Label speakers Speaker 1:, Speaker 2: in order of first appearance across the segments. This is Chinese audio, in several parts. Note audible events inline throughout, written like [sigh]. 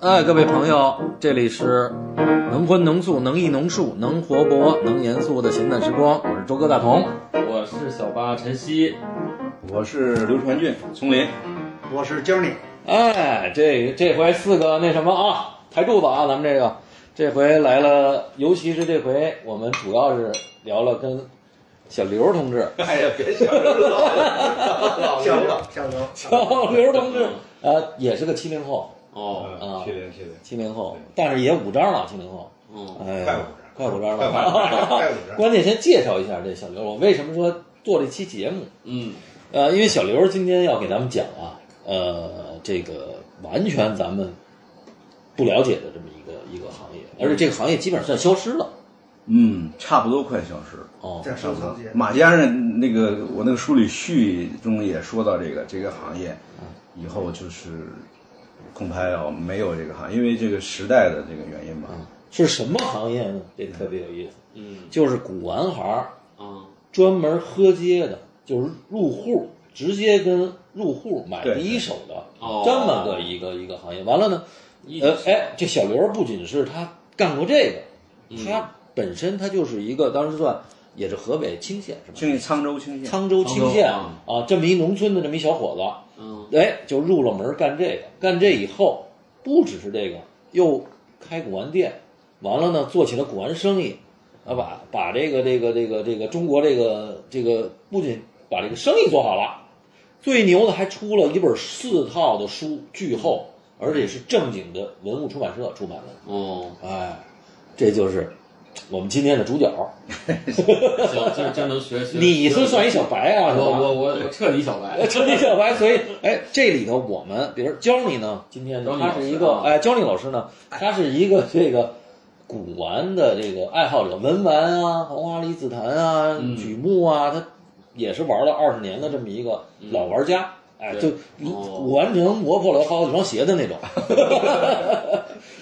Speaker 1: 哎，各位朋友，这里是能荤能素能艺能术能活泼能严肃的闲淡时光，我是周哥大同。
Speaker 2: 我是小八晨曦，
Speaker 3: 我是刘传俊，丛林。
Speaker 4: 我是 Journey，
Speaker 1: 哎，这这回四个那什么啊，抬柱子啊，咱们这个这回来了，尤其是这回我们主要是聊了跟小刘同
Speaker 2: [laughs]
Speaker 1: 志，
Speaker 3: 哎呀，别想 [laughs] 了，
Speaker 4: 小刘，小刘，
Speaker 1: 小刘同志，呃，也是个七零后，
Speaker 2: 哦，
Speaker 1: 啊
Speaker 3: 七零七零，
Speaker 1: 七零后，但是也五张了，七零后，
Speaker 2: 嗯，
Speaker 1: 哎呀
Speaker 3: 快五张
Speaker 1: 快五张
Speaker 3: 快五
Speaker 1: [laughs]
Speaker 3: 张
Speaker 1: 了，
Speaker 3: 快五张
Speaker 1: 关键先介绍一下这小刘，我为什么说做这期节目？
Speaker 2: 嗯，
Speaker 1: 呃，因为小刘今天要给咱们讲啊，呃，这个完全咱们不了解的这么一个一个行业，而且这个行业基本上消失了。
Speaker 3: 嗯，差不多快消失了。
Speaker 1: 哦，
Speaker 4: 在收藏界，
Speaker 3: 马先生那个我那个书里序中也说到这个这个行业，以后就是恐怕要没有这个行业，因为这个时代的这个原因吧。
Speaker 1: 嗯是什么行业呢？这特别有意思，
Speaker 2: 嗯，
Speaker 1: 就是古玩行儿
Speaker 2: 啊，
Speaker 1: 专门喝街的，就是入户直接跟入户买
Speaker 3: 对
Speaker 1: 第一手的
Speaker 2: 哦
Speaker 1: 这么个一个一个行业。完了呢，
Speaker 2: 一
Speaker 1: 呃
Speaker 2: 直，是
Speaker 1: 哎，这小刘不仅是他干过这个，
Speaker 2: 嗯
Speaker 1: 他本身他就是一个当时算也是河北清县是吧？
Speaker 3: 清理沧州清县，
Speaker 1: 沧州清县
Speaker 2: 沧州
Speaker 1: 啊，这么一农村的这么一小伙
Speaker 2: 嗯，
Speaker 1: 子，哎，就入了门干这个，干这以后不只是这个，又开古玩店，完了呢做起了古玩生意，啊，把把这个这个这个这个中国这个这个不仅把这个生意做好了，最牛的还出了一本四套的书，巨厚，而且是正经的文物出版社出版的，
Speaker 2: 哦，
Speaker 1: 哎，这就是我们今天的主角，
Speaker 2: 行，这这能学
Speaker 1: [laughs]
Speaker 2: 学。
Speaker 1: 你是算一小白啊，
Speaker 2: 我
Speaker 1: 是吧
Speaker 2: 我我我彻底小白，
Speaker 1: 成 [laughs] 立小白，所以哎，这里头我们比如教你呢，今天呢
Speaker 2: Johnny
Speaker 1: 他是一个
Speaker 2: 老师啊
Speaker 1: 哎，教你老师呢，他是一个这个古玩的这个爱好者，文玩啊，黄花梨紫檀啊，
Speaker 2: 嗯
Speaker 1: 榉木啊，他也是玩了二十年的这么一个老玩家。哎，就
Speaker 2: 嗯对哦
Speaker 1: 古玩城磨破了好几双鞋的
Speaker 2: [laughs]
Speaker 1: 那种，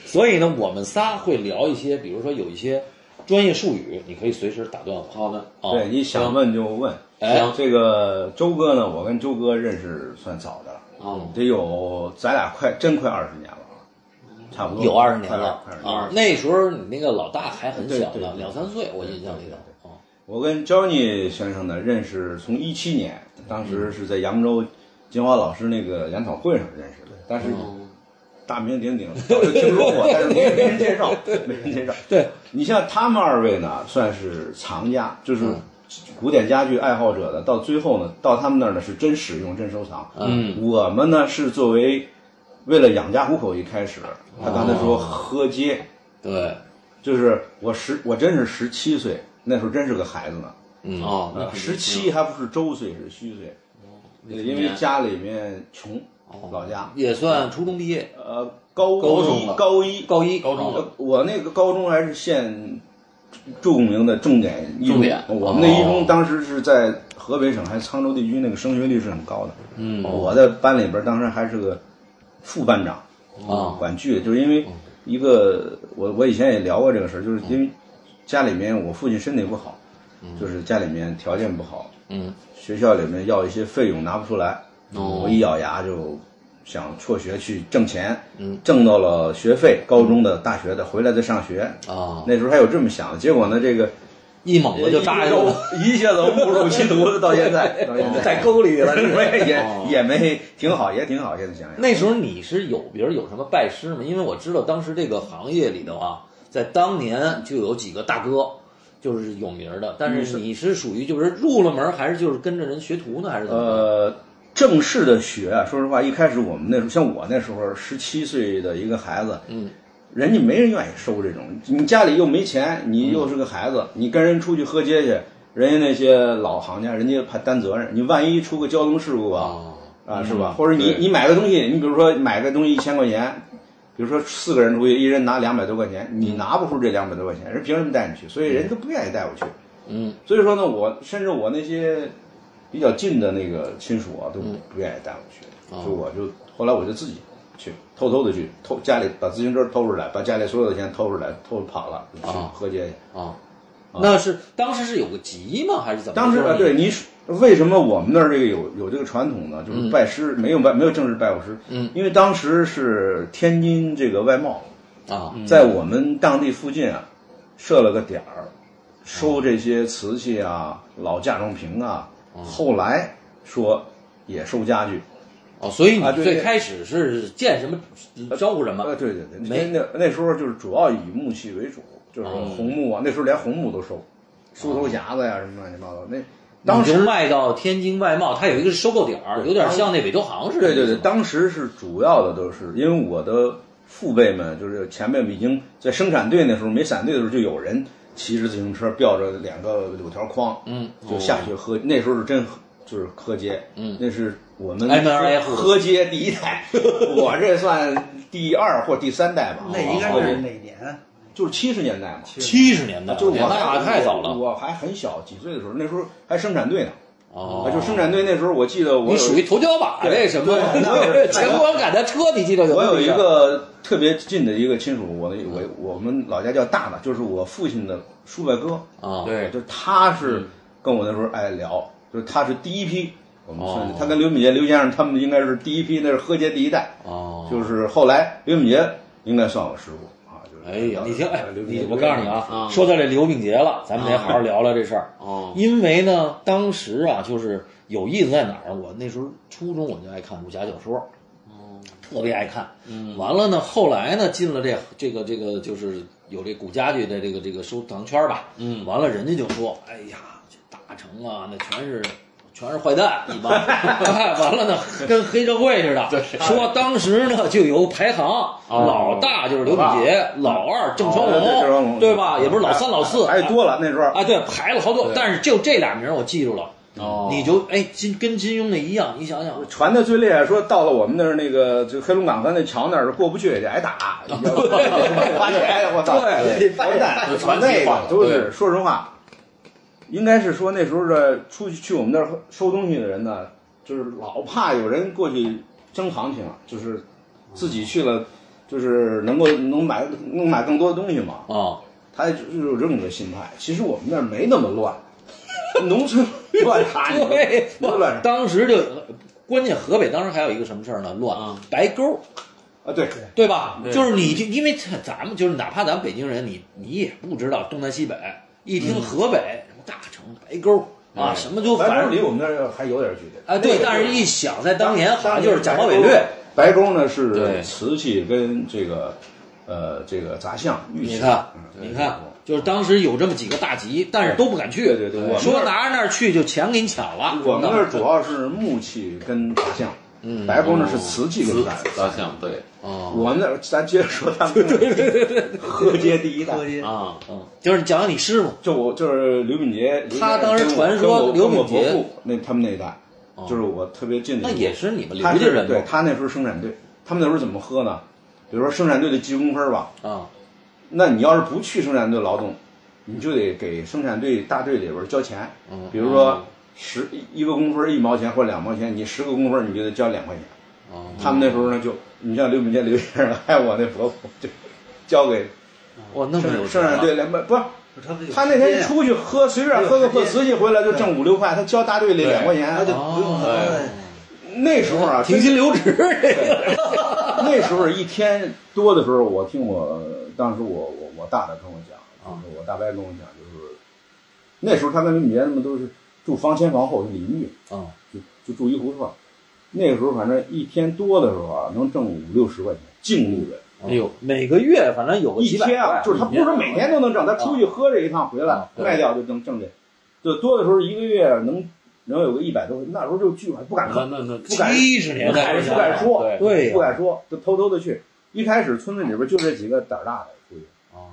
Speaker 1: 所以呢，我们仨会聊一些，比如说有一些专业术语，你可以随时打断我。
Speaker 2: 好的，
Speaker 1: 啊
Speaker 3: 对，你想问就问。
Speaker 1: 哎
Speaker 3: 这个周哥呢，我跟周哥认识算早的了，
Speaker 2: 哦，
Speaker 3: 得有咱俩快真快二十年了啊，差不多
Speaker 1: 有哦二十年
Speaker 3: 快
Speaker 1: 了
Speaker 3: 快20
Speaker 1: 啊！那时候你那个老大还很小
Speaker 3: 对对
Speaker 1: 呢，
Speaker 3: 对
Speaker 1: 两三岁，我印象里
Speaker 3: 对对
Speaker 1: 头。啊
Speaker 3: 我跟 Johnny 先生呢认识从一七年，当时是在扬州金华老师那个研讨会上认识的，但是大名鼎鼎，早就听说过，但是没没人介绍，没人介绍。
Speaker 1: 对，
Speaker 3: 你像他们二位呢，算是藏家，就是古典家具爱好者的，到最后呢，到他们那儿呢是真使用、真收藏。
Speaker 1: 哦
Speaker 2: 嗯，
Speaker 3: 我们呢是作为为了养家糊口，一开始他刚才说喝街。
Speaker 1: 对，
Speaker 3: 就是我十，我真是十七岁，那时候真是个孩子呢。
Speaker 1: 嗯，
Speaker 2: 哦，那
Speaker 3: 啊，
Speaker 2: 肯定
Speaker 3: 十七，还不是周岁，是虚岁，
Speaker 2: 那
Speaker 3: 因为家里面穷，老家。
Speaker 1: 也算初中毕业，
Speaker 2: 哦
Speaker 3: 呃，高
Speaker 1: 高中
Speaker 3: 一
Speaker 1: 了
Speaker 3: 高一
Speaker 1: 高一，
Speaker 2: 高中了
Speaker 3: 呃我那个高中还是县著名的重点一中
Speaker 2: 重点
Speaker 3: 我们那一
Speaker 2: 哦
Speaker 3: 中当时是在河北省还是沧州地区，那个升学率是很高的。
Speaker 2: 嗯，
Speaker 3: 我在班里边当时还是个副班长
Speaker 1: 啊
Speaker 3: 管剧，就是因
Speaker 2: 哦
Speaker 3: 为一个我我以前也聊过这个事儿，就是因为家里面我父亲身体不好，
Speaker 2: 嗯
Speaker 3: 就是家里面条件不好，
Speaker 1: 嗯，
Speaker 3: 学校里面要一些费用拿不出来，
Speaker 1: 哦
Speaker 3: 我一咬牙就想辍学去挣钱，嗯，挣到了学费，高中的、大学的，回来再上学。
Speaker 1: 啊，
Speaker 3: 那时候还有这么想的，结果呢，这个
Speaker 1: 呃一猛哦子就扎下去了，
Speaker 3: 一下子误入歧途了，到
Speaker 1: [laughs]
Speaker 3: 现在，到现在
Speaker 1: 在沟里了。哦
Speaker 3: 也也也没挺好，也挺好。现在想想，
Speaker 1: 那时候你是有，比如有什么拜师吗？因为我知道当时这个行业里头啊，在当年就有几个大哥。就是有名儿的，但嗯是你是属于就是入了门儿，还是就是跟着人学徒呢，还是怎么着？
Speaker 3: 呃，正式的学啊，说实话，一开始我们那时候，像我那时候十七岁的一个孩子，嗯，人家没人愿意收这种，你家里又没钱，你又是个孩子，
Speaker 1: 嗯
Speaker 3: 你跟人出去喝街去，人家那些老行家，人家还担责任，你万一出个交通事故啊，
Speaker 1: 啊，
Speaker 3: 啊，是吧？或者你
Speaker 2: 对
Speaker 3: 你买个东西，你比如说买个东西一千块钱，比如说四个人出去，一人拿两百多块钱，
Speaker 1: 嗯
Speaker 3: 你拿不出这两百多块钱，人凭什么带你去？所以人都不愿意带我去。
Speaker 1: 嗯，
Speaker 3: 所以说呢，我甚至我那些比较近的那个亲属啊，都不愿意带我去，所以我就后来我就自己去，偷偷的去偷家里把自行车偷出来，把家里所有的钱偷出来，偷跑了去
Speaker 1: 啊
Speaker 3: 喝街去。
Speaker 1: 呃啊，那是当时是有个集吗？还是怎么着？
Speaker 3: 当时啊，对你为什么我们那儿这个有有这个传统呢？就是拜师、没有拜没有正式拜过师，
Speaker 1: 嗯，
Speaker 3: 因为当时是天津这个外贸
Speaker 1: 啊，
Speaker 3: 在我们当地附近啊设了个点儿，收这些瓷器啊、老嫁妆瓶啊，后来说也收家具，
Speaker 1: 哦，所以
Speaker 3: 啊
Speaker 1: 你
Speaker 3: 对
Speaker 1: 最
Speaker 3: 对
Speaker 1: 开始是见什么招呼什么
Speaker 3: 呃，对对对，
Speaker 1: 没
Speaker 3: 那那那时候就是主要以木器为主，就是红木啊，那时候连红木都收，梳头匣子呀、什么乱七八糟。那当
Speaker 1: 你就
Speaker 3: 时
Speaker 1: 卖到天津外贸，它有一个收购点儿，有点像那韦州行似的。
Speaker 3: 对对
Speaker 1: 是
Speaker 3: 对，
Speaker 1: 吧
Speaker 3: 当时是主要的都是因为我的父辈们，就是前辈们已经在生产队那时候没散队的时候就有人骑着自行车，吊着两个柳条筐，
Speaker 1: 嗯，
Speaker 3: 就下去喝。那时候是真喝就是喝街，嗯，那是我们
Speaker 1: 挨门挨户
Speaker 3: 喝喝街第一代， [laughs] 我这算第二或第三代吧。啊
Speaker 4: 那应该
Speaker 3: 喝街
Speaker 4: 是哪年？
Speaker 3: 就是七十年代嘛。
Speaker 1: 七十年代，
Speaker 3: 啊就是我
Speaker 1: 那
Speaker 3: 还
Speaker 1: 太早了。
Speaker 3: 我还很小，几岁的时候，那时候还生产队呢，啊
Speaker 1: 哦，
Speaker 3: 就生产队那时候，我记得我
Speaker 1: 你
Speaker 3: 有
Speaker 1: 属于头脚把这什么？ [laughs] 前光赶的车，你记得有
Speaker 3: 我
Speaker 1: 吗
Speaker 3: 有一，个特别近的一个亲属，我的我我们老家叫大的，就是我父亲的叔伯哥，
Speaker 1: 啊，嗯
Speaker 2: 对，
Speaker 3: 就他是跟我那时候爱聊，就是他是第一批我们村里
Speaker 1: 哦，
Speaker 3: 他跟刘敏杰、刘先生他们应该是第一批，那是喝街第一代，
Speaker 1: 哦，
Speaker 3: 就是后来刘敏杰应该算我师傅啊，就是
Speaker 1: 哎呀，你听，哎，
Speaker 3: 刘啊敏
Speaker 1: 你
Speaker 3: 杰，
Speaker 1: 我告诉你啊，说到这刘秉杰了，咱们得好好聊聊这事儿。
Speaker 2: 哦，
Speaker 1: 因为呢，当时啊，就是有意思在哪儿？我那时候初中我就爱看武侠小说，
Speaker 3: 哦
Speaker 1: 特别爱看。嗯，完了呢，后来呢，进了这这个这个就是有这古家具的这个这个收藏圈吧。嗯，完了人家就说：“哎呀，这大成啊，那全是。”全是坏蛋，一帮，哎完了呢，跟黑社会似的。说当时呢，就有排行，老大就是刘炳杰，老二郑
Speaker 3: 对哦对
Speaker 1: 传
Speaker 3: 郑双
Speaker 1: 龙，
Speaker 3: 龙
Speaker 1: 对吧？也不是老三、老四，
Speaker 3: 还有多了那时候，
Speaker 1: 啊，对，排了好多，但是就这俩名儿我记住了。
Speaker 2: 哦
Speaker 1: 你就哎金跟金庸那一样，你想想，
Speaker 3: 传的最厉害，说到了我们那儿那个就黑龙江和那桥那儿过不去，得挨打，花钱，我操，
Speaker 1: 对
Speaker 3: 捣蛋
Speaker 2: 就传
Speaker 3: 那
Speaker 2: 奇化
Speaker 3: 个都是说实话，应该是说那时候的出去去我们那儿收东西的人呢，就是老怕有人过去争行情，就是自己去了，就是能够能买能买更多的东西嘛，
Speaker 1: 啊，
Speaker 3: 他就是有这么个心态。其实我们那儿没那么乱，农村乱啥？你们
Speaker 1: [laughs] 对，
Speaker 3: 没有乱啥？
Speaker 1: 当时就关键河北当时还有一个什么事儿呢？乱
Speaker 2: 嗯
Speaker 1: 白沟，
Speaker 3: 啊，对。
Speaker 1: 对吧？
Speaker 2: 对
Speaker 1: 就是你就因为这咱们就是哪怕咱们北京人，你你也不知道东南西北，一听河北什么大城白沟啊，什么就
Speaker 3: 嗯白
Speaker 1: 反
Speaker 3: 沟离
Speaker 1: 正
Speaker 3: 我们那儿还有点距离。
Speaker 1: 啊对，但是一想在当年好像就是假冒伪劣，。
Speaker 3: 白沟呢是
Speaker 1: 对
Speaker 3: 瓷器跟这个，呃，这个杂项玉器。
Speaker 1: 你看
Speaker 3: 嗯，
Speaker 1: 你看，就是当时有这么几个大集，但是都不敢去。
Speaker 3: 对对对我们那
Speaker 1: 说
Speaker 3: 儿
Speaker 1: 拿着那儿去就钱给你抢了。
Speaker 3: 我们那儿主要是木器跟杂项，
Speaker 1: 嗯
Speaker 3: 白沟呢是瓷器跟
Speaker 2: 瓷
Speaker 3: 杂
Speaker 2: 造像对
Speaker 1: 哦，
Speaker 3: 我们那儿咱接着说
Speaker 1: [laughs]
Speaker 3: 他们，对对对对，河街第一代。
Speaker 4: 街
Speaker 2: 啊，
Speaker 1: 嗯，就是你讲讲你师傅
Speaker 3: 就我就是刘敏杰，
Speaker 1: 他当时
Speaker 3: 跟我
Speaker 1: 传说
Speaker 3: 跟我
Speaker 1: 刘敏
Speaker 3: 跟我伯
Speaker 1: 杰
Speaker 3: 父那他们那一代，就是我特别近的
Speaker 1: 那
Speaker 3: 一个，
Speaker 1: 也是你们刘
Speaker 3: 他
Speaker 1: 家
Speaker 3: 是
Speaker 1: 人
Speaker 3: 对
Speaker 1: 吗？
Speaker 3: 他那时候生产队，他们那时候怎么喝呢？比如说生产队的记工分儿吧，
Speaker 1: 啊，
Speaker 3: 那你要是不去生产队劳动，你就得给生产队大队里边交钱。
Speaker 1: 嗯
Speaker 3: 比如说十一个工分一毛钱或两毛钱，你十个工分你就得交两块钱。
Speaker 1: 哦，
Speaker 3: 他们那时候呢就，你像刘敏杰、刘先生 [laughs] 还有我那伯父，就交给
Speaker 1: 哇，那么有钱
Speaker 3: 生生
Speaker 1: 啊
Speaker 3: 产队来卖，不是
Speaker 4: 他们有
Speaker 3: 他那
Speaker 4: 时
Speaker 3: 天
Speaker 4: 间
Speaker 3: 出去喝，随便喝个破瓷器回来就挣五六块，他交大队里两块钱
Speaker 4: 啊，。就
Speaker 1: 哦
Speaker 4: 不用了。
Speaker 3: 那时候啊，
Speaker 1: 停薪留职这个
Speaker 3: [laughs] 那时候一天多的时候，我听我当时我我我大的跟我讲，
Speaker 1: 啊
Speaker 3: 就是我大伯跟我讲，就是那时候他跟你爷他们都是住房前房后是邻居，
Speaker 1: 啊，
Speaker 3: 就就住一胡同儿。那个时候反正一天多的时候啊，能挣五六十块钱净利润。
Speaker 1: [laughs] 哎呦，
Speaker 2: 嗯
Speaker 1: [laughs] 每个月反正有个
Speaker 3: 一
Speaker 1: 几百
Speaker 3: 天啊，
Speaker 1: 块，
Speaker 3: 就是他不是说每天都能挣，他出去喝这一趟回来
Speaker 1: 啊对
Speaker 3: 卖掉就能挣这，就多的时候一个月能能有个一百多块，那时候就巨款，不敢
Speaker 2: 那
Speaker 3: 喝，
Speaker 2: 那那
Speaker 3: 不敢
Speaker 1: 七十年代
Speaker 3: 还
Speaker 1: 人
Speaker 3: 是不敢说，
Speaker 1: 对呀
Speaker 3: 不敢说，就偷偷的去。一开始村子里边就这几个胆儿大的出去，
Speaker 1: 啊，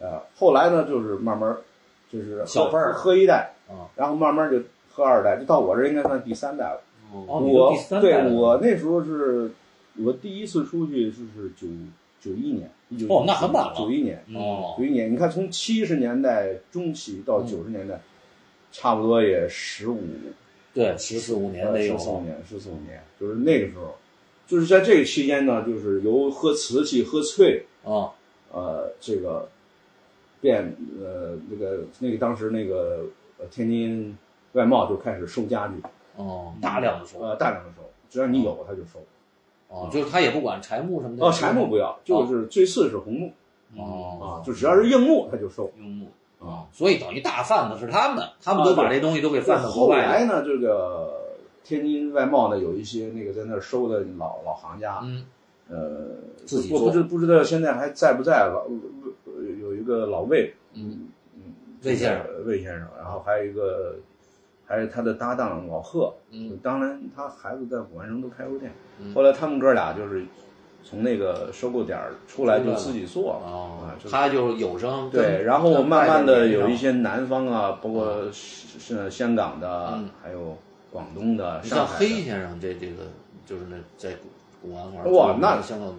Speaker 3: 呃，后来呢就是慢慢，就是喝
Speaker 1: 小辈儿
Speaker 3: 喝一代
Speaker 1: 啊，
Speaker 3: 然后慢慢就喝二代，就到我这儿应该算第三代了。
Speaker 1: 哦，你都
Speaker 3: 我
Speaker 1: 第三代
Speaker 3: 对
Speaker 1: 了
Speaker 3: 我那时候是，我第一次出去就是九九一年，19
Speaker 1: 哦那很晚了
Speaker 3: 九一年，
Speaker 1: 哦
Speaker 3: 九一年，你看从七十年代中期到九十
Speaker 1: 嗯
Speaker 3: 年代，差不多也十五
Speaker 1: 对十四五年得有
Speaker 3: 十四五呃年，十四五年，就是那个时候，就是在这个期间呢，就是由喝瓷器、喝翠，
Speaker 1: 啊
Speaker 3: 呃，这个变呃那个那个当时那个呃天津外贸就开始收家具，
Speaker 1: 哦，大量的收，
Speaker 3: 呃，大量的收，只要你有他就收。
Speaker 1: 哦，就是他也不管柴木什么的。
Speaker 3: 哦，柴木不要，就是最次是红木
Speaker 1: 哦
Speaker 3: 啊，就只要是硬木他就收
Speaker 1: 用木，
Speaker 3: 啊。
Speaker 1: 所以等于大贩子是他们，他们都
Speaker 3: 啊对
Speaker 1: 把这东西都给贩
Speaker 3: 但
Speaker 1: 到国
Speaker 3: 后
Speaker 1: 外了。
Speaker 3: 来呢，这个天津外贸呢，有一些那个在那儿收的老老行家，
Speaker 1: 嗯，
Speaker 3: 呃，
Speaker 1: 自己
Speaker 3: 我
Speaker 1: 做
Speaker 3: 不知不知道现在还在不在老呃有一个老魏，
Speaker 1: 嗯
Speaker 3: 嗯，
Speaker 1: 魏先生，
Speaker 3: 魏先生，然后还有一个，还有他的搭档老贺，
Speaker 1: 嗯，
Speaker 3: 当然他孩子在古玩城都开过店，
Speaker 1: 嗯
Speaker 3: 后来他们哥俩就是从那个收购点儿出来
Speaker 1: 出
Speaker 3: 就
Speaker 1: 来了
Speaker 3: 自己做了
Speaker 1: 哦
Speaker 3: 啊，，就
Speaker 1: 他就是有声
Speaker 3: 对，然后
Speaker 1: 跟
Speaker 3: 慢慢
Speaker 1: 外
Speaker 3: 的
Speaker 1: 边
Speaker 3: 有
Speaker 1: 联
Speaker 3: 一
Speaker 1: 系
Speaker 3: 些南方啊，包括是是香港的
Speaker 1: 嗯，
Speaker 3: 还有广东的、
Speaker 1: 你像
Speaker 3: 上海的
Speaker 1: 黑先生这这个就是那在古古玩行
Speaker 3: 哇那
Speaker 1: 香港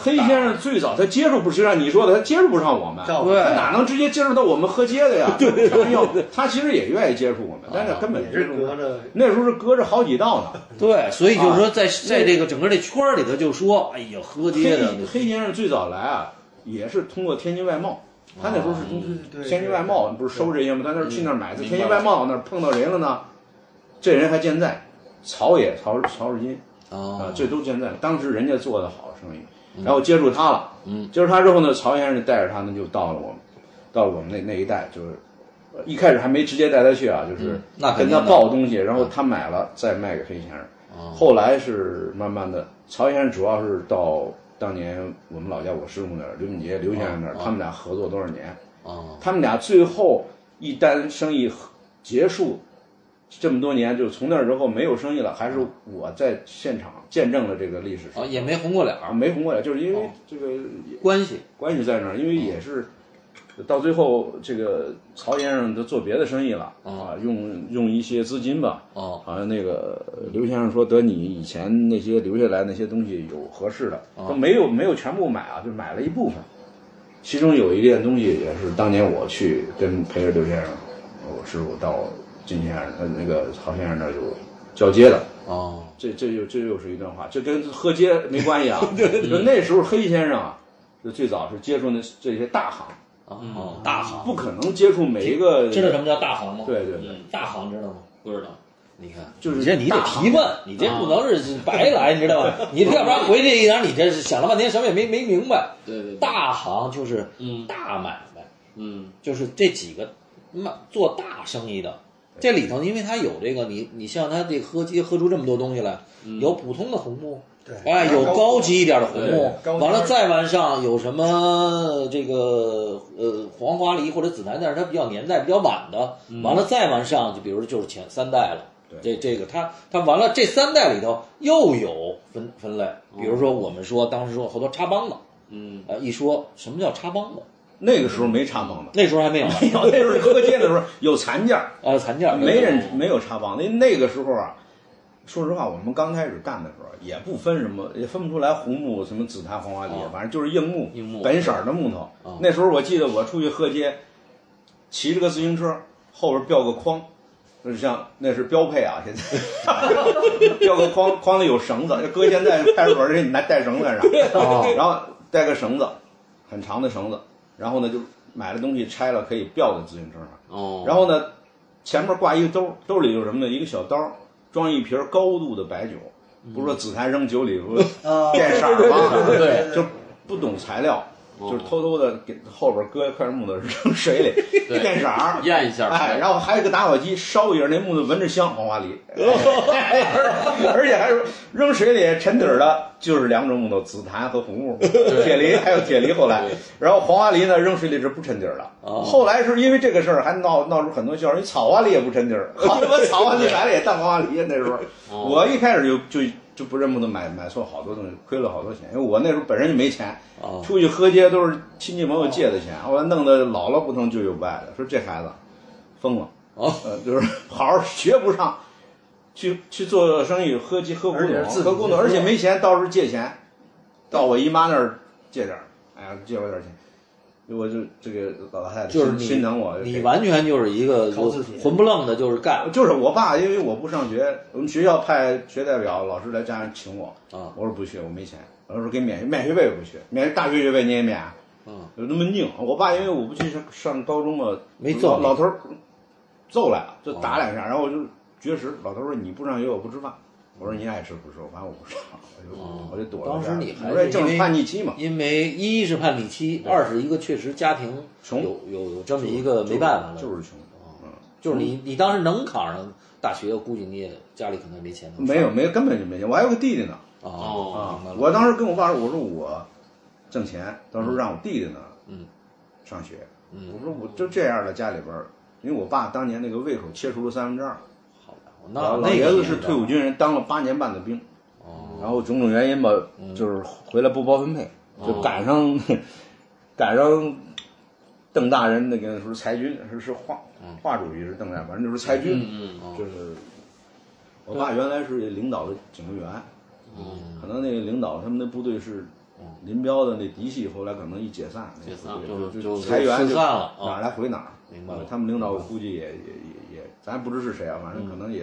Speaker 3: 黑先生最早他接触不，就像你说的，他接触不上我们，
Speaker 1: 照
Speaker 3: 他
Speaker 1: 顾
Speaker 3: 哪能直接接触到我们喝街的呀？对对对，他其实也愿意接触我们，但是根本
Speaker 4: 也
Speaker 3: 接
Speaker 4: 是
Speaker 3: 触不
Speaker 4: 隔
Speaker 3: 上
Speaker 4: 着
Speaker 3: 那时候是隔着好几道呢。
Speaker 1: 对，所以就是
Speaker 3: 啊
Speaker 1: 说在在这个整个这圈儿里头就说，哎呀，喝
Speaker 3: 黑
Speaker 1: 街的
Speaker 3: 黑先生最早来啊，也是通过天津外贸，他那时候是
Speaker 1: 哦
Speaker 4: 嗯对
Speaker 3: 从
Speaker 4: 嗯
Speaker 3: 天津外贸不是收这些吗？他那时候去那儿买，在
Speaker 2: 明白
Speaker 3: 天津外贸那儿碰到人了呢，这人还健在，曹也曹曹世金啊
Speaker 1: 啊，
Speaker 3: 这都健在。当时人家做的好生意，然后接触他了，
Speaker 1: 嗯，
Speaker 3: 接触他之后呢，曹先生就带着他呢就到了我们，到了我们那那一带，就是呃一开始还没直接带他去啊，就是
Speaker 1: 嗯那肯
Speaker 3: 跟
Speaker 1: 定
Speaker 3: 他
Speaker 1: 的嗯
Speaker 3: 报东西，然后他买了再卖给黑先生。
Speaker 1: 哦
Speaker 3: 后来是慢慢的，曹先生主要是到当年我们老家我师傅那儿，刘敏杰刘先生那儿，
Speaker 1: 啊
Speaker 3: 他们俩合作多少年？
Speaker 1: 哦
Speaker 3: 他们俩最后一单生意结束，这么多年就从那儿之后没有生意了，还是我在现场见证了这个历史
Speaker 1: 啊，也没红过脸
Speaker 3: 啊，
Speaker 1: 儿，
Speaker 3: 没红过来，就是因为
Speaker 1: 哦
Speaker 3: 这个
Speaker 1: 关系
Speaker 3: 关系在那儿，因为也是。到最后，这个曹先生都做别的生意了啊，用用一些资金吧，
Speaker 1: 哦
Speaker 3: 好像那个刘先生说得你以前那些留下来那些东西有合适的，
Speaker 1: 啊
Speaker 3: 他没有没有全部买啊，就买了一部分。其中有一件东西也是当年我去跟陪着刘先生，我师傅到金先生呃那个曹先生那儿就交接的。
Speaker 1: 哦，
Speaker 3: 这这就这又是一段话，这跟喝街没关系啊。就那时候黑先生啊，就最早是接触那这些大行，
Speaker 1: 哦，大行，
Speaker 3: 不可能接触每一个。
Speaker 1: 知道什么叫大行吗？
Speaker 3: 对对对。
Speaker 2: 嗯，
Speaker 1: 大行知道吗？
Speaker 2: 不知道。
Speaker 1: 你看，
Speaker 3: 就是
Speaker 1: 你这你得提问，啊你这不能是白来，你知道 [laughs] 吧？你这要不然回去一点，你这是想了半天什么也没没明白。
Speaker 2: 对对，对，
Speaker 1: 大行就是
Speaker 2: 嗯
Speaker 1: 大买卖，
Speaker 2: 嗯
Speaker 1: 就是这几个卖做大生意的，这里头因为它有这个，你你像它这喝鸡喝出这么多东西来，有普通的红木，
Speaker 4: 对
Speaker 1: 哎，有高级一点的红木
Speaker 4: 对，高级
Speaker 1: 完了再往上有什么这个呃黄花梨或者紫檀，但是它比较年代比较晚的，完了再往上就比如就是前三代了。这这个，它它完了，这三代里头又有分分类，比如说我们说当时说好多插帮的，
Speaker 2: 嗯，
Speaker 1: 呃，一说什么叫插帮的，
Speaker 3: 那个时候没插帮的。 [laughs]
Speaker 1: 那时候还没有呢，
Speaker 3: 没有，那时候喝街的时候有残件，
Speaker 1: 啊，残件儿
Speaker 3: 没人没有插帮。那那个时候啊，说实话，我们刚开始干的时候也不分什么，也分不出来红木、什么紫檀、黄花梨
Speaker 1: 哦，
Speaker 3: 反正就是硬木、
Speaker 2: 硬木
Speaker 3: 本色儿的木头
Speaker 1: 哦。
Speaker 3: 那时候我记得我出去喝街，骑着个自行车，后边吊个筐。就是像那是标配啊，现在 [laughs] 吊个筐，筐里有绳子，搁现在派出所人家拿带绳子上，
Speaker 1: 哦
Speaker 3: 然后带个绳子，很长的绳子，然后呢就买了东西拆了可以吊在自行车上，
Speaker 2: 哦，
Speaker 3: 然后呢前面挂一个兜，兜里有什么呢？一个小刀，装一瓶高度的白酒，
Speaker 2: 嗯
Speaker 3: 不是说紫檀扔酒里不是
Speaker 2: [laughs]
Speaker 4: 啊，
Speaker 3: 变色儿吗？
Speaker 2: 对
Speaker 3: 就不懂材料。
Speaker 2: 哦
Speaker 3: 就是偷偷的给后边搁一块木头扔水里
Speaker 2: 对
Speaker 3: 变色儿，
Speaker 2: 验一下，
Speaker 3: 哎，然后还有个打火机烧一下，那木头闻着香，黄花
Speaker 2: [laughs]
Speaker 3: 梨，哎而而且还是扔水里沉底儿的，就是两种木头，紫檀和红
Speaker 2: [laughs]
Speaker 3: 木，铁梨还有铁梨。后来
Speaker 2: 对，
Speaker 3: 然后黄花梨呢，扔水里是不沉底儿的。
Speaker 1: 哦
Speaker 3: 后来是因为这个事儿还闹闹出很多笑话，因为草花梨也不沉底
Speaker 2: [laughs]
Speaker 3: 儿，好他妈草花梨买了也当黄花梨那时候。
Speaker 2: 哦
Speaker 3: 我一开始就就就不认木头买买错好多东西，亏了好多钱，因为我那时候本身就没钱，
Speaker 1: 哦
Speaker 3: 出去喝街都是亲戚朋友借的钱，后来弄得姥姥不疼舅舅不爱的，说这孩子疯了，
Speaker 1: 哦
Speaker 3: 呃，就是好好学不上，去去做生意，喝鸡喝古
Speaker 4: 而且
Speaker 3: 董，
Speaker 4: 是自己
Speaker 3: 喝古董，
Speaker 4: 喝
Speaker 3: 而且没钱，到时候借钱，到我姨妈那儿借点儿，哎呀，借我点儿钱，我就这个老太太
Speaker 1: 就是
Speaker 3: 心
Speaker 1: 你
Speaker 3: 心疼我，就给
Speaker 1: 你完全就是一个
Speaker 4: 靠自己
Speaker 1: 混不愣的，就是干
Speaker 3: 就是我爸，因为我不上学，我们学校派学代表老师来家里请我，
Speaker 1: 啊
Speaker 3: 我说不去，我没钱。老师说给免免学费，我不去，免大学学费你也免，啊
Speaker 1: 嗯，
Speaker 3: 有那么拧。我爸因为我不去上上高中嘛，
Speaker 1: 没揍
Speaker 3: 老
Speaker 1: 你哦
Speaker 3: 老头儿揍来了，就打两下，然后我就绝食。老头说你不上学我不吃饭，我说你爱吃不吃，反正我不上，我就、
Speaker 1: 哦
Speaker 3: 我就躲
Speaker 1: 当
Speaker 3: 着点儿。
Speaker 1: 时你还
Speaker 3: 我说
Speaker 1: 是
Speaker 3: 正
Speaker 1: 因
Speaker 3: 是
Speaker 1: 为
Speaker 3: 叛逆期嘛，
Speaker 1: 因为一是叛逆期，二是一个确实家庭
Speaker 3: 穷
Speaker 1: 有有有这么一个没办法了，哦
Speaker 3: 就是穷。嗯，
Speaker 1: 就是你你当时能考上大学，我估计你也家里可能没钱能上，
Speaker 3: 没有没有根本就没钱，我还有个弟弟呢。
Speaker 1: 哦，明白了
Speaker 3: 啊我当时跟我爸说，我说我挣钱，到时候让我弟弟呢，
Speaker 1: 嗯，
Speaker 3: 上学。
Speaker 1: 嗯
Speaker 3: 我说我就这样的家里边儿，因为我爸当年那个胃口切除了三分之二，
Speaker 1: 好家伙，
Speaker 3: 老
Speaker 1: 那
Speaker 3: 老
Speaker 1: 那
Speaker 3: 爷
Speaker 1: 个
Speaker 3: 子
Speaker 1: 年
Speaker 3: 是
Speaker 1: 代
Speaker 3: 退伍军人，当了八年半的兵，
Speaker 1: 哦，嗯
Speaker 3: 然后种种原因吧，就是回来不包分配，就赶上 [laughs] 赶上邓大人那个时候裁军是是化
Speaker 1: 嗯
Speaker 3: 化主义是邓大人，反正就是裁军，
Speaker 2: 嗯嗯
Speaker 3: 就是我爸原来是领导的警卫员，
Speaker 2: 嗯
Speaker 3: 可能那个领导他们那部队是林彪的那嫡系，后来可能一解散，
Speaker 2: 解散
Speaker 3: 那
Speaker 1: 嗯就
Speaker 3: 部
Speaker 1: 是
Speaker 3: 队
Speaker 1: 就
Speaker 3: 就是裁员
Speaker 1: 分
Speaker 3: 就哦
Speaker 1: 散了
Speaker 3: 哪
Speaker 1: 啊
Speaker 3: 儿来回哪儿。
Speaker 1: 明白了嗯
Speaker 3: 他们领导我估计也也也也，咱不知是谁啊，反正可能也，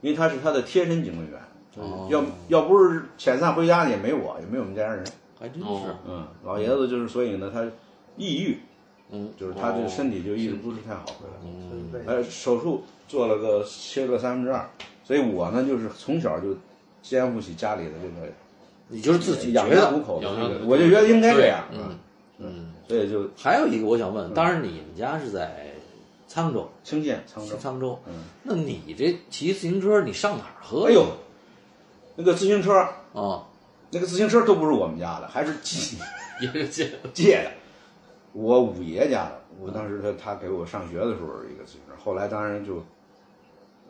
Speaker 3: 因为他是他的贴身警卫员，
Speaker 2: 嗯
Speaker 1: 哦
Speaker 3: 要要不是遣散回家也没我，也没我们家人。
Speaker 1: 还真是
Speaker 2: 哦，
Speaker 3: 嗯，老爷子就是，所以呢，他抑郁，
Speaker 1: 嗯，哦
Speaker 3: 就是他这身体就一直不是太好，回来。
Speaker 4: 嗯对
Speaker 3: 呃，手术做了个切了三分之二，所以我呢就是从小就肩负起家里的这个
Speaker 1: 你就是自己
Speaker 3: 养
Speaker 1: 觉
Speaker 3: 家糊
Speaker 1: 得，
Speaker 3: 口的
Speaker 2: 养
Speaker 3: 这
Speaker 2: 家
Speaker 3: 个，
Speaker 2: 糊口
Speaker 3: 我就觉得应该这样，
Speaker 2: 对
Speaker 3: 嗯，
Speaker 1: 嗯，
Speaker 3: 所以就
Speaker 1: 还有一个我想
Speaker 3: 嗯
Speaker 1: 问，当然你们家是在沧州，
Speaker 3: 清健沧州
Speaker 1: 是。沧州，
Speaker 3: 嗯
Speaker 1: 那你这骑自行车你上哪儿喝？
Speaker 3: 哎呦，那个自行车，
Speaker 2: 哦
Speaker 1: 啊，
Speaker 3: 那个自行车都不是我们家的，还是
Speaker 2: [laughs]
Speaker 3: 借
Speaker 2: 也是借 [laughs] 的。
Speaker 3: 借的，我五爷家的。我当时他他给我上学的时候一个自行车，后来当然就，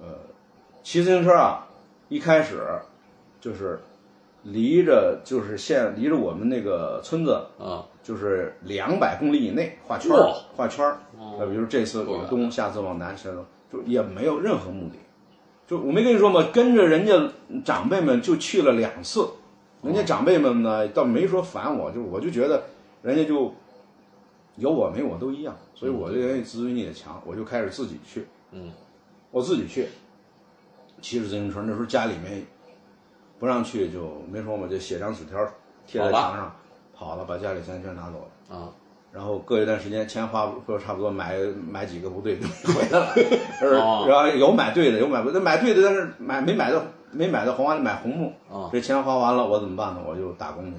Speaker 3: 呃，骑自行车啊，一开始就是离着就是县离着我们那个村子
Speaker 1: 啊，
Speaker 3: 就是两百公里以内画圈儿
Speaker 1: 哇
Speaker 3: 画圈儿，
Speaker 2: 哦
Speaker 3: 呃，比如这次
Speaker 2: 够
Speaker 3: 往
Speaker 2: 远
Speaker 3: 东，下次往南，下次往就也没有任何目的，就我没跟你说吗？跟着人家长辈们就去了两次，人家长辈们呢倒没说烦我，就我就觉得人家就有我没我都一样，所以我这人自尊心也强，我就开始自己去，
Speaker 1: 嗯，
Speaker 3: 我自己去，骑着自行车，那时候家里面不让去就没说嘛，就写张纸条贴在
Speaker 1: 跑了
Speaker 3: 墙上，跑了把家里钱全拿走了。
Speaker 1: 啊，
Speaker 3: 然后隔一段时间钱花不差不多买买几个不对的回来
Speaker 1: [laughs]
Speaker 3: 了，而
Speaker 1: 哦
Speaker 3: 然后有买对的，有买不对，买对的，但是买没买到没买到黄花梨买红木，
Speaker 1: 啊
Speaker 3: 这钱花完了我怎么办呢？我就打工去。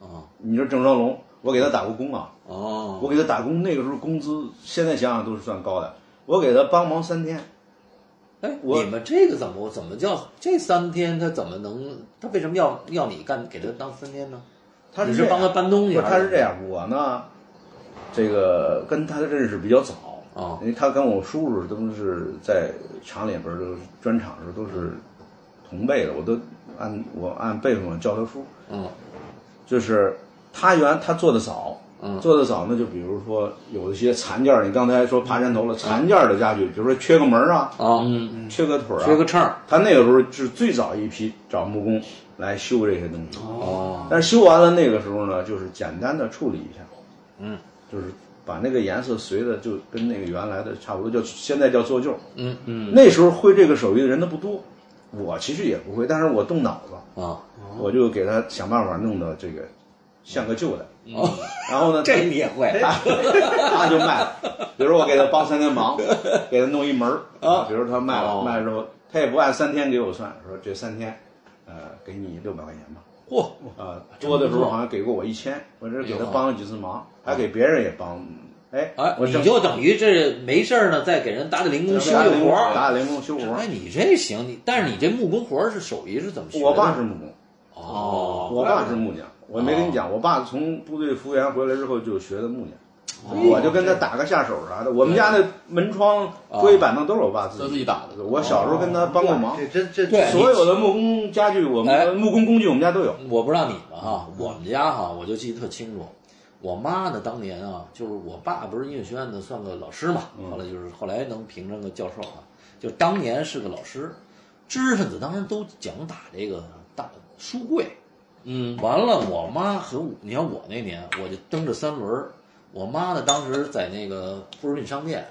Speaker 1: 啊，
Speaker 2: 哦
Speaker 3: 你说郑双龙，我给他打过工啊，我
Speaker 1: 哦，
Speaker 3: 给他打工，那个时候工资现在想想都是算高的，我给他帮忙三天，
Speaker 1: 哎，
Speaker 3: 我
Speaker 1: 你们这个怎么怎么叫这三天他怎么能他为什么要要你干给他当三天呢？
Speaker 3: 他
Speaker 1: 你
Speaker 3: 这
Speaker 1: 是
Speaker 3: 样
Speaker 1: 帮他搬东西
Speaker 3: 不是
Speaker 1: 还
Speaker 3: 他
Speaker 1: 是
Speaker 3: 是这样，我呢，这个跟他的认识比较早
Speaker 1: 哦
Speaker 3: 因为他跟我叔叔都是在厂里边儿都是专厂的时候都是同辈的，我都按我按辈分我叫他叔，
Speaker 1: 嗯
Speaker 3: 就是他原他做的早。
Speaker 1: 嗯
Speaker 3: 做的早呢，就比如说有一些残件儿，你刚才说爬山头
Speaker 1: 嗯
Speaker 3: 了，残件儿的家具，比如说缺个门儿啊，
Speaker 1: 啊，
Speaker 2: 嗯，
Speaker 3: 缺个腿儿啊，
Speaker 1: 缺个秤儿
Speaker 3: 他那个时候是最早一批找木工来修这些东西。
Speaker 1: 哦，
Speaker 3: 但是修完了那个时候呢，就是简单的处理一下，
Speaker 1: 嗯，
Speaker 3: 就是把那个颜色随的就跟那个原来的差不多，叫现在叫做旧。
Speaker 1: 嗯
Speaker 2: 嗯
Speaker 3: 那时候会这个手艺的人都不多，我其实也不会，但是我动脑子，
Speaker 1: 啊，
Speaker 3: 我就给他想办法弄到这个像个旧的。然后呢，
Speaker 1: 哎这你也会啊
Speaker 3: 他他就卖了。比如我给他帮三
Speaker 1: [laughs]
Speaker 3: 天忙，给他弄一门儿啊，比如他卖了
Speaker 1: 哦
Speaker 3: 卖了之后，他也不按三天给我算，说这三天，呃，给你六百块钱吧。
Speaker 1: 嚯，
Speaker 3: 啊，多的时候好像给过我一千，我这给他帮了几次忙，还给别人也帮。哎，
Speaker 1: 哎，
Speaker 3: 我
Speaker 1: 你
Speaker 3: 挣
Speaker 1: 就等于这没事儿呢，再给人打打零工修
Speaker 3: 打
Speaker 1: 修
Speaker 3: 零
Speaker 1: 活
Speaker 3: 工，
Speaker 1: 儿。
Speaker 3: 打零工修活
Speaker 1: 哎，
Speaker 3: 儿。
Speaker 1: 你这行，你但是你这木工活儿是手艺是怎么学的？
Speaker 3: 我爸是木工，
Speaker 1: 哦，
Speaker 3: 我爸是木匠，我没跟你讲，我爸从部队服务员回来之后就学的木匠。
Speaker 1: 哦哎
Speaker 3: 我就跟他打个下手啥的，我们家那门窗、
Speaker 1: 哦
Speaker 3: 桌椅板凳都是我爸自
Speaker 2: 都自
Speaker 3: 己
Speaker 2: 己打的
Speaker 3: 我小时候跟他帮过忙
Speaker 4: 这，真这
Speaker 1: 对
Speaker 3: 所有的木工家具，我
Speaker 1: 哎
Speaker 3: 们木工工具我们家都有。
Speaker 1: 我不知道你们哈，我们家哈，我就记得特清楚。我妈呢，当年啊，就是我爸不是音乐学院的，算个老师嘛，
Speaker 3: 嗯
Speaker 1: 后来就是后来能评上个教授啊，就当年是个老师，知识分子当时都讲打这个大书柜，
Speaker 2: 嗯，
Speaker 1: 完了，我妈和我，你看我那年，我就蹬着三轮儿。我妈呢，当时在那个布尔品商店，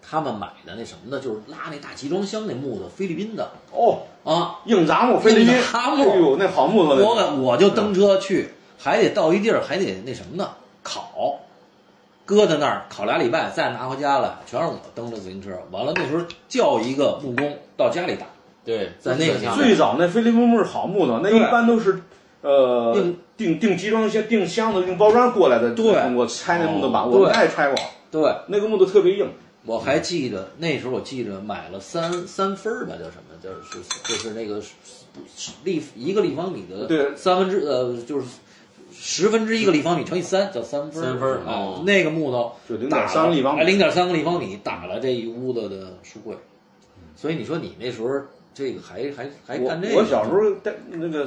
Speaker 1: 他们买的那什么呢，就是拉那大集装箱那木头，菲律宾的
Speaker 3: 哦，
Speaker 1: 啊。
Speaker 3: 硬杂木、菲律宾
Speaker 1: 硬杂木
Speaker 3: 哎呦，那好木头那个。
Speaker 1: 我我就蹬车去，还得到一地儿，还得那什么呢，烤。搁在那儿烤俩礼拜，再拿回家来，全是我蹬着自行车。完了那时候叫一个木工到家里打，
Speaker 2: 对，
Speaker 1: 在那个
Speaker 2: 下
Speaker 3: 最早那菲律宾木是好木头，那一
Speaker 1: 对
Speaker 3: 般都是呃
Speaker 1: 定
Speaker 3: 订订集装箱、订箱子、订包装过来的。
Speaker 1: 对
Speaker 3: 我拆那木头板，
Speaker 1: 哦
Speaker 3: 我们
Speaker 1: 对
Speaker 3: 家也拆过，
Speaker 1: 对，
Speaker 3: 那个木头特别硬。
Speaker 1: 我还记得那时候，我记得买了三三分儿吧，叫什么？就是就是那个立一个立方米的
Speaker 3: 对
Speaker 1: 三分之呃，就是十分之一个立方米乘以三叫三分儿
Speaker 2: 三分儿
Speaker 1: 啊
Speaker 2: 哦
Speaker 1: 那个木头
Speaker 3: 就0.3个立方米
Speaker 1: 零点三个立方米打了这一屋子的书柜，所以你说你那时候这个还还还干这个？
Speaker 3: 我我小时候带那个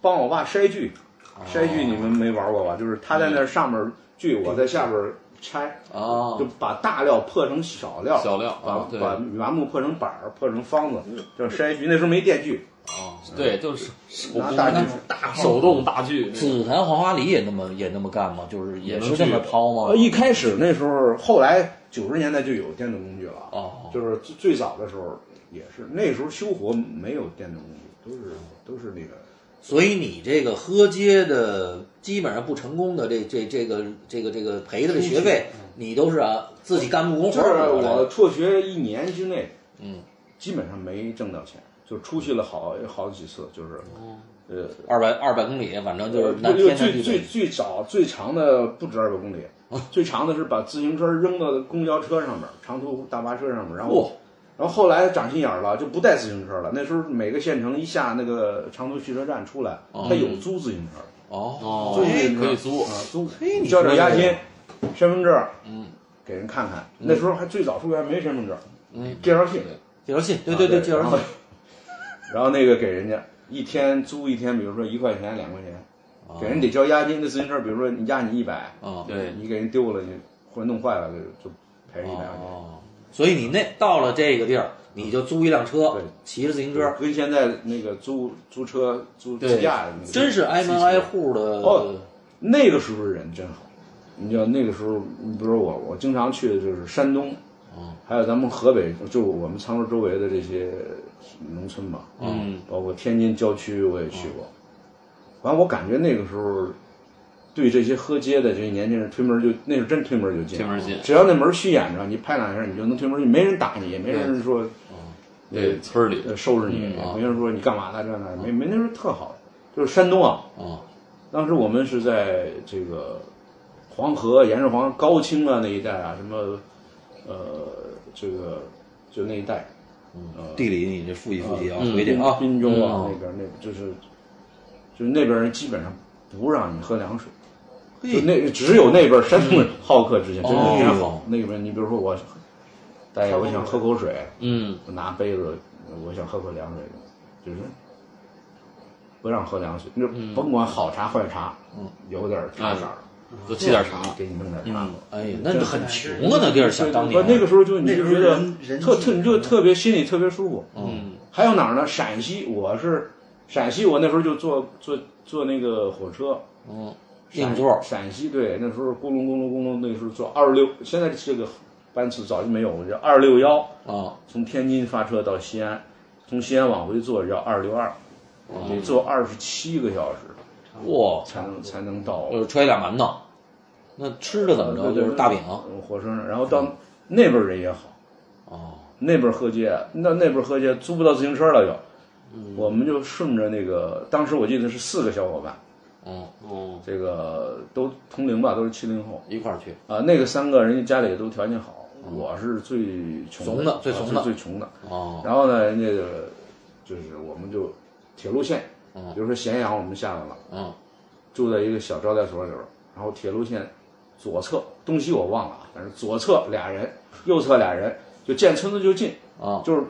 Speaker 3: 帮我爸筛锯，
Speaker 1: 哦
Speaker 3: 筛锯你们没玩过吧？就是他在那上面锯，我在下边拆，
Speaker 1: 啊
Speaker 3: 就把大料破成小料，
Speaker 2: 小料
Speaker 3: 把
Speaker 1: 哦
Speaker 2: 啊对
Speaker 3: 把原木破成板儿，破成方子，叫筛锯。那时候没电锯，
Speaker 1: 啊，
Speaker 2: 对，就是手
Speaker 3: 拿
Speaker 2: 工
Speaker 3: 大锯啊
Speaker 2: 的，手动大锯，
Speaker 1: 紫檀黄花梨也那么也那么干吗？就是也是这么抛吗
Speaker 3: 呃，？一开始那时候，后来九十年代就有电动工具了，
Speaker 1: 哦
Speaker 3: 就是最最早的时候也是，那时候修活没有电动工具，都是都是那个。
Speaker 1: 所以你这个喝街的基本上不成功的这这这个这个这个赔的这学费，你都是啊自己干木工活
Speaker 3: 这
Speaker 1: 儿
Speaker 3: 是
Speaker 1: 回来
Speaker 3: 我
Speaker 1: 的。
Speaker 3: 辍学一年之内，
Speaker 1: 嗯，
Speaker 3: 基本上没挣到钱，就出去了好好几次，就是，呃，
Speaker 1: 二百二百公里，反正就是南
Speaker 3: 因为
Speaker 1: 天南
Speaker 3: 最
Speaker 1: 地哦
Speaker 3: 最
Speaker 1: 北。
Speaker 3: 最早最长的不止二百公里，最长的是把自行车扔到公交车上面，长途大巴车上面，然后
Speaker 1: 哇。
Speaker 3: 然后后来长心眼儿了，就不带自行车了。那时候每个县城一下那个长途汽车站出来，他有租自行车的，
Speaker 1: 哦
Speaker 2: 哦，
Speaker 3: 对
Speaker 2: 可以租
Speaker 3: 啊，租
Speaker 1: 嘿你
Speaker 3: 交点
Speaker 1: 说
Speaker 3: 押
Speaker 1: 这个
Speaker 3: 金，身份证，
Speaker 1: 嗯，
Speaker 3: 给人看看。那时候还最早出来还没身份证，
Speaker 1: 嗯，
Speaker 3: 介绍信，
Speaker 1: 介绍信，啊对对对，介
Speaker 3: 啊然
Speaker 1: 绍
Speaker 3: 后
Speaker 1: 信。
Speaker 3: 然后那个给人家一天租一天，比如说一块钱、两块钱，
Speaker 1: 哦
Speaker 3: 给人得交押金。那自行车，比如说你押你一百，
Speaker 1: 啊，
Speaker 2: 对
Speaker 3: 你给人丢了，你或者弄坏了，就就赔人一百块钱。
Speaker 1: 哦，所以你那到了这个地儿，你就租一辆车
Speaker 3: 对，
Speaker 1: 骑着自行
Speaker 3: 就是
Speaker 1: 车，
Speaker 3: 跟现在那个租租车、租自
Speaker 2: 对
Speaker 3: 驾那个，
Speaker 1: 真是挨门挨户的。
Speaker 3: 哦那个时候人真好。你知道那个时候，你比如说我，我经常去的就是山东，
Speaker 1: 嗯
Speaker 3: 还有咱们河北，就我们沧州周围的这些农村吧，
Speaker 2: 嗯，
Speaker 3: 包括天津郊区我也去过。完、我感觉那个时候，对这些喝街的这些年轻人推门就，那是真推门就进，
Speaker 2: 推门进嗯
Speaker 3: 只要那门虚掩着，你拍两下你就能推门进，没人打你，也没人说
Speaker 2: 哦对，村儿里
Speaker 3: 呃收拾你，
Speaker 2: 嗯
Speaker 3: 也
Speaker 2: 哦
Speaker 1: 啊
Speaker 3: 没人说你干嘛呢这那，没没那时候特好。就是山东啊，
Speaker 1: 啊
Speaker 2: 哦
Speaker 3: 当时我们是在这个黄河、沿着黄河高清啊那一带啊，什么呃这个就那一带，
Speaker 1: 嗯地理你这复习复习啊，
Speaker 2: 嗯
Speaker 1: 回去啊。
Speaker 3: 滨州啊
Speaker 1: 嗯
Speaker 3: 那边那就是就是那边人基本上不让你喝凉水，就
Speaker 1: 嘿，
Speaker 3: 那只有那边山东人好客之心，真
Speaker 1: 哦
Speaker 3: 是真好。那边你比如说我，大爷我想喝口水，
Speaker 2: 嗯，
Speaker 3: 我拿杯子，我想喝口凉水，就是不让喝凉水，那甭管好茶坏茶，有点茶色儿，
Speaker 2: 多沏点茶，
Speaker 3: 给你弄点茶喝。
Speaker 1: 哎呀，那就很穷啊，那地儿想当
Speaker 3: 不，
Speaker 1: 年。
Speaker 3: 那个时候就你
Speaker 4: 那
Speaker 3: 就
Speaker 4: 时
Speaker 3: 觉
Speaker 4: 候
Speaker 3: 得
Speaker 4: 人人
Speaker 3: 特
Speaker 4: 气
Speaker 3: 特，你就特别心里特别舒服。
Speaker 2: 嗯，
Speaker 3: 还有哪儿呢？陕西，我是陕西，我那时候就坐坐坐那个火车，
Speaker 1: 嗯，
Speaker 3: 陕
Speaker 1: 硬座，
Speaker 3: 陕西对，那时候咕隆咕隆咕隆，那时候坐二六，现在这个班次早就没有，我叫二六幺，
Speaker 1: 啊，
Speaker 3: 从天津发车到西安，从西安往回坐叫二六二，
Speaker 1: 啊
Speaker 3: 得坐二十七个小时
Speaker 1: 哇，
Speaker 3: 才能才能到
Speaker 1: 我揣俩馒头，那吃的怎么着？就是大饼啊
Speaker 3: 嗯火车上，然后到那边人也好。
Speaker 1: 哦，
Speaker 3: 那边喝街，那那边喝街租不到自行车了又，
Speaker 1: 嗯
Speaker 3: 我们就顺着那个，当时我记得是四个小伙伴，
Speaker 1: 嗯，
Speaker 2: 哦，
Speaker 3: 这个都同龄吧，都是七零后
Speaker 1: 一块儿去，
Speaker 3: 啊、那个三个人家家里也都条件好，我是最穷
Speaker 1: 嗯怂的最
Speaker 3: 啊
Speaker 1: 怂
Speaker 3: 是
Speaker 1: 的
Speaker 3: 最穷的。
Speaker 1: 哦，
Speaker 3: 然后呢，人家就是就是我们就铁路线，
Speaker 1: 嗯
Speaker 3: 比如说咸阳我们下来了，
Speaker 1: 嗯，
Speaker 3: 住在一个小招待所里边儿，然后铁路线左侧东西我忘了啊，反正左侧俩人，右侧俩人，就见村子就进。
Speaker 1: 啊，
Speaker 3: 就是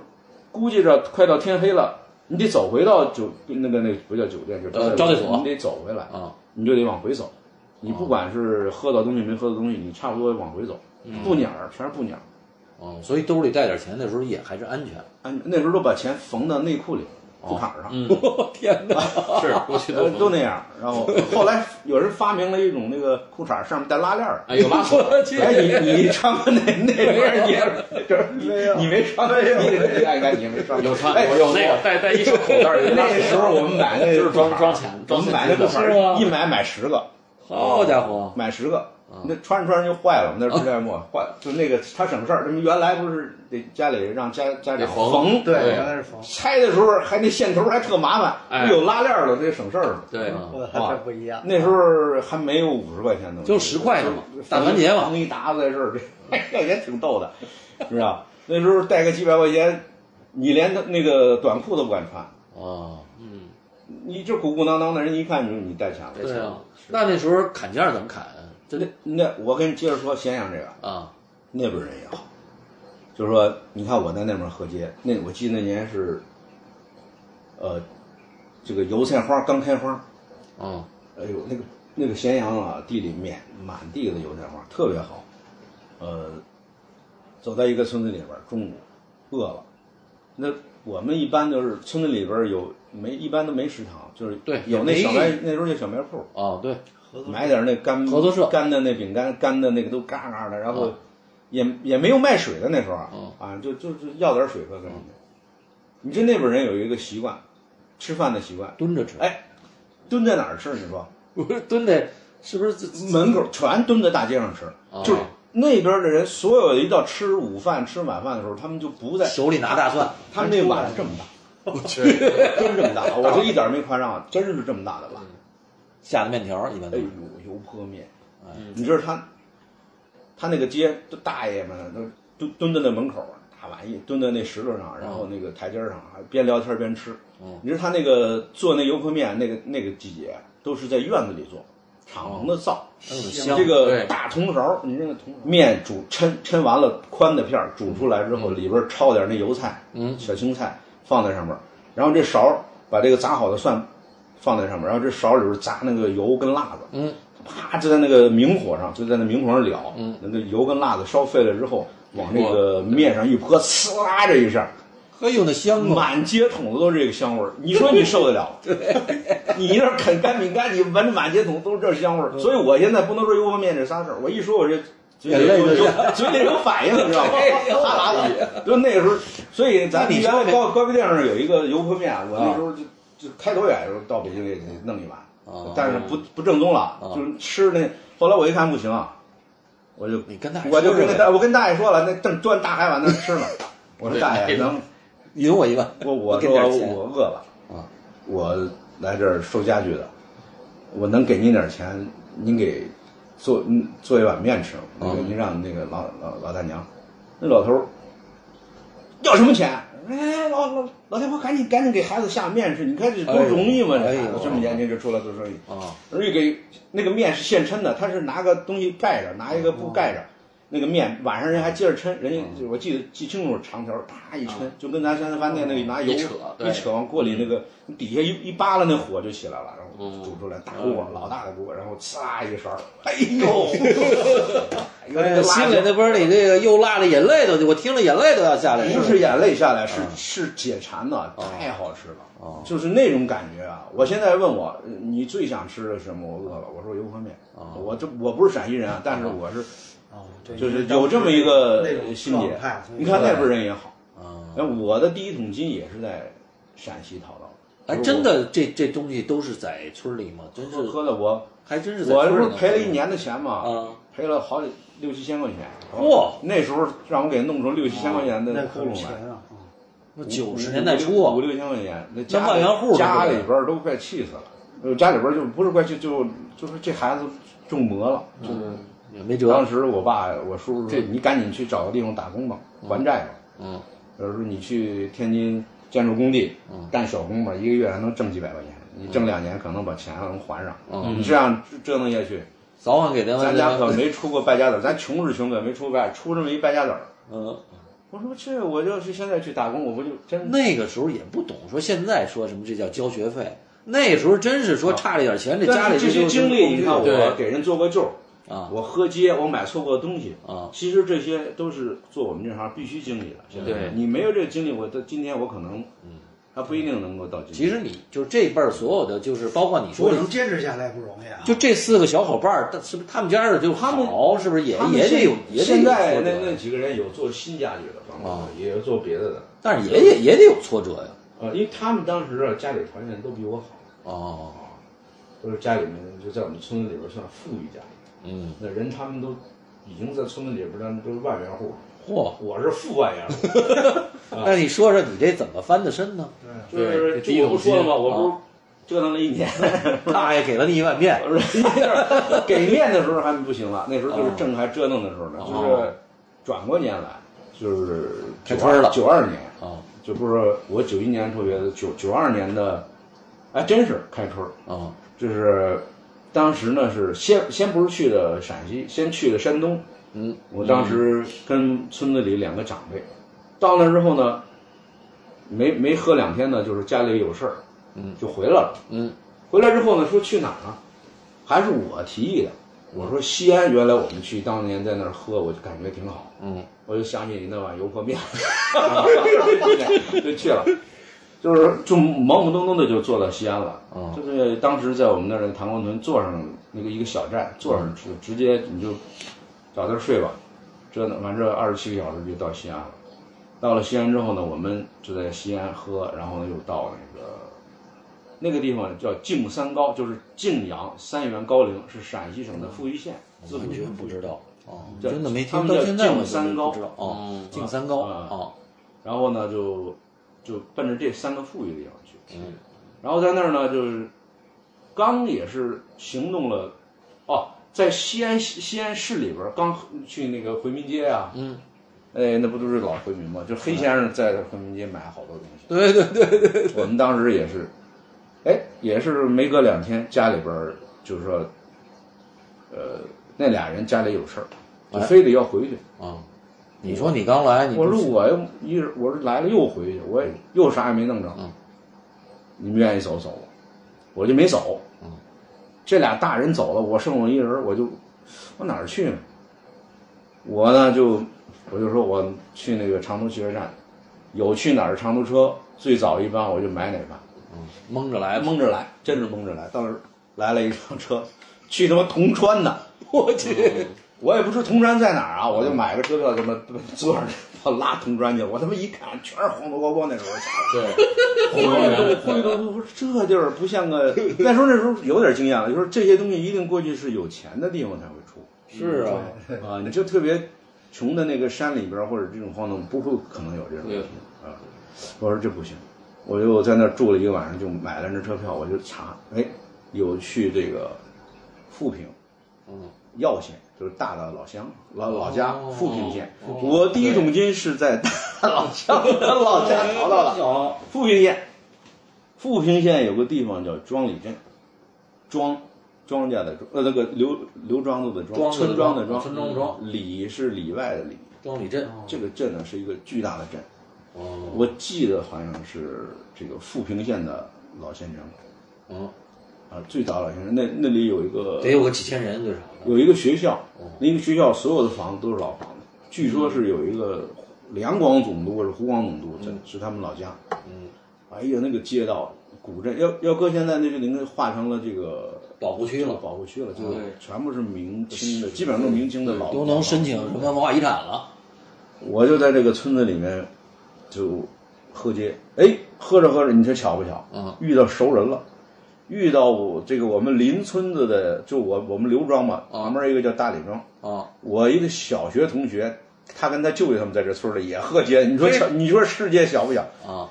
Speaker 3: 估计着快到天黑了，你得走回到酒那个那个不叫酒店，就是
Speaker 1: 呃招待所哦
Speaker 3: 你得走回来
Speaker 1: 啊，
Speaker 3: 你就得往回走。你不管是喝到东西没喝到东西，你差不多往回走，
Speaker 1: 嗯
Speaker 3: 不鸟儿全是不鸟儿。
Speaker 1: 哦，所以兜里带点钱，那时候也还是安全。
Speaker 3: [laughs] 安嗯那时候都把钱缝到内裤里，裤衩上，
Speaker 1: 我天哪！
Speaker 2: 是过哦嗯去
Speaker 3: 呃
Speaker 2: 都
Speaker 3: 嗯 [laughs] 都那样。然
Speaker 2: [laughs]
Speaker 3: 后后来有人发明了一种那个裤衩上面带拉链儿，
Speaker 1: 啊
Speaker 2: 哎有拉锁，
Speaker 1: 我去，
Speaker 3: 哎，你你穿
Speaker 2: [laughs]
Speaker 3: 过那那玩意儿，你也就是你
Speaker 4: 没有
Speaker 3: 你没穿过，你得哎哎你没穿过，
Speaker 2: 有穿
Speaker 3: 哎
Speaker 2: 有有那个带带一手口袋儿，有一拉
Speaker 3: 那时
Speaker 2: 锁
Speaker 3: 候我们买那
Speaker 2: 就是
Speaker 3: 裤衩
Speaker 2: 装装钱哦
Speaker 3: 我
Speaker 2: 装
Speaker 3: 们
Speaker 2: 钱
Speaker 3: 买那
Speaker 2: 的
Speaker 3: 个
Speaker 1: 是吗
Speaker 3: 一买买十个，
Speaker 1: 好家伙，
Speaker 3: 买十个，那穿着穿着就坏了，那是
Speaker 2: 啊
Speaker 3: 不带墨坏，就那个它省事儿。那么原来不是得家里让家家里
Speaker 2: 得缝
Speaker 3: 缝，
Speaker 4: 对，
Speaker 2: 对
Speaker 4: 原来是缝，
Speaker 3: 拆的时候还那线头还特麻
Speaker 2: 哎
Speaker 3: 烦，有拉链了，这省事儿了。
Speaker 2: 对，
Speaker 4: 我还真不一样。
Speaker 3: 那时候还没有五十块钱的，
Speaker 1: 就10块钱嘛
Speaker 3: 就是
Speaker 1: 大团结嘛
Speaker 3: 缝一沓子在
Speaker 1: [laughs]
Speaker 3: 这儿，这也挺逗的，是吧？那时候带个几百块钱，你连那那个短裤都不敢穿，
Speaker 1: 啊，
Speaker 2: 嗯，
Speaker 3: 你这鼓鼓囊囊的人一看你你带钱了。
Speaker 1: 对啊，那那时候砍价怎么砍啊？真
Speaker 3: 那
Speaker 1: 的
Speaker 3: 那我跟你接着说咸阳这个，
Speaker 1: 啊，
Speaker 3: 那边人也好，就是说，你看我在那边河街，那我记得那年是，呃，这个油菜花刚开花，
Speaker 2: 哦
Speaker 1: 嗯
Speaker 3: 哎呦，那个那个咸阳啊，地里面满地的油菜花，特别好。呃，走到一个村子里边儿，中午饿了，那我们一般就是村子里边儿有没一般都没食堂，就是
Speaker 1: 对
Speaker 3: 有
Speaker 1: 没
Speaker 3: 那小
Speaker 1: 意
Speaker 3: 卖，那时候叫小卖铺，
Speaker 2: 哦
Speaker 1: 啊，对，
Speaker 3: 买点儿那干
Speaker 1: 合作社
Speaker 3: 干的那饼干，干的那个都嘎嘎的，然后
Speaker 1: 啊
Speaker 3: 也、也没有卖水的那时候啊
Speaker 1: 嗯
Speaker 3: 啊，就就就要点水喝
Speaker 1: 哦
Speaker 3: 跟人家。你这那边人有一个习惯，吃饭的习惯，
Speaker 1: 蹲着吃，
Speaker 3: 哎，蹲在哪儿吃？你说
Speaker 1: 不是蹲在，是不是这？
Speaker 3: 门口全蹲在大街上吃，
Speaker 1: 啊
Speaker 2: 哦
Speaker 3: 就是那边的人，所有的一到吃午饭、吃晚饭的时候，他们就不在，
Speaker 1: 手里拿大蒜，
Speaker 3: 他们那碗这么大，
Speaker 2: [laughs] 我去，
Speaker 3: 真这么大，我这一点没夸张啊，真是这么大的碗。
Speaker 1: 下的面条一般
Speaker 3: 哎
Speaker 1: 都
Speaker 3: 呦
Speaker 1: 是，，
Speaker 3: 油泼面，
Speaker 1: 哎
Speaker 3: 你知道他，他那个街都大爷们都蹲蹲在那门口，啊大碗一蹲在那石头上，然后那个台阶上，还边聊天边吃。
Speaker 1: 嗯
Speaker 3: 你知道他那个做那油泼面那个那个季节，都是在院子里做，敞着灶。
Speaker 1: 那种
Speaker 4: 啊
Speaker 1: 香，
Speaker 3: 这个
Speaker 2: 对
Speaker 3: 大铜勺，你那个铜勺面煮抻抻完了宽的片儿煮出来之后，里边儿焯点那油菜、
Speaker 1: 嗯
Speaker 3: 小青菜放在上面儿，然后这勺把这个炸好的蒜放在上面儿，然后这勺里边炸那个油跟辣子，
Speaker 1: 嗯，
Speaker 3: 啪就在那个明火上，就在那明火上燎，
Speaker 1: 嗯
Speaker 3: 那个油跟辣子烧沸了之后，往那个面上一泼，呲啦这一下，
Speaker 1: 嘿呦那香啊，
Speaker 3: 满街筒子都是这个香味儿，你说你受得了
Speaker 1: [laughs]
Speaker 3: 吗？你一那啃干饼干，你闻着满街筒都是这香味儿，所以我现在不能说油泼面这仨事儿，我一说我这嘴
Speaker 1: 眼
Speaker 3: 里
Speaker 1: 泪 [laughs]
Speaker 3: 有
Speaker 1: 就
Speaker 3: 有 [laughs] 嘴里有反应，你知
Speaker 1: [laughs]
Speaker 3: 道吗？
Speaker 1: 哎
Speaker 3: 哈喇子，就那个时候，所以咱
Speaker 1: 你
Speaker 3: 们
Speaker 1: 说
Speaker 3: 原来
Speaker 1: 呗
Speaker 3: 高高碑店上有一个油泼面，我那时候就就开头也是到北京也得弄一碗，
Speaker 1: 啊
Speaker 2: 哦
Speaker 3: 但是不不正宗了，就是吃那。后来我一看不行啊，我就
Speaker 1: 你跟大爷
Speaker 3: 我就
Speaker 1: 说
Speaker 3: 跟
Speaker 1: 说
Speaker 3: 那大我跟大爷说了，那正端大海碗那吃呢，
Speaker 1: [laughs]
Speaker 3: 我说
Speaker 1: 哎
Speaker 3: 大爷
Speaker 2: 对
Speaker 3: 能。
Speaker 1: 匀我一碗，
Speaker 3: 我我
Speaker 1: 给
Speaker 3: 说
Speaker 1: 你点钱
Speaker 3: 我饿了
Speaker 1: 啊，
Speaker 3: 我来这儿收家具的，我能给您点钱，您给做嗯做一碗面吃吗？那个
Speaker 1: 嗯
Speaker 3: 您让那个老老老大娘，那老头儿要什么钱？哎，老老老太婆，赶紧赶紧给孩子下面吃，你看这多容易嘛！
Speaker 1: 哎呦
Speaker 3: 这孩子
Speaker 1: 哎呦
Speaker 3: 这么年轻就出来做生意，
Speaker 2: 哦
Speaker 1: 啊，
Speaker 3: 而且给那个面是现抻的，他是拿个东西盖着，拿一个布盖着。
Speaker 1: 哦
Speaker 3: 那个面晚上人还接着抻，人家我记得记清楚，长条儿啪一抻，就跟咱现在饭店那个拿油
Speaker 2: 一扯
Speaker 1: 哦
Speaker 2: 对
Speaker 3: 一扯往锅里那个底下一一扒拉，那火就起来了，然后
Speaker 1: 哦
Speaker 2: 嗯
Speaker 3: 煮出来大锅老大的锅，然后呲一勺儿，哎
Speaker 1: [laughs]
Speaker 3: 呦，哎
Speaker 1: 哎心里那边儿里这个又辣的眼泪都，我听着眼泪都要下来了，
Speaker 3: 不是眼泪下来，是是解馋的，太好吃
Speaker 1: 嗯哦
Speaker 3: 了，就是那种感觉啊！我现在问我呃你最想吃的是什么？我饿了，我说油泼面。
Speaker 1: 哦
Speaker 3: 我这我不是陕西人啊，但是我是
Speaker 4: 哦，对
Speaker 3: 就是有这么一个
Speaker 4: 那种
Speaker 3: 心结
Speaker 4: 状态。所以
Speaker 3: 你看那边人也好，
Speaker 1: 啊，
Speaker 2: 哦
Speaker 3: 那我的第一桶金也是在陕西淘到的。
Speaker 1: 哎，真的这这东西都是在村里吗？真
Speaker 3: 就是
Speaker 1: 是，
Speaker 3: 喝的我
Speaker 1: 还真是在
Speaker 3: 我
Speaker 1: 村
Speaker 3: 这
Speaker 1: 里
Speaker 3: 不
Speaker 1: 呢。
Speaker 3: 是赔了一年的钱嘛，
Speaker 1: 啊，
Speaker 3: 赔了好几六七千块钱。
Speaker 1: 嚯
Speaker 3: 那时候让我给弄出六七千块钱的
Speaker 4: 那
Speaker 3: 窟
Speaker 4: 可
Speaker 3: 窿
Speaker 4: 钱
Speaker 3: 来。
Speaker 4: 啊！嗯
Speaker 1: 那九十年代初
Speaker 3: 五
Speaker 1: 啊
Speaker 3: 五，六千块钱，那家
Speaker 1: 那万元户是
Speaker 3: 家
Speaker 1: 不是
Speaker 3: 里边儿都快气死了，呃家里边儿就不是快气，就就是这孩子中魔了。
Speaker 2: 嗯，
Speaker 1: 也没
Speaker 3: 当
Speaker 1: 辙。
Speaker 3: 时我爸我叔叔说
Speaker 2: 这：“
Speaker 3: 你赶紧去找个地方打工吧，还债吧。
Speaker 1: 嗯，”
Speaker 3: 他说：“你去天津建筑工地
Speaker 1: 嗯
Speaker 3: 干小工吧，一个月还能挣几百块钱，你挣两年可能把钱能还上。
Speaker 1: 嗯
Speaker 3: 你这样折腾下去，
Speaker 1: 早晚给咱们
Speaker 3: 咱家可没出过败家子儿，咱穷是穷的，没出败，出这么一败家子儿。”
Speaker 1: 嗯，
Speaker 3: 我说：“这我要是现在去打工，我不就真
Speaker 1: 那个时候也不懂说现在说什么这叫交学费，那时候真是说差了点钱，这家
Speaker 3: 啊但
Speaker 1: 里
Speaker 3: 是这些经历，你看
Speaker 2: 对
Speaker 3: 我给人做过舅，
Speaker 1: 啊
Speaker 3: 我喝街，我买错过东西，
Speaker 1: 啊，
Speaker 3: 其实这些都是做我们这行必须经历的。现在
Speaker 1: 对嗯
Speaker 3: 你没有这个经历，我到今天我可能，还不一定能够到今天。
Speaker 1: 其实你就这辈儿所有的，就是包括你
Speaker 4: 不
Speaker 1: 说
Speaker 4: 过
Speaker 1: 的
Speaker 4: 能坚持下来不容易啊！
Speaker 1: 就这四个小伙伴儿，但是不是他们家的就
Speaker 3: 他们
Speaker 1: 好，是不是也
Speaker 3: 他们
Speaker 1: 也得有也得
Speaker 3: 现
Speaker 1: 有
Speaker 3: 在
Speaker 1: 挫
Speaker 3: 那那
Speaker 1: 折呀？
Speaker 3: 几个人有做新家具的房
Speaker 1: 啊
Speaker 3: 子，也有做别的的，
Speaker 1: 但是也得也得有挫折呀。
Speaker 3: 呃，因为他们当时啊家里条件都比我好，
Speaker 1: 哦，
Speaker 3: 都是家里面就在我们村子里边算富裕家庭，
Speaker 1: 嗯，
Speaker 5: 那人他们都已经在村子里边儿，他们都是万元户，
Speaker 1: 嚯，
Speaker 5: 我是副万元户。
Speaker 3: 啊
Speaker 1: 那你说说你这怎么翻的身
Speaker 3: [laughs]
Speaker 1: 呢？
Speaker 5: 就
Speaker 2: 对
Speaker 5: 是就
Speaker 2: 这
Speaker 5: 我
Speaker 2: 第一桶
Speaker 5: 不说了吗？
Speaker 2: 金
Speaker 5: 我
Speaker 3: 啊
Speaker 5: 不是折腾了一年，
Speaker 3: [laughs]
Speaker 1: 大爷给了你一碗面，
Speaker 3: 不是 [laughs] 给面的时候还不行了，那时
Speaker 5: 哦
Speaker 3: 候就是正还折腾的时候呢，就是转过年来，就是
Speaker 1: 开摊儿了
Speaker 3: 九二年
Speaker 5: 哦
Speaker 1: 啊，
Speaker 3: 就不是我九一年特别的，九九二年的，哎，真是开春儿，
Speaker 1: 啊
Speaker 3: 就是当时呢是先先不是去的陕西，先去的山东，
Speaker 1: 嗯，
Speaker 3: 我当时跟村子里两个长辈，到那之后呢，没没喝两天呢，就是家里有事儿，
Speaker 1: 嗯，
Speaker 3: 就回来了。
Speaker 1: 嗯
Speaker 3: 回来之后呢，说去哪儿呢？还是我提议的。我说西安，原来我们去当年在那儿喝，我就感觉挺好，
Speaker 1: 嗯
Speaker 3: 我就想起你那碗油泼面， [laughs] 就去了，就是就懵懵懂懂的就坐到西安了。
Speaker 1: 嗯
Speaker 3: 就是当时在我们那儿的唐官屯坐上那个一个小站，坐上
Speaker 1: 嗯
Speaker 3: 去直接你就找地儿睡吧，折腾完这二十七个小时就到西安了。到了西安之后呢，我们就在西安喝，然后呢又到那个那个地方叫晋三高，就是晋阳、三原、高陵，是陕西省的富裕县，自啊治
Speaker 1: 完
Speaker 3: 区
Speaker 1: 全不
Speaker 3: 富裕
Speaker 1: 知道哦，
Speaker 3: 叫
Speaker 1: 真的没
Speaker 3: 他
Speaker 1: 听
Speaker 3: 们
Speaker 1: 到
Speaker 3: 叫
Speaker 1: 现在我
Speaker 3: 敬三
Speaker 1: 都
Speaker 3: 高
Speaker 1: 不知道哦
Speaker 2: 嗯，
Speaker 1: 敬三高
Speaker 3: 啊
Speaker 1: 哦，
Speaker 3: 然后呢，就就奔着这三个富裕的地方去。
Speaker 1: 嗯
Speaker 3: 然后在那儿呢，就是刚也是行动了，哦，在西安西安市里边儿刚去那个回民街啊，
Speaker 1: 嗯，
Speaker 3: 哎，那不都是老回民吗？就黑先生在回民街买好多东西。
Speaker 1: 对对对对，
Speaker 3: 我们当时也是，哎，也是没隔两天，家里边儿就是说，呃，那俩人家里有事儿，就
Speaker 1: 哎
Speaker 3: 非得要回去。
Speaker 1: 啊，你说你刚来，你
Speaker 3: 我
Speaker 1: 不
Speaker 3: 说我又一是我说来了又回去，我也又啥也没弄着。
Speaker 1: 嗯
Speaker 3: 你们愿意走走吧，我就没走。
Speaker 1: 嗯
Speaker 3: 这俩大人走了，我剩我一人，我就我哪儿去呢？我呢就我就说我去那个长途汽车站，有去哪儿长途车，最早一班我就买哪班，
Speaker 1: 嗯蒙着来
Speaker 3: 还，蒙着来，真是蒙着来。到时候来了一趟车，去他妈铜川呢，我去。我也不知铜川在哪儿啊，我就买个车票，他妈坐着我拉铜川去，我他妈一看全是黄土高坡那时候，
Speaker 2: 对，
Speaker 3: 灰灰溜溜，我说这地儿不像个。那时候那时候有点经验了，就说这些东西一定过去是有钱的地方才会出
Speaker 1: 是啊，
Speaker 3: 啊，你就特别穷的那个山里边儿或者这种荒东不会可能有这种东西啊。我说这不行，我就在那儿住了一个晚上，就买了那车票，我就查，哎，有去这个富平，
Speaker 1: 嗯，
Speaker 3: 耀县就是大的老乡老老家
Speaker 1: 哦
Speaker 3: 富平县，
Speaker 1: 哦
Speaker 3: 我第一桶金是在大老乡老家淘到的。
Speaker 1: 哎小啊
Speaker 3: 富平县，富平县有个地方叫庄里镇，庄，庄稼的庄，呃，那个刘刘庄子的
Speaker 1: 庄
Speaker 3: 庄，
Speaker 1: 子的
Speaker 3: 村
Speaker 1: 庄哦
Speaker 3: 庄的庄，嗯
Speaker 1: 村庄的哦庄
Speaker 3: 里是里外的里。
Speaker 1: 庄里镇，
Speaker 3: 这个镇呢是一个巨大的镇，
Speaker 1: 哦，
Speaker 3: 我记得好像是这个富平县的老县城
Speaker 1: 嗯，
Speaker 3: 啊，最早老县城，那那里有一个
Speaker 1: 得有个几千人最少的，
Speaker 3: 有一个学校
Speaker 1: 哦，
Speaker 3: 那个学校所有的房子都是老房子，据说是有一个两广总督还是湖广总督，这是他们老家。
Speaker 1: 嗯，
Speaker 3: 哎呀，那个街道古镇，要要搁现在那就给那划成了这个
Speaker 1: 保护区了，
Speaker 3: 保护区了，就
Speaker 2: 对
Speaker 3: 全部是明清的，基本上都明清的老
Speaker 1: 都能申请什么文化遗产了，
Speaker 3: 我就在这个村子里面就喝街，哎，喝着喝着，你说巧不巧？
Speaker 1: 嗯，
Speaker 3: 遇到熟人了，遇到我这个我们邻村子的，就我我们刘庄嘛，
Speaker 1: 嗯
Speaker 3: 旁边一个叫大李庄，
Speaker 1: 啊，
Speaker 3: 我一个小学同学，他跟他舅舅他们在这村里也喝街，你说巧，你说世界小不小？
Speaker 1: 啊，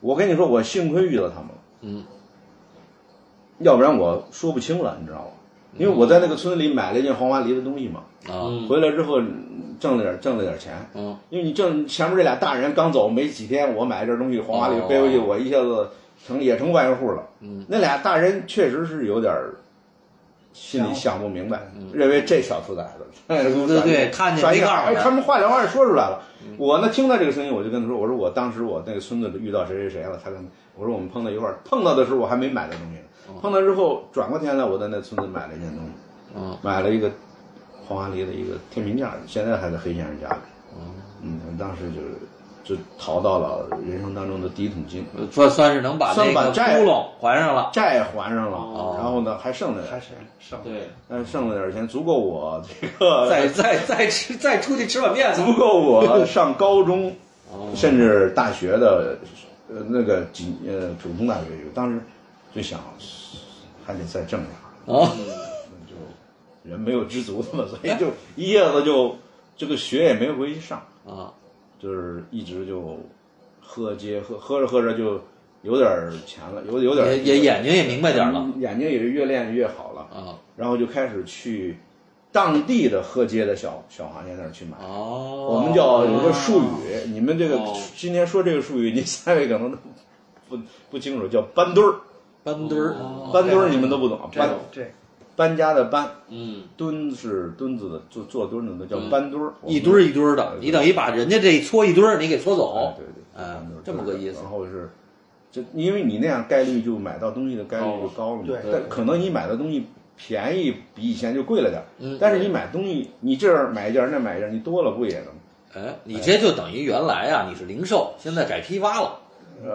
Speaker 3: 我跟你说，我幸亏遇到他们了，
Speaker 1: 嗯，
Speaker 3: 要不然我说不清了，你知道吗？因为我在那个村子里买了一件黄花梨的东西嘛，
Speaker 1: 啊，
Speaker 2: 嗯
Speaker 3: 回来之后嗯挣了点挣了点钱，
Speaker 1: 嗯，
Speaker 3: 因为你挣前面这俩大人刚走没几天，我买这东西黄花梨
Speaker 1: 哦
Speaker 3: 背回去，我一下子成也成万元户了。
Speaker 1: 嗯，
Speaker 3: 那俩大人确实是有点儿心里想不明白，
Speaker 1: 嗯
Speaker 3: 认为这小兔崽子，哎
Speaker 1: 对对对看见
Speaker 3: 耍
Speaker 1: 没
Speaker 3: 硬
Speaker 1: 告诉嗯
Speaker 3: 哎，
Speaker 1: 他
Speaker 3: 他们话里话外说出来了。我呢听到这个声音，我就跟他说，我说我当时我那个孙子遇到谁谁谁了，他跟我说我们碰到一块儿，碰到的时候我还没买这东西
Speaker 1: 哦
Speaker 3: 呢，碰到之后转过天来，我在那村子买了一件东西，
Speaker 1: 嗯，
Speaker 3: 买了一个黄花梨的一个天平架，现在还在黑先生家里。嗯，当时就是就逃到了人生当中的第一桶金，
Speaker 1: 算算是能把那
Speaker 3: 算把
Speaker 1: 个
Speaker 3: 债
Speaker 1: 窟窿还上了，
Speaker 3: 债还上了，
Speaker 1: 哦
Speaker 3: 然后呢还剩了
Speaker 4: 还
Speaker 3: 点，
Speaker 4: 是省
Speaker 2: 对，
Speaker 3: 但剩了点钱足够我这个
Speaker 1: 再再再吃再出去吃碗面
Speaker 3: 足
Speaker 1: 呢，
Speaker 3: 够
Speaker 1: [laughs]
Speaker 3: 我上高中，
Speaker 1: 哦
Speaker 3: 甚至大学的，呃，那个几呃普通大学有，当时就想还得再挣点儿，
Speaker 1: 啊，
Speaker 3: 就人没有知足的嘛，所 [laughs] 以就一叶子就这个学也没回去上，
Speaker 1: 啊，
Speaker 3: 就是一直就喝街喝喝着喝着就有点儿钱了，有有点儿
Speaker 1: 也也眼睛也明白点儿了
Speaker 3: 嗯眼睛也是越练越好了，
Speaker 1: 啊，
Speaker 3: 然后就开始去当地的喝街的小小行业那儿去买。
Speaker 1: 哦，
Speaker 3: 我们叫有个术语，你们这个
Speaker 1: 哦
Speaker 3: 今天说这个术语，你三位可能都不不清楚，叫搬墩儿，
Speaker 1: 搬墩儿，
Speaker 2: 哦
Speaker 3: 搬墩儿你们都不懂，搬
Speaker 4: 这
Speaker 3: 搬家的搬，
Speaker 1: 嗯，
Speaker 3: 墩是墩子的，坐坐墩子的叫
Speaker 1: 嗯
Speaker 3: 搬墩儿，
Speaker 1: 一堆儿一堆儿
Speaker 3: 嗯
Speaker 1: 的，你等于把人家这一搓一堆儿，你给搓
Speaker 3: 哎
Speaker 1: 走，
Speaker 3: 对对，
Speaker 1: 哎
Speaker 3: 搬墩儿
Speaker 1: 这么个意思
Speaker 3: 然后是，这因为你那样概率就买到东西的概率就高了嘛，
Speaker 1: 哦
Speaker 4: 对对
Speaker 3: 但可能你买的东西便宜比以前就贵了点儿，
Speaker 1: 嗯
Speaker 3: 但是你买东西，你这儿买一件儿，那买一件儿，你多了不也能？
Speaker 1: 哎，你这就等于原来啊，你是零售，现在改批发了，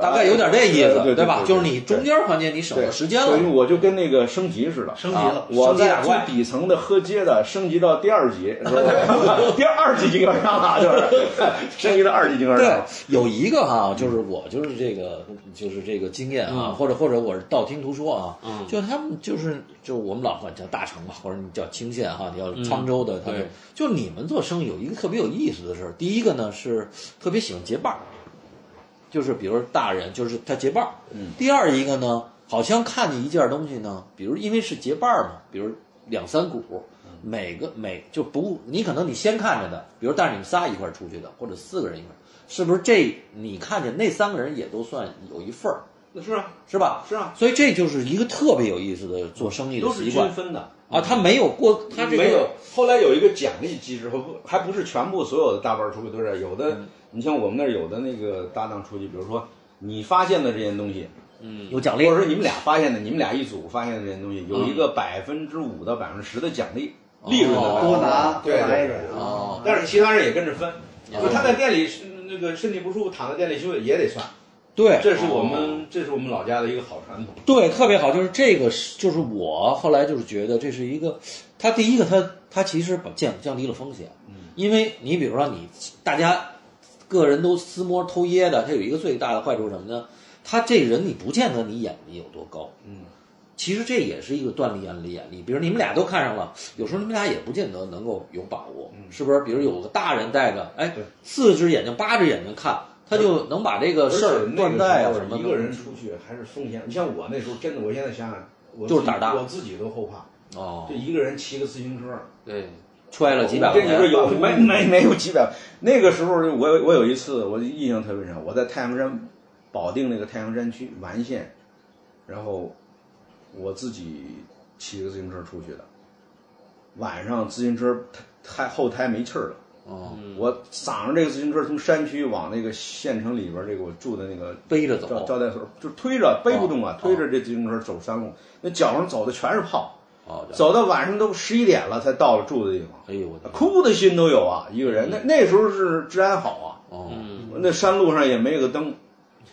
Speaker 1: 大概有点这意
Speaker 3: 呃呃对
Speaker 1: 思，
Speaker 3: 对
Speaker 1: 吧？
Speaker 3: 对对
Speaker 1: 就是你中间环节你省
Speaker 3: 对
Speaker 1: 了时间
Speaker 3: 所以
Speaker 1: 了，啊
Speaker 3: 我就跟那个升级似的。
Speaker 4: 升级了，
Speaker 3: 我
Speaker 1: 升级
Speaker 3: 在
Speaker 1: 打怪
Speaker 3: 从底层的喝街的升级到第二级，是吧？
Speaker 1: [laughs]
Speaker 3: 第二级经销商了，就是 [laughs] 升级到二级经销商
Speaker 1: 对
Speaker 3: 了。，
Speaker 1: 有一个哈、就是我就是这个就是这个经验啊，
Speaker 2: 嗯
Speaker 1: 或者或者我是道听途说啊，
Speaker 2: 嗯
Speaker 1: 就他们就是就我们老管叫大城嘛，或者你叫清县哈、你叫沧州的，他们
Speaker 2: 嗯对
Speaker 1: 就你们做生意有一个特别有意思的事儿，第一个呢是特别喜欢结伴儿，就是比如大人就是他结伴儿，
Speaker 3: 嗯，
Speaker 1: 第二一个呢，好像看见一件东西呢，比如因为是结伴儿嘛，比如两三股。
Speaker 2: 嗯
Speaker 1: 每个每就不，你可能你先看着的，比如但是你们仨一块儿出去的，或者四个人一块儿，是不是这你看见那三个人也都算有一份儿，
Speaker 3: 那是啊，
Speaker 1: 是吧？
Speaker 3: 是啊，
Speaker 1: 所以这就是一个特别有意思的做生意的习惯
Speaker 3: 分的。
Speaker 1: 啊，他没有过，他这个
Speaker 3: 没有，后来有一个奖励机制，不还不是全部所有的大腕儿出去都是有
Speaker 1: 嗯
Speaker 3: 的。你像我们那儿有的那个搭档出去，比如说你发现的这件东西，
Speaker 1: 有奖
Speaker 3: 或
Speaker 1: 励嗯
Speaker 3: 者说你们俩发现的，你们俩一组发现的这件东西，有一个百分之五到百分之十的奖励，利润的
Speaker 1: 哦
Speaker 3: 百分之
Speaker 4: 多
Speaker 3: 五
Speaker 4: 拿多
Speaker 3: 对
Speaker 4: 拿一
Speaker 3: 对
Speaker 4: 点
Speaker 3: 对。
Speaker 1: 哦
Speaker 3: 但是其他人也跟着分，
Speaker 1: 啊
Speaker 3: 就他在店里是那个身体不舒服躺在店里休息也得算，
Speaker 1: 对
Speaker 3: 这是我
Speaker 1: 哦
Speaker 3: 们这是我们老家的一个好传统。
Speaker 1: 对，特别好，就是这个是，就是我后来就是觉得这是一个，他第一个他他其实把降降低了风险，
Speaker 3: 嗯
Speaker 1: 因为你比如说你大家个人都私摸偷掖的，他有一个最大的坏处是什么呢？他这人你不见得你眼力有多高，嗯，其实这也是一个锻炼力眼力。比如你们俩都看上了，有时候你们俩也不见得能够有把握，
Speaker 3: 嗯
Speaker 1: 是不是？比如有个大人带着，哎，四只眼睛八只眼睛看，他就能把这个
Speaker 3: 而且
Speaker 1: 事儿
Speaker 3: 那个
Speaker 1: 断代啊
Speaker 3: 时候
Speaker 1: 什么的。
Speaker 3: 一个人出去还是风险。你像我那时候，真的，我现在想想，我
Speaker 1: 就是
Speaker 3: 自己
Speaker 1: 胆大
Speaker 3: 我自己都后怕。
Speaker 1: 哦
Speaker 3: 就，一个人骑个自行车，
Speaker 2: 对，
Speaker 1: 揣了几百
Speaker 3: 我
Speaker 1: 块
Speaker 3: 跟你说
Speaker 1: 钱。
Speaker 3: 有没没没有几百。那个时候我有我有一次我印象特别深，我在太阳山保定那个太阳山区完县，然后我自己骑个自行车出去的，晚上自行车胎后胎没气儿了。
Speaker 1: 哦
Speaker 3: 我搡着这个自行车从山区往那个县城里边儿这个我住的那个
Speaker 1: 背着
Speaker 3: 招
Speaker 1: 走。
Speaker 3: 招待所，就推着背不动
Speaker 1: 哦，
Speaker 3: 啊推着这自行车走山路，那脚上走的全是泡，
Speaker 1: 哦，这
Speaker 3: 走到晚上都十一点了才到了住的地方，
Speaker 1: 哎呦我的，嗯
Speaker 3: 哭的心都有啊，一个人。那那时候是治安好
Speaker 1: 哦，
Speaker 3: 啊，那山路上也没有个灯，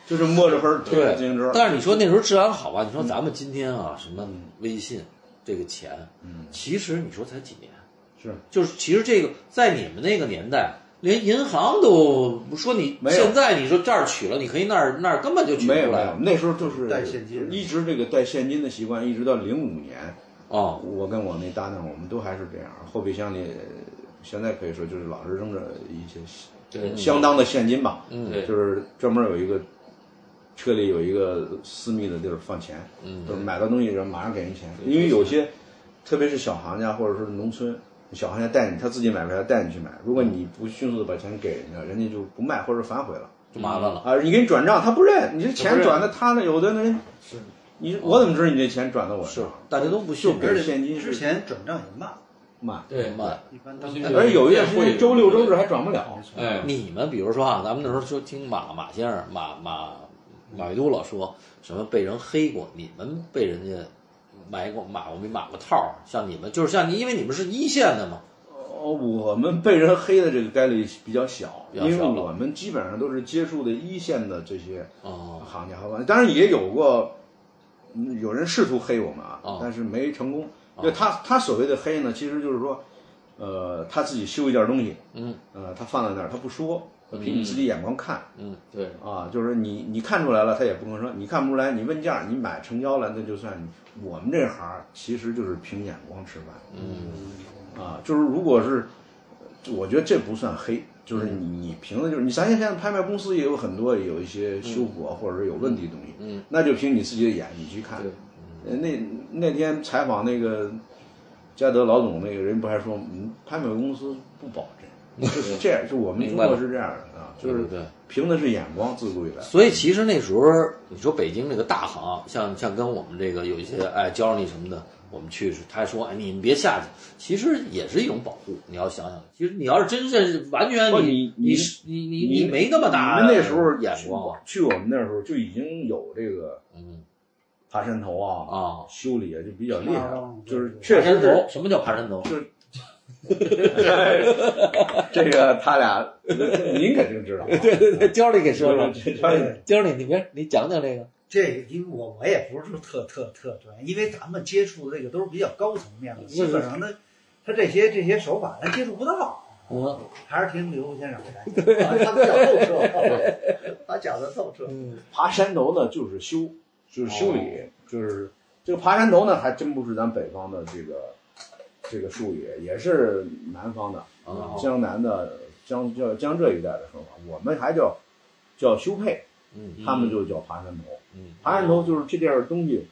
Speaker 3: 就是摸着黑儿推着自行车。
Speaker 1: 但是你说那时候治安好吧？你
Speaker 3: 嗯
Speaker 1: 说咱们今天啊，什么微信这个钱，其实你说才几年，
Speaker 3: 嗯是
Speaker 1: 就是其实这个在你们那个年代。连银行都不说你
Speaker 3: 没有
Speaker 1: 现在你说这儿取了，你可以那儿那儿根本就取不
Speaker 3: 没有
Speaker 1: 出
Speaker 3: 没
Speaker 1: 来
Speaker 3: 有，那时候就是
Speaker 4: 带现金
Speaker 3: 一直这个带现金的习惯，一直到零五年，
Speaker 1: 哦
Speaker 3: 我跟我那搭档，我们都还是这样，后备箱里现在可以说就是老是扔着一些
Speaker 2: 对
Speaker 3: 相当的现金吧，
Speaker 1: 嗯
Speaker 2: 对
Speaker 3: 就是专门有一个车里有一个私密的地儿放钱，
Speaker 1: 嗯
Speaker 3: 就是买到东西然后马上给人钱，
Speaker 2: 对
Speaker 3: 因为有些，特别是小行家或者说是农村小行家带你，他自己买不来带你去买，如果你不迅速的把钱给人家，人家就不卖或者反悔了
Speaker 1: 就麻烦了。
Speaker 3: 啊，你给你转账他不认，你这
Speaker 2: 他不
Speaker 3: 钱
Speaker 2: 认
Speaker 3: 转的他那有的人
Speaker 4: 是
Speaker 3: 你我怎么知道你这钱转到我这儿？
Speaker 1: 大家都不
Speaker 3: 就
Speaker 1: 信
Speaker 3: 给现金
Speaker 4: 之
Speaker 3: 是
Speaker 4: 前转账也慢，
Speaker 3: 慢，
Speaker 2: 对
Speaker 1: 慢。
Speaker 4: 一般
Speaker 2: 我
Speaker 4: 都
Speaker 2: 觉
Speaker 4: 是
Speaker 2: 得
Speaker 3: 而且有一些时间周六周日还转不了，
Speaker 2: 哎，
Speaker 1: 你们比如说啊，咱们那时候就听马马先生马马马未都老说什么被人黑过，你们被人家埋过马过没马过套儿？像你们就是像你，因为你们是一线的嘛，
Speaker 3: 哦，我们被人黑的这个概率比较小，
Speaker 1: 比较小
Speaker 3: 因为我们基本上都是接触的一线的这些
Speaker 1: 哦
Speaker 3: 行家和玩家，当然也有过嗯有人试图黑我们啊，
Speaker 1: 哦
Speaker 3: 但是没成功。就他他所谓的黑呢，其实就是说，呃，他自己修一件东西，
Speaker 1: 嗯，
Speaker 3: 呃，他放在那儿，他不说，呃凭你自己眼光看
Speaker 1: 嗯，
Speaker 2: 对，
Speaker 3: 啊，就是你你看出来了，他也不吭声；你看不出来，你问价，你买成交了，那就算你我们这行儿其实就是凭眼光吃饭。嗯，啊，就是如果是，我觉得这不算黑，就是
Speaker 1: 嗯
Speaker 3: 你你凭的就是你，咱现在拍卖公司也有很多有一些修复
Speaker 1: 嗯
Speaker 3: 啊或者是有问题的东西，嗯，那就凭你自己的眼你去看。呃那那天采访那个嘉德老总，那个人不还说，嗯，拍卖公司不保真，就是这样，就我
Speaker 1: 嗯
Speaker 3: 们
Speaker 1: 明
Speaker 3: 中
Speaker 1: 白了
Speaker 3: 国是这样的啊，就是
Speaker 1: 对对对
Speaker 3: 凭的是眼光，自古以来。
Speaker 1: 所以其实那时候你说北京这个大行，像像跟我们这个有一些哎教你什么的，我们去他说哎你们别下去，其实也是一种保护。你要想想，其实你要是真是完全
Speaker 3: 不
Speaker 1: 你
Speaker 3: 你
Speaker 1: 你
Speaker 3: 你
Speaker 1: 是你你
Speaker 3: 你
Speaker 1: 没那么大，
Speaker 3: 你们那时候
Speaker 1: 眼
Speaker 3: 去
Speaker 1: 光
Speaker 3: 我，去我们那时候就已经有这个
Speaker 1: 嗯
Speaker 3: 爬山头啊，
Speaker 1: 啊，
Speaker 3: 修理啊就比较厉害了
Speaker 4: 啊，
Speaker 3: 就是
Speaker 1: 爬
Speaker 3: 确
Speaker 1: 山
Speaker 3: 实是
Speaker 1: 头什么叫爬山头？
Speaker 3: 这个他俩，您肯定知道啊，
Speaker 1: [laughs]
Speaker 3: 对
Speaker 1: 对对，教你给 [laughs] 说说，
Speaker 4: 对
Speaker 1: 教你你别你讲讲这个，
Speaker 4: 这个，因为我我也不是说特特特专业，因为咱们接触的这个都是比较高层面的，基本上呢，他这些这些手法咱接触不到，
Speaker 1: 嗯
Speaker 4: 还是听刘先生来，啊他比较透彻，他讲的透彻。
Speaker 1: 嗯
Speaker 3: 爬山头呢就是修，就是修
Speaker 1: 哦
Speaker 3: 理，就是这个爬山头呢还真不是咱北方的这个这个术语，也是南方的
Speaker 1: 啊
Speaker 3: 江南的江叫江浙一带的说法，我们还叫叫修配，
Speaker 1: 嗯
Speaker 3: 他们就叫爬山头。
Speaker 1: 嗯
Speaker 3: 爬山头就是这点儿东西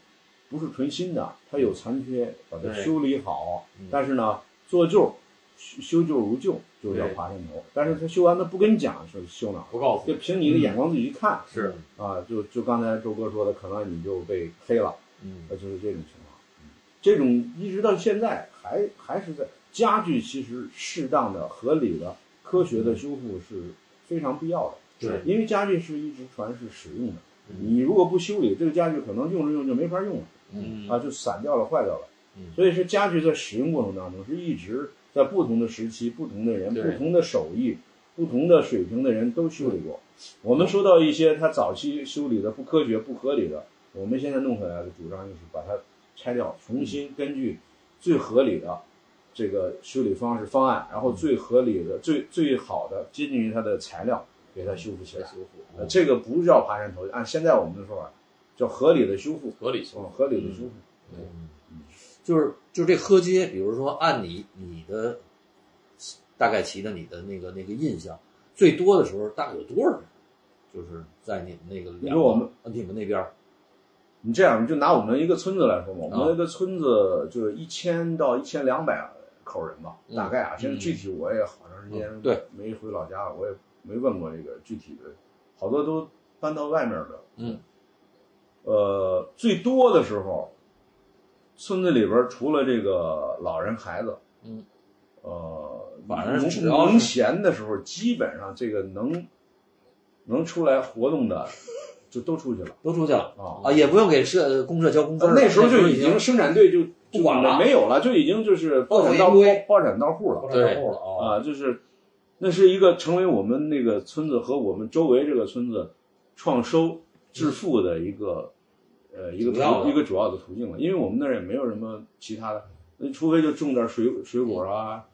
Speaker 3: 不是纯新的，它有残缺，把它
Speaker 2: 对
Speaker 3: 修理好
Speaker 1: 嗯。
Speaker 3: 但是呢，做旧，修修旧如旧，就叫
Speaker 2: 对
Speaker 3: 爬山头。但是他修完，他不跟你讲是修哪儿，
Speaker 2: 不告诉
Speaker 3: 就
Speaker 2: 你
Speaker 3: 凭你的眼光自己去看。
Speaker 2: 是
Speaker 3: 啊，就就刚才周哥说的，可能你就被黑了，
Speaker 1: 嗯
Speaker 3: 那就是这种情况。嗯这种一直到现在还还是在家具，其实适当的、合理的、科学的修复是非常必要的。
Speaker 2: 对，
Speaker 3: 因为家具是一直传是使用的，你如果不修理，这个家具可能用着用着就没法用了，
Speaker 2: 嗯
Speaker 3: 啊，就散掉了、坏掉了
Speaker 1: 嗯。
Speaker 3: 所以说，家具在使用过程当中是一直在不同的时期、不同的人、
Speaker 2: 对
Speaker 3: 不同的手艺、不同的水平的人都修理过。我们说到一些他早期修理的不科学、不合理的，我们现在弄回来的主张就是把它拆掉，重新根据最合理的这个修理方式方案，然后最合理的、最最好的接近于它的材料，给它修复起来。
Speaker 2: 修复
Speaker 3: 呃这个不叫爬山头，按现在我们的说法叫合理的修复，
Speaker 2: 合理性
Speaker 3: 嗯，合理的修复。
Speaker 1: 就是就是这喝街，比如说按你你的大概骑的你的那个那个印象，最多的时候大概有多少人？就是在你们那个
Speaker 3: 你说我们
Speaker 1: 两个你们那边儿
Speaker 3: 你这样，你就拿我们一个村子来说吧，我
Speaker 1: 啊
Speaker 3: 们一个村子就是一千到一千两百口人吧，大概啊。现在具体我也好长时
Speaker 1: 嗯
Speaker 3: 间
Speaker 1: 对
Speaker 3: 没回老家了，我也没问过这个具体的，好多都搬到外面了。
Speaker 1: 嗯，
Speaker 3: 呃，最多的时候，村子里边除了这个老人孩子，
Speaker 1: 嗯，
Speaker 3: 呃，
Speaker 1: 晚上
Speaker 3: 农
Speaker 1: 只要是
Speaker 3: 农闲的时候，基本上这个能能出来活动的，就都出去了
Speaker 1: 都出去了
Speaker 3: 啊。
Speaker 1: 啊，也不用给社公社交工资了。
Speaker 3: 那时候就
Speaker 1: 已
Speaker 3: 已经生产队就
Speaker 1: 不管了
Speaker 3: 就没有了，就已经就是包产到
Speaker 1: 包产一
Speaker 3: 包产到户了
Speaker 1: 对
Speaker 3: 啊，就是那是一个成为我们那个村子和我们周围这个村子创收致富的一个呃一个
Speaker 1: 主要
Speaker 3: 途
Speaker 1: 的
Speaker 3: 一个主要的途径了，因为我们那儿也没有什么其他的，那除非就种点水水果啊，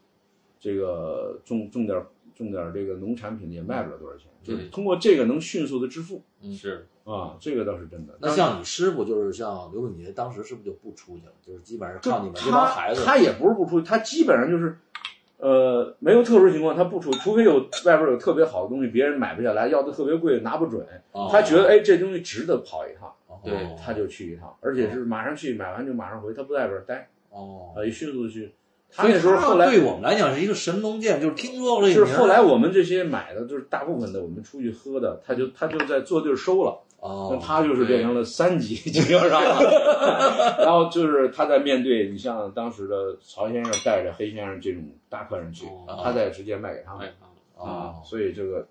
Speaker 3: 这个种种点种点这个农产品也卖不了多少钱，就是
Speaker 2: 嗯
Speaker 3: 通过这个能迅速的致富
Speaker 2: 是
Speaker 3: 啊，这个倒是真的。
Speaker 1: 那像你师傅就是像刘永杰，当时是不是就不出去了？就是基本上
Speaker 3: 就
Speaker 1: 靠你们这帮
Speaker 3: 他
Speaker 1: 孩子。
Speaker 3: 他也不是不出去，他基本上就是，呃，没有特殊情况他不出，除非有外边有特别好的东西，别人买不下来，要的特别贵，拿不准，
Speaker 1: 哦
Speaker 3: 他觉得哎这东西值得跑一趟，
Speaker 1: 哦
Speaker 2: 对
Speaker 3: 他就去一趟，而且是马上去，买完就马上回，他不在外边待，
Speaker 1: 哦，
Speaker 3: 呃，迅速地去。他
Speaker 1: 所以
Speaker 3: 那时候
Speaker 1: 他
Speaker 3: 后来
Speaker 1: 对我们来讲是一个神农剑，就是听说过这
Speaker 3: 就
Speaker 1: 个
Speaker 3: 是
Speaker 1: 名儿
Speaker 3: 后来我们这些买的，就是大部分的我们出去喝的，他就他就在坐地儿收了。那
Speaker 1: 哦，
Speaker 3: 他就是变成了三级经销商了， [laughs] 然后就是他在面对你像当时的曹先生带着黑先生这种大客人去，
Speaker 1: 哦
Speaker 3: 他再直接卖给他们
Speaker 2: 哎
Speaker 1: 哦
Speaker 3: 啊，所以这个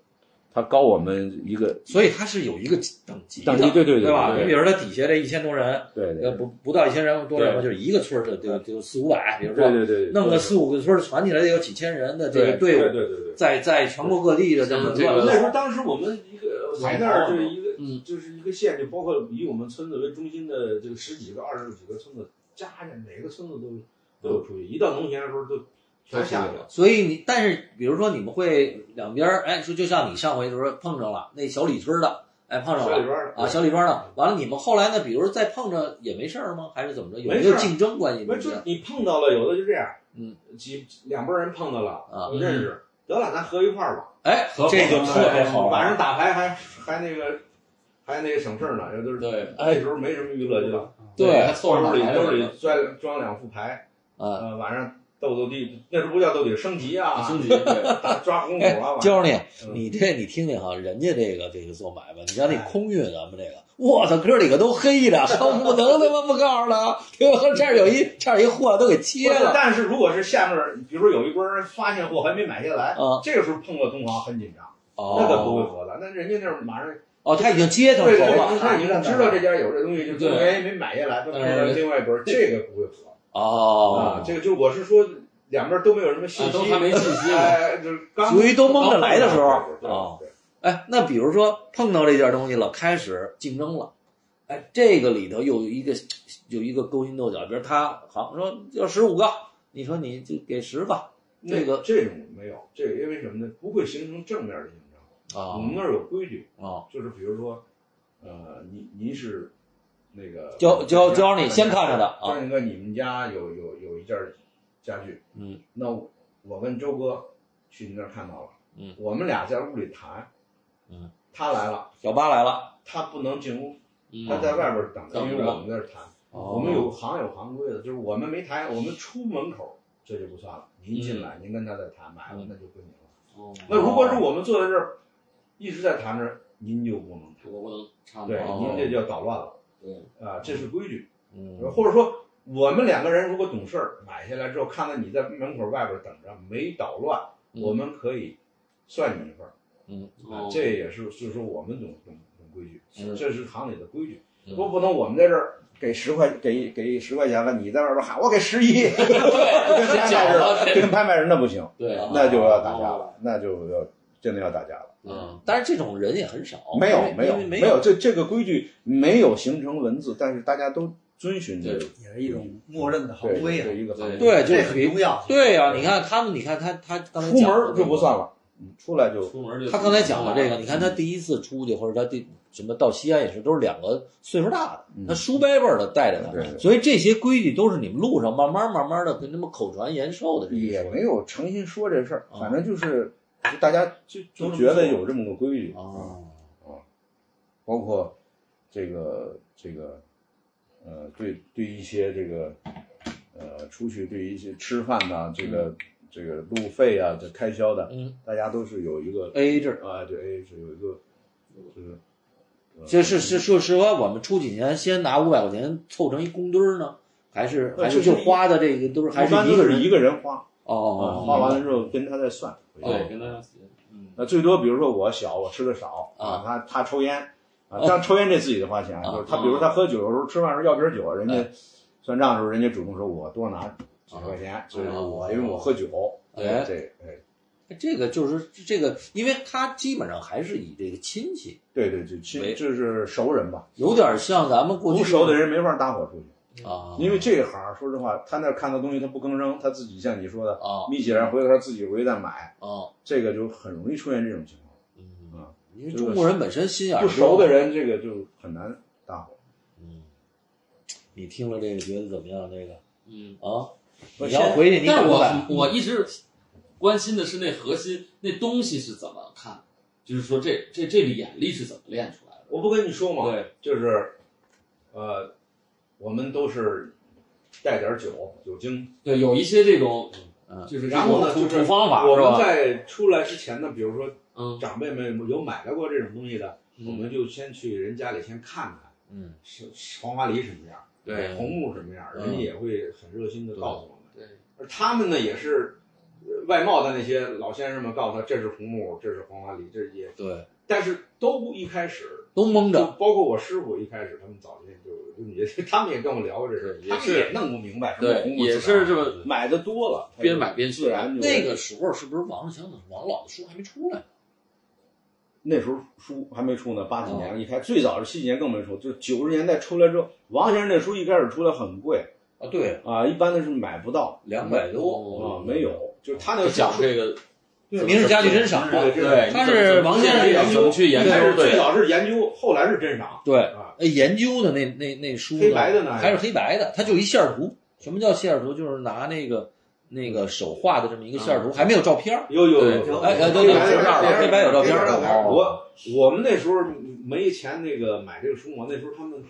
Speaker 3: 他高我们一个，
Speaker 1: 所以它是有一个等级的，
Speaker 3: 等级对对对
Speaker 1: 对吧？
Speaker 3: 对对
Speaker 1: 你比如说它底下这一千多人，
Speaker 3: 对
Speaker 1: 呃，
Speaker 3: 对
Speaker 1: 不不到一千人多少人吧，
Speaker 3: 对
Speaker 1: 就是一个村儿的，就就四五百，比如
Speaker 3: 对
Speaker 1: 说
Speaker 3: 对对，
Speaker 1: 弄个四五个村儿攒起来得有几千人的这个
Speaker 3: 对
Speaker 1: 队伍，
Speaker 3: 对对对。
Speaker 1: 在在全国各地的这么
Speaker 2: 像这个
Speaker 1: 乱
Speaker 3: 那时
Speaker 1: 了
Speaker 3: 候，当时我们一个我们那儿就是一个，
Speaker 1: 嗯
Speaker 3: 就是一个县，就包括以我们村子为中心的这个十几个、二十几个村子，加起来每个村子都都有出去。一到农闲的时候，都
Speaker 4: 全下去了。
Speaker 1: 所以你，但是比如说你们会两边儿，哎，说就像你上回就说碰着了那小李村的，哎，碰上
Speaker 3: 小李
Speaker 1: 了
Speaker 3: 庄儿
Speaker 1: 啊，小李庄的，完了你们后来呢，比如再碰着也没事儿吗？还是怎么着？有没
Speaker 3: 没事
Speaker 1: 有
Speaker 3: 儿
Speaker 1: 竞争关系？
Speaker 3: 不
Speaker 1: 你
Speaker 3: 是，就
Speaker 1: 觉
Speaker 3: 是
Speaker 1: 得
Speaker 3: 你碰到了，有的就这样，
Speaker 1: 嗯，
Speaker 3: 几两拨人碰到了，
Speaker 1: 啊
Speaker 3: 认识，得了，咱合一块儿吧，
Speaker 1: 哎，
Speaker 2: 合伙
Speaker 1: 这就特别好啊
Speaker 3: 晚
Speaker 1: 玩
Speaker 3: 上
Speaker 1: 儿。
Speaker 3: 打牌还还那个还那个省事儿呢，有的是
Speaker 2: 对，
Speaker 3: 那时候没什么娱乐就
Speaker 1: 对
Speaker 2: 还，
Speaker 1: 哎
Speaker 2: 凑上
Speaker 3: 兜里
Speaker 2: 打牌
Speaker 3: 兜里
Speaker 2: 了
Speaker 3: 拽装两副牌，
Speaker 1: 啊，
Speaker 3: 呃，晚上斗斗地，那时候不叫斗地，升级啊，
Speaker 2: 升级，对，
Speaker 3: 打抓红
Speaker 1: 哎
Speaker 3: 虎啊，晚上
Speaker 1: 教你，
Speaker 3: 嗯
Speaker 1: 你这你听听哈，人家这个这个做买卖，你像那空运咱们这个，我操，哥几个都黑的，恨不能他妈不告诉他， [laughs] 听说这儿有一这儿有一货都给切
Speaker 3: 不是
Speaker 1: 了
Speaker 3: 但是如果是下面，比如说有一波人发现货还没买下来，
Speaker 1: 啊，
Speaker 3: 这个时候碰到同行很紧张，那可不会
Speaker 1: 哦
Speaker 3: 活的。那人家那儿马上
Speaker 1: 哦，他已经接上
Speaker 3: 对
Speaker 1: 头
Speaker 3: 对，
Speaker 1: 了
Speaker 3: 对他已经啊知道这家有这东西，就
Speaker 2: 对嗯
Speaker 3: 哎没买下来，他碰上另外一波，这个不会火啊
Speaker 1: 哦。，
Speaker 3: 这个就是我是说两边都没有什么信
Speaker 2: 啊
Speaker 3: 息，
Speaker 2: 都还没信息
Speaker 3: [laughs]
Speaker 2: 呢，
Speaker 3: 哎，就是刚
Speaker 1: 属于都蒙着来的时候
Speaker 3: 对对
Speaker 1: 哦
Speaker 3: 对
Speaker 1: 哎，那比如说碰到这件东西了，开始竞争了，哎，这个里头又有一个有一个勾心斗角，比如他好像说要十五个，你说你就给十吧，
Speaker 3: 那
Speaker 1: 这个
Speaker 3: 这种没有，这个因为什么呢？不会形成正面的竞争。我
Speaker 1: 啊
Speaker 3: 们那儿有规矩，
Speaker 1: 啊，
Speaker 3: 就是比如说，呃，您您是那个
Speaker 1: 教教教
Speaker 3: 你
Speaker 1: 你先看着的啊
Speaker 3: 张哥，你们家有有有一件家具，
Speaker 1: 嗯，
Speaker 3: 那我跟周哥去你那儿看到了，
Speaker 1: 嗯，
Speaker 3: 我们俩在屋里谈，
Speaker 1: 嗯，
Speaker 3: 他来了，
Speaker 1: 小八来了，
Speaker 3: 他不能进屋，
Speaker 2: 嗯
Speaker 3: 他在外边等着，
Speaker 2: 等着
Speaker 3: 因为我们在这儿谈，
Speaker 1: 我
Speaker 3: 我们有行有行规的，就是我们没谈，我们出门口这就不算了，您进来，您跟他在谈，买了
Speaker 1: 嗯
Speaker 3: 那就归您了。
Speaker 2: 哦
Speaker 3: 那如果是我们坐在这儿一直在谈着，您就不能谈。
Speaker 2: 我不能插
Speaker 3: 对，
Speaker 2: 吗
Speaker 3: 您这叫捣乱了。
Speaker 2: 哦对，
Speaker 3: 啊，这是规矩。
Speaker 1: 嗯
Speaker 3: 或者说，我们两个人如果懂事儿，买下来之后，看到你在门口外边等着，没捣乱，
Speaker 1: 嗯
Speaker 3: 我们可以算你一份儿。
Speaker 1: 嗯
Speaker 3: 啊
Speaker 2: 哦，
Speaker 3: 这也是就是说我们懂懂懂规矩，
Speaker 1: 是
Speaker 3: 这是行里的规矩。
Speaker 1: 嗯
Speaker 3: 不不能我们在这儿给十块给给十块钱了，你在外边喊我给十一，就跟拍卖
Speaker 2: 假了
Speaker 3: 人就跟拍卖人那不行，
Speaker 2: 对啊，
Speaker 3: 那就要打架了，那就要真的要打架了。
Speaker 1: 嗯，但是这种人也很少，
Speaker 3: 没有
Speaker 1: 因为
Speaker 3: 没有
Speaker 1: 因为没
Speaker 3: 没有，这这个规矩没有形成文字，但是大家都遵循这个
Speaker 4: 也是一种默认的行
Speaker 3: 对
Speaker 4: 规啊，
Speaker 3: 对一个行规。
Speaker 1: 对，就
Speaker 4: 这
Speaker 1: 是属
Speaker 4: 很
Speaker 1: 于
Speaker 4: 重要。
Speaker 1: 对呀、你看他们，你看他他刚才
Speaker 3: 出
Speaker 1: 讲
Speaker 3: 门就不算了，嗯出来就
Speaker 2: 出门就
Speaker 1: 他刚才讲了这个，你看他第一次出去，或者他第什么到西安也是，都是两个岁数大的，
Speaker 3: 嗯
Speaker 1: 他叔伯辈儿的带着
Speaker 3: 对
Speaker 1: 他，
Speaker 3: 对
Speaker 1: 所以这些规矩都是你们路上慢慢慢慢的跟他们口传言授的这
Speaker 3: 也
Speaker 1: 些
Speaker 3: 没有诚心说这事儿，
Speaker 1: 啊
Speaker 3: 反正就是就大家就
Speaker 1: 都
Speaker 3: 就
Speaker 1: 这么
Speaker 3: 觉得
Speaker 1: 说
Speaker 3: 有这么个规矩，
Speaker 1: 哦，
Speaker 3: 包括这个这个呃，对对一些这个呃出去对一些吃饭呐、这个这个路费啊，这开销的，
Speaker 1: 嗯
Speaker 3: 大家都是有一个
Speaker 1: ，A A 制，
Speaker 3: 啊，对，哎是有一个就是
Speaker 1: 这是是说实话，我们出几年先拿五百块钱凑成一公堆儿呢，还是
Speaker 3: 呃
Speaker 1: 还
Speaker 3: 就是是
Speaker 1: 就花的这个都是还
Speaker 3: 一般都
Speaker 1: 一个
Speaker 3: 是
Speaker 1: 人
Speaker 3: 一个人花，啊，花
Speaker 1: 哦，
Speaker 3: 完了之后跟他再算。
Speaker 2: 对，跟他嗯，
Speaker 3: 那最多比如说我小，我吃的少
Speaker 1: 啊哦
Speaker 3: 他他抽烟啊，但抽烟这自己得花钱，
Speaker 1: 啊哎
Speaker 3: 就是他比如他喝酒的时候吃饭的时候要瓶酒，人家算账的时候人家主动说我多拿几十块钱，就是我因为我喝酒，
Speaker 1: 啊哦哎
Speaker 3: 对哎
Speaker 1: 这个就是这个，因为他基本上还是以这个亲戚，
Speaker 3: 对对，就亲
Speaker 1: 没
Speaker 3: 就是熟人吧，
Speaker 1: 有点像咱们过去
Speaker 3: 不熟的人没法搭伙出去，
Speaker 1: 啊，
Speaker 3: 因为这一行说实话，他那儿看到东西他不吭声，他自己像你说的
Speaker 1: 啊
Speaker 2: 哦
Speaker 3: 眯起来回头他自己回去再买，
Speaker 1: 啊，
Speaker 3: 这个就很容易出现这种情况。
Speaker 1: 嗯
Speaker 3: 啊，
Speaker 1: 因为中国人本身心眼儿
Speaker 3: 不
Speaker 1: 多
Speaker 3: 熟的人，这个就很难搭伙。
Speaker 1: 嗯，你听了这个觉得怎么样？这个
Speaker 2: 嗯，
Speaker 1: 啊，
Speaker 3: 不
Speaker 1: 你
Speaker 3: 是
Speaker 1: 要回去你
Speaker 2: 哎但
Speaker 1: 赶
Speaker 2: 是
Speaker 1: 快
Speaker 2: 我
Speaker 1: 买
Speaker 2: 我一直关心的是那核心那东西是怎么看，就是说这这这个眼力是怎么练出来的？
Speaker 3: 我不跟你说吗？
Speaker 2: 对，
Speaker 3: 就是，呃，我们都是带点酒，酒精。
Speaker 2: 对，有一些这种呃
Speaker 1: 嗯，
Speaker 2: 就是
Speaker 3: 然后呢，
Speaker 2: 这种
Speaker 3: 就
Speaker 2: 土
Speaker 3: 是
Speaker 2: 土方法
Speaker 3: 我
Speaker 2: 是
Speaker 3: 们
Speaker 2: 吧？
Speaker 3: 在出来之前呢，比如说
Speaker 2: 嗯，
Speaker 3: 长辈们有买来过这种东西的，
Speaker 2: 嗯
Speaker 3: 我们就先去人家里先看看，
Speaker 1: 嗯，
Speaker 3: 是黄花梨什么样，
Speaker 2: 对
Speaker 3: 红木什么样，
Speaker 1: 嗯
Speaker 3: 人家也会很热心的告诉我们。
Speaker 2: 对，
Speaker 3: 而他们呢，也是呃外贸的那些老先生们告诉他，这是红木，这是黄花梨，这是也，
Speaker 1: 对，
Speaker 3: 但是都不一开始
Speaker 1: 都蒙
Speaker 3: 就
Speaker 1: 着，
Speaker 3: 包括我师傅一开始他们早先就就也 [laughs] 他们也跟我聊过这事，
Speaker 2: 对
Speaker 3: 他们
Speaker 2: 也是
Speaker 3: 也弄不明白什么
Speaker 2: 对，
Speaker 3: 红木
Speaker 2: 也
Speaker 3: 自然
Speaker 2: 是这么
Speaker 3: 买的多了，啊他就
Speaker 2: 边买边学
Speaker 3: 自然就
Speaker 1: 那个时候是不是王强的王老的书还没出来？
Speaker 3: 那时候书还没出呢，八几
Speaker 2: 哦
Speaker 3: 年一开最早是七几年更没出，就是九十年代出来之后，王先生那书一开始出来很贵
Speaker 1: 啊，对，
Speaker 3: 啊，一般的是买不到
Speaker 1: 两百多嗯
Speaker 3: 啊，没有，就是他那
Speaker 2: 就
Speaker 3: 个
Speaker 2: 哦讲这个，
Speaker 1: 明式家具真傻，
Speaker 3: 对
Speaker 2: 对，
Speaker 1: 他是王先生
Speaker 2: 怎么去研
Speaker 3: 一开
Speaker 2: 究？
Speaker 3: 始最
Speaker 2: 对，
Speaker 3: 早是研究，后来是真傻。
Speaker 1: 对
Speaker 3: 啊，
Speaker 1: 哎研究的那那那书呢
Speaker 3: 黑白的呢
Speaker 1: 还是黑白的，它就一线儿图。什么叫线儿图？就是拿那个那个手画的这么一个线儿
Speaker 3: 啊
Speaker 1: 图，还没有照片儿。
Speaker 3: 有有
Speaker 2: 对
Speaker 3: 有，
Speaker 1: 哎哎
Speaker 3: 有
Speaker 1: 对对
Speaker 3: 黑白
Speaker 1: 有照片儿黑白有照片儿
Speaker 3: 黑白有照片儿
Speaker 1: 哦
Speaker 3: 我我们那时候没钱，那个买这个书嘛，那时候他们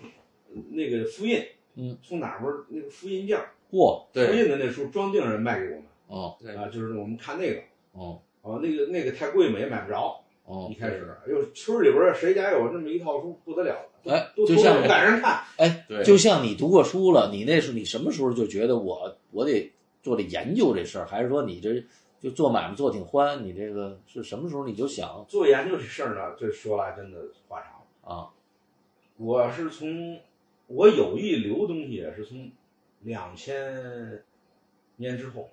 Speaker 3: 那个复印，
Speaker 1: 嗯，
Speaker 3: 从哪儿不是那个复印件儿
Speaker 1: 嚯，
Speaker 3: 复
Speaker 2: 对
Speaker 3: 印的那书装订人卖给我们
Speaker 1: 哦
Speaker 2: 对
Speaker 3: 啊，就是我们看那个
Speaker 1: 哦
Speaker 3: 啊，那个那个太贵嘛，也买不着。
Speaker 1: 哦
Speaker 3: 一，开始，哎呦，村里边儿谁家有这么一套书，不得了了，都
Speaker 1: 哎
Speaker 3: 都
Speaker 1: 就
Speaker 3: 都
Speaker 1: 像
Speaker 3: 赶上看。
Speaker 2: 对，
Speaker 1: 就像你读过书了，你那时候你什么时候就觉得我我得做得研究这事儿，还是说你这就做买卖做挺欢？你这个是什么时候你就想
Speaker 3: 做研究这事儿呢，这说来真的话长。
Speaker 1: 啊？
Speaker 3: 我是从我有意留东西，也是从两千年之后，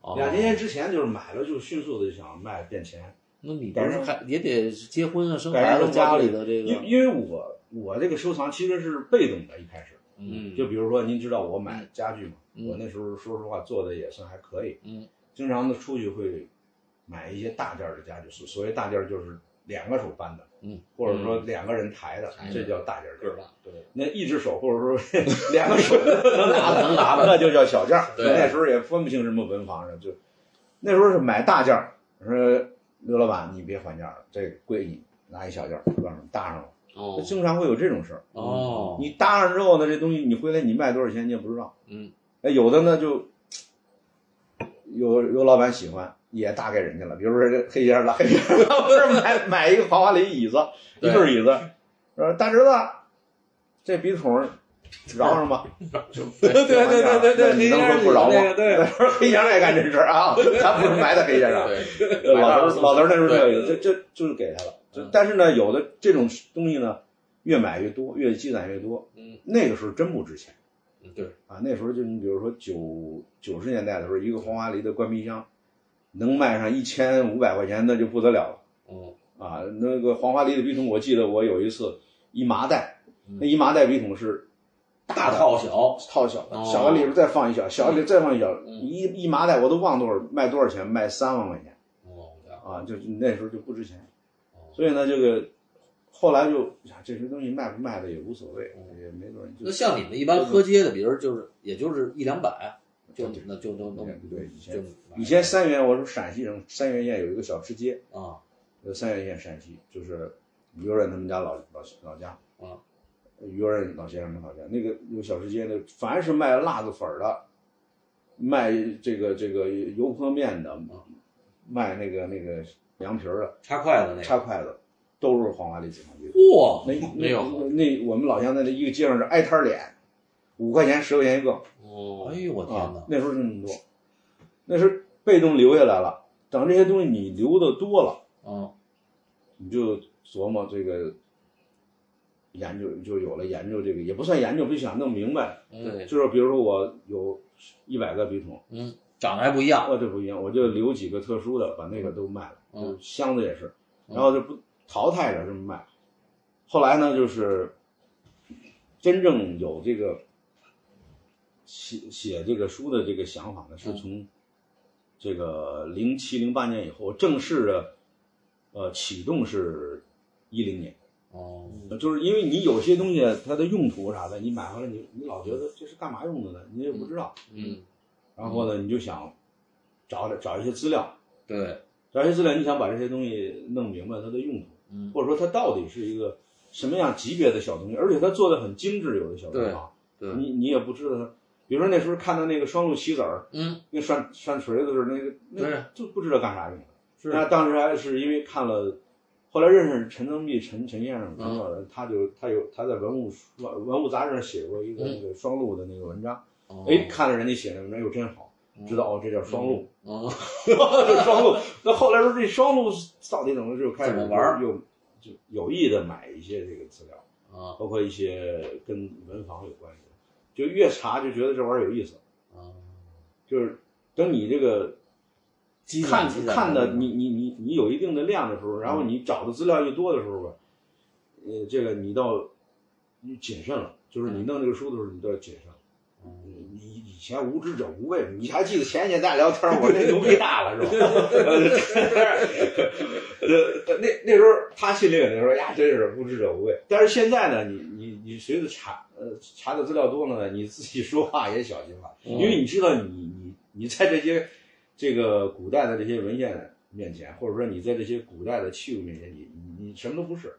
Speaker 1: 哦
Speaker 3: 两千年之前就是买了就迅速的想卖变钱，
Speaker 1: 那你不是还也得结婚啊、生孩
Speaker 3: 赶
Speaker 1: 子，
Speaker 3: 上
Speaker 1: 家里的这个
Speaker 3: 因因为我我这个收藏其实是被动的，一开始，
Speaker 1: 嗯
Speaker 3: [laughs] 就比如说您知道我买家具嘛，
Speaker 1: 嗯
Speaker 3: 我那时候说实话做的也算还可以，
Speaker 1: 嗯，
Speaker 3: 经常的出去会买一些大件儿的家具，所所谓大件儿就是两个手搬的，
Speaker 1: 嗯，
Speaker 3: 或者说两个人抬的，
Speaker 2: 抬的
Speaker 3: 这叫大件儿
Speaker 2: 个儿大，
Speaker 3: 对，那一只手或者说 [laughs] 两个手能拿的能拿的， [laughs] 那就叫小件儿。
Speaker 2: 对
Speaker 3: 那时候也分不清什么文房的，就那时候是买大件儿，说刘老板你别还价了，这贵你拿一小件儿往上搭上了，
Speaker 2: 哦
Speaker 3: 就，经常会有这种事儿。
Speaker 1: 哦，
Speaker 3: 你搭上之后呢，这东西你回来你卖多少钱你也不知道。
Speaker 1: 嗯，
Speaker 3: 哎，有的呢就有有老板喜欢，也搭给人家了。比如说这黑先生了，黑先生了，不是买买一个豪华的椅子，一
Speaker 2: 对
Speaker 3: 对儿椅子，说大侄子，这笔筒儿饶上吧。
Speaker 1: 对对对对对对，
Speaker 3: 那你能说不饶
Speaker 1: [laughs]
Speaker 3: 吗？
Speaker 1: 对，
Speaker 3: [laughs] 黑先生也干这事儿啊，咱不是埋汰黑先生。
Speaker 2: 对，
Speaker 3: 老头儿老头儿那时候特有
Speaker 2: 对
Speaker 3: 意思，就就就是给他了。就但是呢，有的这种东西呢，越买越多，越积攒越多。
Speaker 2: 嗯，
Speaker 3: 那个时候真不值钱
Speaker 2: 对
Speaker 3: 啊。那时候就你比如说九九十年代的时候，一个黄花梨的官冰箱能卖上一千五百块钱，那就不得了
Speaker 2: 哦，
Speaker 3: 了啊。那个黄花梨的笔筒，我记得我有一次一麻袋，那一麻袋笔筒是
Speaker 1: 大套小，
Speaker 3: 套小的
Speaker 2: 哦，
Speaker 3: 小的里边再放一小，小的里再放一小，
Speaker 2: 嗯
Speaker 3: 一一麻袋我都忘多少卖多少钱，卖三万块钱。
Speaker 1: 嗯
Speaker 2: 哦，
Speaker 3: 啊，就那时候就不值钱
Speaker 2: 哦，
Speaker 3: 所以呢，这个后来就呀这些东西卖不卖的也无所谓，也没多少人。就
Speaker 1: 嗯那像你们一般喝街的，比如就是也就是一两百，就那就都都
Speaker 3: 对对，以
Speaker 1: 就
Speaker 3: 前嗯以前三原，我说陕西省三原县有一个小吃街，
Speaker 1: 啊
Speaker 3: 有三原县陕西，就是于右任他们家老老老家
Speaker 1: 啊，
Speaker 3: 于右任老先生他们老家那个有小吃街呢，凡是卖辣子粉儿的，卖这个这个油泼面的，
Speaker 1: 啊
Speaker 3: 卖那个那个凉皮儿的，
Speaker 1: 插筷子那个，
Speaker 3: 插筷子，都是黄花梨紫糖鸡。
Speaker 1: 哇，
Speaker 3: 那
Speaker 1: [laughs]
Speaker 2: 没有
Speaker 3: 那我们老乡在那一个街上是挨摊儿脸，五块钱十块钱一个
Speaker 2: 哦
Speaker 1: 哎，呦我天
Speaker 3: 啊
Speaker 1: 哪，，
Speaker 3: 那时候就那么多，那是被动留下来了。等这些东西你留的多了，
Speaker 1: 啊
Speaker 3: 你就琢磨这个研究，就有了研究这个，也不算研究，必须想弄明白。
Speaker 2: 对，
Speaker 3: 就是比如说我有一百个笔筒，
Speaker 1: 嗯，长得还不一样，
Speaker 3: 哦，这不一样，我就留几个特殊的，把那个都卖了，
Speaker 1: 嗯
Speaker 3: 就箱子也是，然后就不淘汰着这么卖。后来呢，就是真正有这个写写这个书的这个想法呢，是从这个零七零八年以后正式的呃启动是一零年，
Speaker 1: 哦，
Speaker 3: 呃就是因为你有些东西它的用途啥的，你买回来你你老觉得这是干嘛用的呢？你也不知道。
Speaker 2: 嗯，
Speaker 3: 然后呢，你就想找点找一些资料，
Speaker 1: 对，
Speaker 3: 找一些资料，你想把这些东西弄明白它的用途，
Speaker 1: 嗯
Speaker 3: 或者说它到底是一个什么样级别的小东西，而且它做的很精致，有的小东西啊，
Speaker 1: 对对
Speaker 3: 你你也不知道它。比如说那时候看到那个双鹿棋子儿，
Speaker 1: 嗯，
Speaker 3: 那拴拴锤子的时候，那个那
Speaker 1: 对啊
Speaker 3: 个就不知道干啥用的。
Speaker 1: 是
Speaker 3: 那当时还是因为看了，后来认识陈增壁陈陈先
Speaker 1: 嗯
Speaker 3: 生，陈老人，他就他有他在文物文物杂志上写过一个
Speaker 1: 嗯
Speaker 3: 那个双鹿的那个文章，
Speaker 1: 哦
Speaker 3: 哎，看了人家写的文章又真好，知道哦，这叫双鹿，
Speaker 1: 哦，
Speaker 3: 这 [laughs] 双鹿。那后来说这双鹿到底怎么就开始
Speaker 1: 怎么玩儿
Speaker 3: 又就有意的买一些这个资料，
Speaker 1: 啊
Speaker 3: 包括一些跟文房有关系的，就越查就觉得这玩意儿有意思，
Speaker 1: 啊，
Speaker 3: 就是等你这个
Speaker 1: 积攒
Speaker 3: 看
Speaker 1: 积攒
Speaker 3: 看的你你你你有一定的量的时候，
Speaker 1: 嗯
Speaker 3: 然后你找的资料越多的时候吧，
Speaker 1: 嗯
Speaker 3: 呃，这个你到你谨慎了，就是你弄这个书的时候，你都要谨慎。以以前无知者无畏，你还记得前几天咱俩聊
Speaker 1: [laughs]
Speaker 3: 天儿，我那牛逼大了是吧？ [laughs] 呃，那那时候他心里肯定说呀，真是无知者无畏。但是现在呢，你你你随着查呃查的资料多了呢，你自己说话也小心了，因为你知道你你你在这些这个古代的这些文献面前，或者说你在这些古代的器物面前，你你你什么都不是，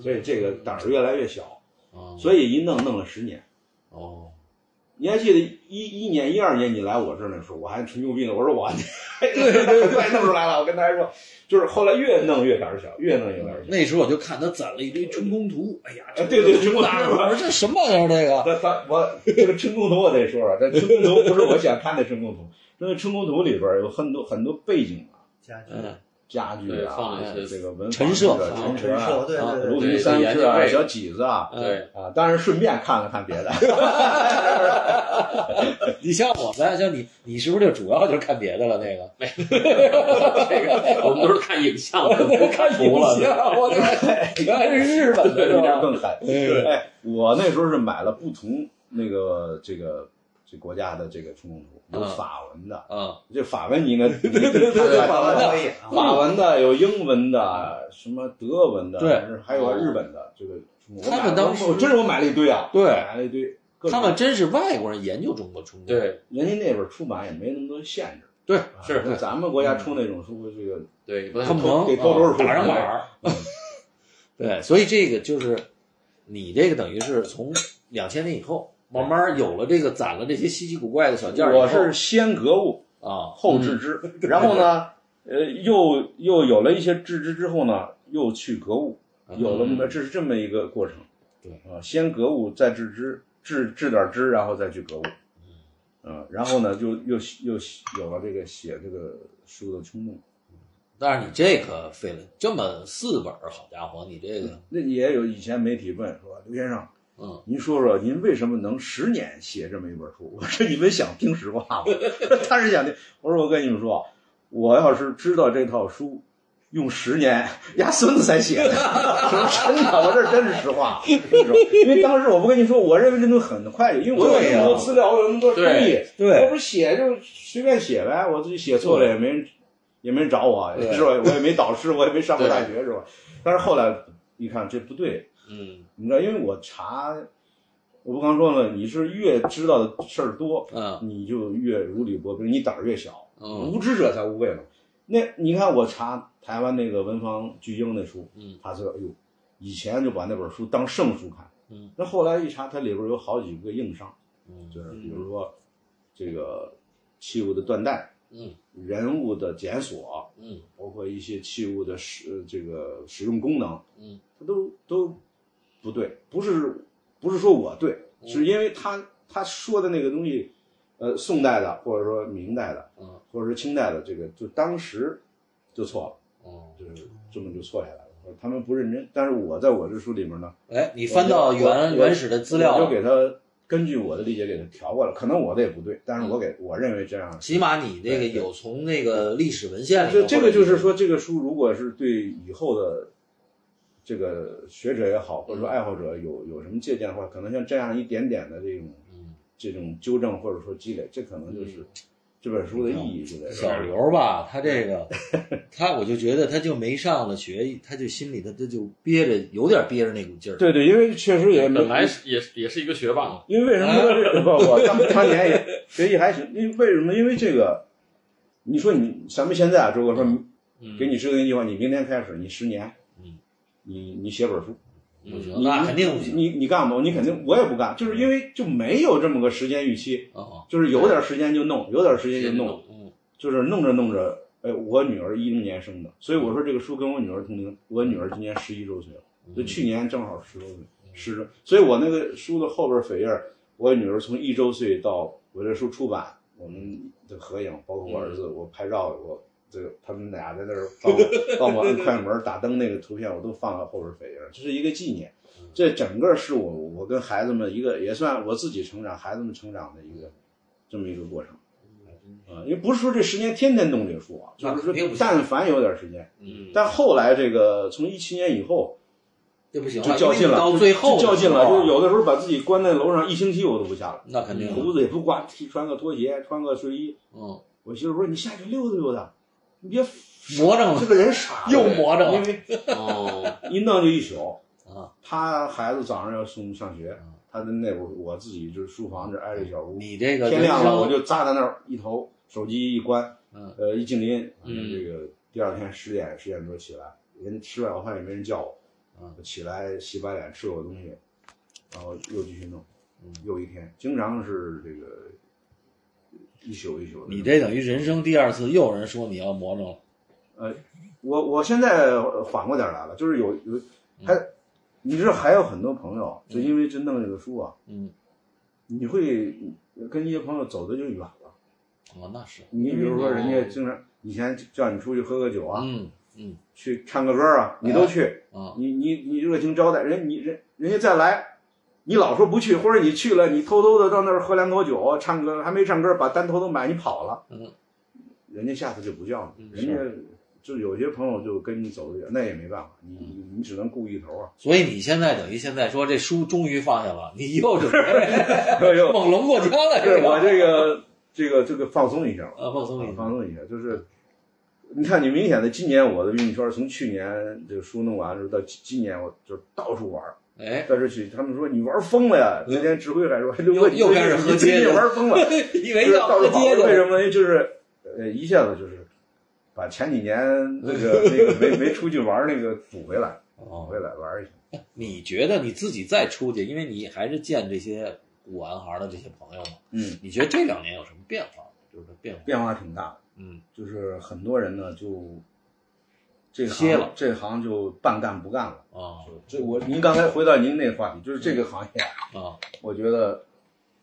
Speaker 3: 所以这个胆儿越来越小，
Speaker 1: 啊，
Speaker 3: 所以一弄弄了十年。
Speaker 1: 哦，
Speaker 3: 你还记得一一年、一二年你来我这儿那时候，我还吹牛逼呢。我说我 [laughs] 对对对，快弄出来 [laughs] 了。我跟大家说，就是后来越弄越胆儿小，越弄越胆儿小。
Speaker 1: 那时候我就看他攒了一堆春宫
Speaker 4: [laughs]
Speaker 1: 图，哎呀，这
Speaker 3: 啊对对
Speaker 1: 这大
Speaker 3: 春宫图 [laughs]
Speaker 1: 我说这什么玩意儿？这个
Speaker 3: 咱咱我这个春宫图我得说说，这春宫图不是我想看的春宫图，这个春宫图里边儿有很多很多背景啊，
Speaker 4: 家具、
Speaker 1: 嗯，
Speaker 3: 家具
Speaker 2: 对
Speaker 3: 啊，
Speaker 2: 放了一些
Speaker 3: 这个文房
Speaker 1: 陈设
Speaker 3: 这个
Speaker 1: 放
Speaker 3: 陈
Speaker 1: 了
Speaker 3: 设啊，
Speaker 4: 对
Speaker 1: 啊
Speaker 4: 对
Speaker 3: 如
Speaker 4: 对，
Speaker 3: 题三
Speaker 2: 对
Speaker 3: 式
Speaker 2: 研究
Speaker 3: 啊，
Speaker 2: 这个
Speaker 3: 小几子啊。
Speaker 2: 对，
Speaker 3: 啊，当然顺便看了看别的，
Speaker 1: 你像我们，像你，你是不是就主要就是看别的了？那个 [laughs]
Speaker 2: 这个我们都是看影像的，不看图了。对
Speaker 1: 像我这原来是日本的
Speaker 3: 对，
Speaker 1: 是
Speaker 3: 这样
Speaker 1: 吧？
Speaker 3: 更狠。
Speaker 1: 对
Speaker 3: 哎，我那时候是买了不同那个这个这国家的这个春宫图，有
Speaker 1: 嗯
Speaker 3: 法文的，
Speaker 1: 啊，
Speaker 3: 这法文你应该对对对
Speaker 4: 法
Speaker 3: 法
Speaker 4: 文
Speaker 3: 文
Speaker 4: 的
Speaker 3: 的，
Speaker 4: 可以啊，
Speaker 3: 法文的有英文的，什么德文的，
Speaker 1: 对，
Speaker 3: 还有日本的这个春宫图。
Speaker 1: 他们
Speaker 3: 我买了
Speaker 1: 当时
Speaker 3: 我真是我买了一堆啊，
Speaker 1: 对
Speaker 3: 买了一堆。各种
Speaker 1: 他们真是外国人研究中国啊春宫，，
Speaker 2: [laughs] 对
Speaker 3: 人家那边出版也没那么多限制，
Speaker 1: 对
Speaker 3: 啊
Speaker 2: 是
Speaker 3: 那咱们国
Speaker 1: 嗯
Speaker 3: 家出那种书，这个
Speaker 2: 对，不太
Speaker 1: 他
Speaker 2: 好
Speaker 1: 们能啊
Speaker 3: 得掏多少嗯
Speaker 1: 打上
Speaker 3: 码
Speaker 1: 码儿。 [laughs] 对，所以这个就是你这个等于是从两千年以后，慢慢有了这个攒了这些稀奇古怪的小件儿以后，
Speaker 3: 我是先格物，
Speaker 1: 啊，
Speaker 3: 后置之， [laughs] 然后呢，呃，又又有了一些置之之后呢，又去格物，
Speaker 1: 嗯
Speaker 3: 有了这是这么一个过程。
Speaker 1: 对
Speaker 3: 啊，先格物，再置之，置置点之，然后再去格物。嗯，然后呢，就又又有了这个写这个书的冲动。
Speaker 1: 但是你这可费了这么四本儿，好家伙，你这个
Speaker 3: 那也有以前媒体问说，刘先生，
Speaker 1: 嗯，
Speaker 3: 您说说您为什么能十年写这么一本书？我说你们想听实话吗？他是想听。我说我跟你们说，我要是知道这套书用十年，丫孙子才写的，真的，我这真是实话。真是因为当时我不跟你说，我认为这东西很快，因为我有
Speaker 1: 对呀
Speaker 3: 那么多资料，我有那么多注意
Speaker 2: 对，
Speaker 3: 我
Speaker 1: 对
Speaker 3: 不是写就随便写呗，我自己写错了也没人也没人找我，
Speaker 1: 对
Speaker 3: [laughs] 是吧？我也没导师，我也没上过大学，是吧？但是后来一看这不对，
Speaker 1: 嗯
Speaker 3: 你知道，因为我查，我不刚说了，你是越知道的事儿多，
Speaker 1: 嗯
Speaker 3: 你就越如履薄冰，你胆儿越小，
Speaker 1: 嗯
Speaker 3: 无知者才无畏嘛。那你看我查台湾那个文房巨婴那书，
Speaker 1: 嗯，
Speaker 3: 他说，哎呦，以前就把那本书当圣书看，
Speaker 1: 嗯，
Speaker 3: 那后来一查，它里边有好几个硬伤，
Speaker 1: 嗯
Speaker 3: 就是比如说这个器物的断代，
Speaker 1: 嗯，
Speaker 3: 人物的检索，
Speaker 1: 嗯
Speaker 3: 包括一些器物的使呃这个使用功能，
Speaker 1: 嗯，
Speaker 3: 它都都不对，不是不是说我对，
Speaker 1: 嗯
Speaker 3: 是因为他他说的那个东西，呃，宋代的或者说明代的，
Speaker 1: 嗯，
Speaker 3: 或者说清代的这个，就当时就错
Speaker 1: 哦
Speaker 3: 了，，就是这么就错下来了。他们不认真，但是我在我这书里面呢，
Speaker 1: 哎，你翻到原原始的资料
Speaker 3: 我就，给他根据我的理解给他调过来，可能我的也不对，但是我给、我认为这样
Speaker 1: 起码你那个有从那个历史文献里头，
Speaker 3: 这这个就是说，这个书如果是对以后的这个学者也好，或者说爱好者有有什么借鉴的话，可能像这样一点点的这种
Speaker 1: 嗯
Speaker 3: 这种纠正或者说积累，这可能就是这本书的意义之类
Speaker 1: 小
Speaker 3: 的。
Speaker 1: 刘吧，他这
Speaker 3: [laughs]
Speaker 1: 个他我就觉得他就没上了学，他就心里头他就憋着，有点憋着那股劲儿。
Speaker 3: 对对，因为确实也没
Speaker 2: 本来是也是也是一个学霸嘛，
Speaker 3: 因为为什么说不不，当当年也学习还行，因为为什么？因为这个，你说你咱们现在啊，如果说
Speaker 2: 嗯
Speaker 3: 给你制定一句话，你明天开始，你十年，
Speaker 1: 嗯，
Speaker 3: 你你写本书，
Speaker 1: 不行
Speaker 2: 嗯，
Speaker 1: 那肯定不行
Speaker 3: 你你干吗？你肯定我也不干，就是因为就没有这么个时间预期，
Speaker 2: 哦
Speaker 1: 啊。
Speaker 3: 就是有点时间就弄，有点时间就弄，
Speaker 1: 嗯
Speaker 3: 就是弄着弄着，哎，我女儿一零年生的，所以我说这个书跟我女儿同龄，我女儿今年十一周岁了，
Speaker 2: 嗯
Speaker 3: 就去年正好十周岁，十周，所以我那个书的后边扉页，我女儿从一周岁到我这书出版，我们的合影，包括我儿
Speaker 1: 嗯
Speaker 3: 子，我拍照，我这个他们俩在那儿
Speaker 1: [laughs]
Speaker 3: 帮我帮我按快门打灯那个图片，我都放到后边扉页，这是一个纪念。
Speaker 1: 嗯
Speaker 3: 这整个是我我跟孩子们一个也算我自己成长，孩子们成长的一个这么一个过程。啊，因为不是说这十年天天动这书啊，
Speaker 1: 嗯那
Speaker 3: 就是
Speaker 1: 肯定
Speaker 3: 说
Speaker 1: 不行
Speaker 3: 但凡有点时间，
Speaker 1: 嗯
Speaker 3: 但后来这个从一七年以后，
Speaker 1: 这不行
Speaker 3: 就较劲了，
Speaker 1: 到最后
Speaker 3: 就较劲了，
Speaker 1: 的时候
Speaker 3: 就是有嗯的时候把自己关在楼上一星期我都不下来，
Speaker 1: 那肯定的，
Speaker 3: 胡子也不刮，穿个拖鞋，穿个睡衣。
Speaker 1: 嗯，
Speaker 3: 我媳妇说：“你下去溜达溜达，你别
Speaker 1: 魔怔
Speaker 3: [laughs] 这
Speaker 1: 了，
Speaker 3: 个人
Speaker 1: [laughs]
Speaker 3: 傻，
Speaker 1: 又魔怔
Speaker 3: 因
Speaker 1: 了
Speaker 3: 为
Speaker 2: 哦，
Speaker 3: 一弄就一宿
Speaker 1: 啊。
Speaker 3: 他孩子早上要送上学
Speaker 1: 嗯，
Speaker 3: 他在那屋，我自己就是书房这挨着小屋，
Speaker 1: 你这个
Speaker 3: 天
Speaker 1: 人
Speaker 3: 亮了我
Speaker 1: 生，
Speaker 3: 就扎在那儿一头，手机一关，
Speaker 1: 嗯
Speaker 3: 呃，一静音，反正
Speaker 2: 嗯
Speaker 3: 这个第二天十点十点多起来，人吃完晚饭也没人叫我
Speaker 1: 嗯，
Speaker 3: 我起来洗把脸吃口东西，然后又继续弄
Speaker 1: 嗯，
Speaker 3: 又一天，经常是这个一宿一宿的。
Speaker 1: 你这等于人生第二次，又有人说你要魔怔了，
Speaker 3: 我我现在缓过点儿来了，就是有有
Speaker 1: 嗯
Speaker 3: 还，你知道还有很多朋友就因为真弄这个书啊，
Speaker 1: 嗯，
Speaker 3: 你会跟一些朋友走的就远了。
Speaker 1: 哦，那是，
Speaker 3: 你比如说，人家经常以前叫你出去喝个酒啊，
Speaker 1: 嗯嗯
Speaker 3: 去唱个歌啊，你都去，
Speaker 1: 啊，
Speaker 3: 你你你热情招待人，你人人家再来，你老说不去，或者你去了，你偷偷的到那儿喝两口酒，唱歌还没唱歌，把单偷偷买，你跑了，
Speaker 1: 嗯，
Speaker 3: 人家下次就不叫你，
Speaker 1: 嗯
Speaker 3: 人家就有些朋友就跟你走得远，那也没办法，你
Speaker 1: 嗯
Speaker 3: 你你只能顾一头啊。 [laughs]
Speaker 1: 所以你现在等于现在说这书终于放下了，你又
Speaker 3: [laughs]
Speaker 1: 准备
Speaker 3: 哎呦，
Speaker 1: 猛龙过江了，
Speaker 3: 对
Speaker 1: 这
Speaker 3: 我
Speaker 1: 个
Speaker 3: 这个这个这个放松一下吧，
Speaker 1: 啊，放松一下，
Speaker 3: 放松一下，就是。你看，你明显的，今年我的运动圈从去年这个书弄完之后到今今年，我就到处玩儿，
Speaker 1: 哎，
Speaker 3: 但是去，他们说你玩疯了呀！那天指挥还说，刘
Speaker 1: 嗯又
Speaker 3: 哥你
Speaker 1: 又开始
Speaker 3: 你
Speaker 1: 喝
Speaker 3: 最近
Speaker 1: 街了
Speaker 3: 玩
Speaker 1: [laughs]
Speaker 3: 疯了， [laughs]
Speaker 1: 以
Speaker 3: 就
Speaker 1: 为
Speaker 3: 是
Speaker 1: 要
Speaker 3: 到
Speaker 1: 喝
Speaker 3: 处跑。
Speaker 1: 街去
Speaker 3: 为
Speaker 1: 了，
Speaker 3: 什么呢？就是呃，一下子就是把前几年那
Speaker 1: [laughs]
Speaker 3: 个那个没没出去玩那个补回来，补
Speaker 1: 哦，
Speaker 3: 回来玩一下。
Speaker 1: 你觉得你自己再出去，因为你还是见这些古玩行的这些朋友嘛，
Speaker 3: 嗯，
Speaker 1: 你觉得这两年有什么变化？就是变化，
Speaker 3: 变化挺大的，
Speaker 1: 嗯
Speaker 3: 就是很多人呢就这行
Speaker 1: 歇了，
Speaker 3: 这行就半干不干了。
Speaker 1: 啊
Speaker 3: 这我您刚才回到您那话题，就是这个行业，
Speaker 1: 啊，
Speaker 3: 我觉得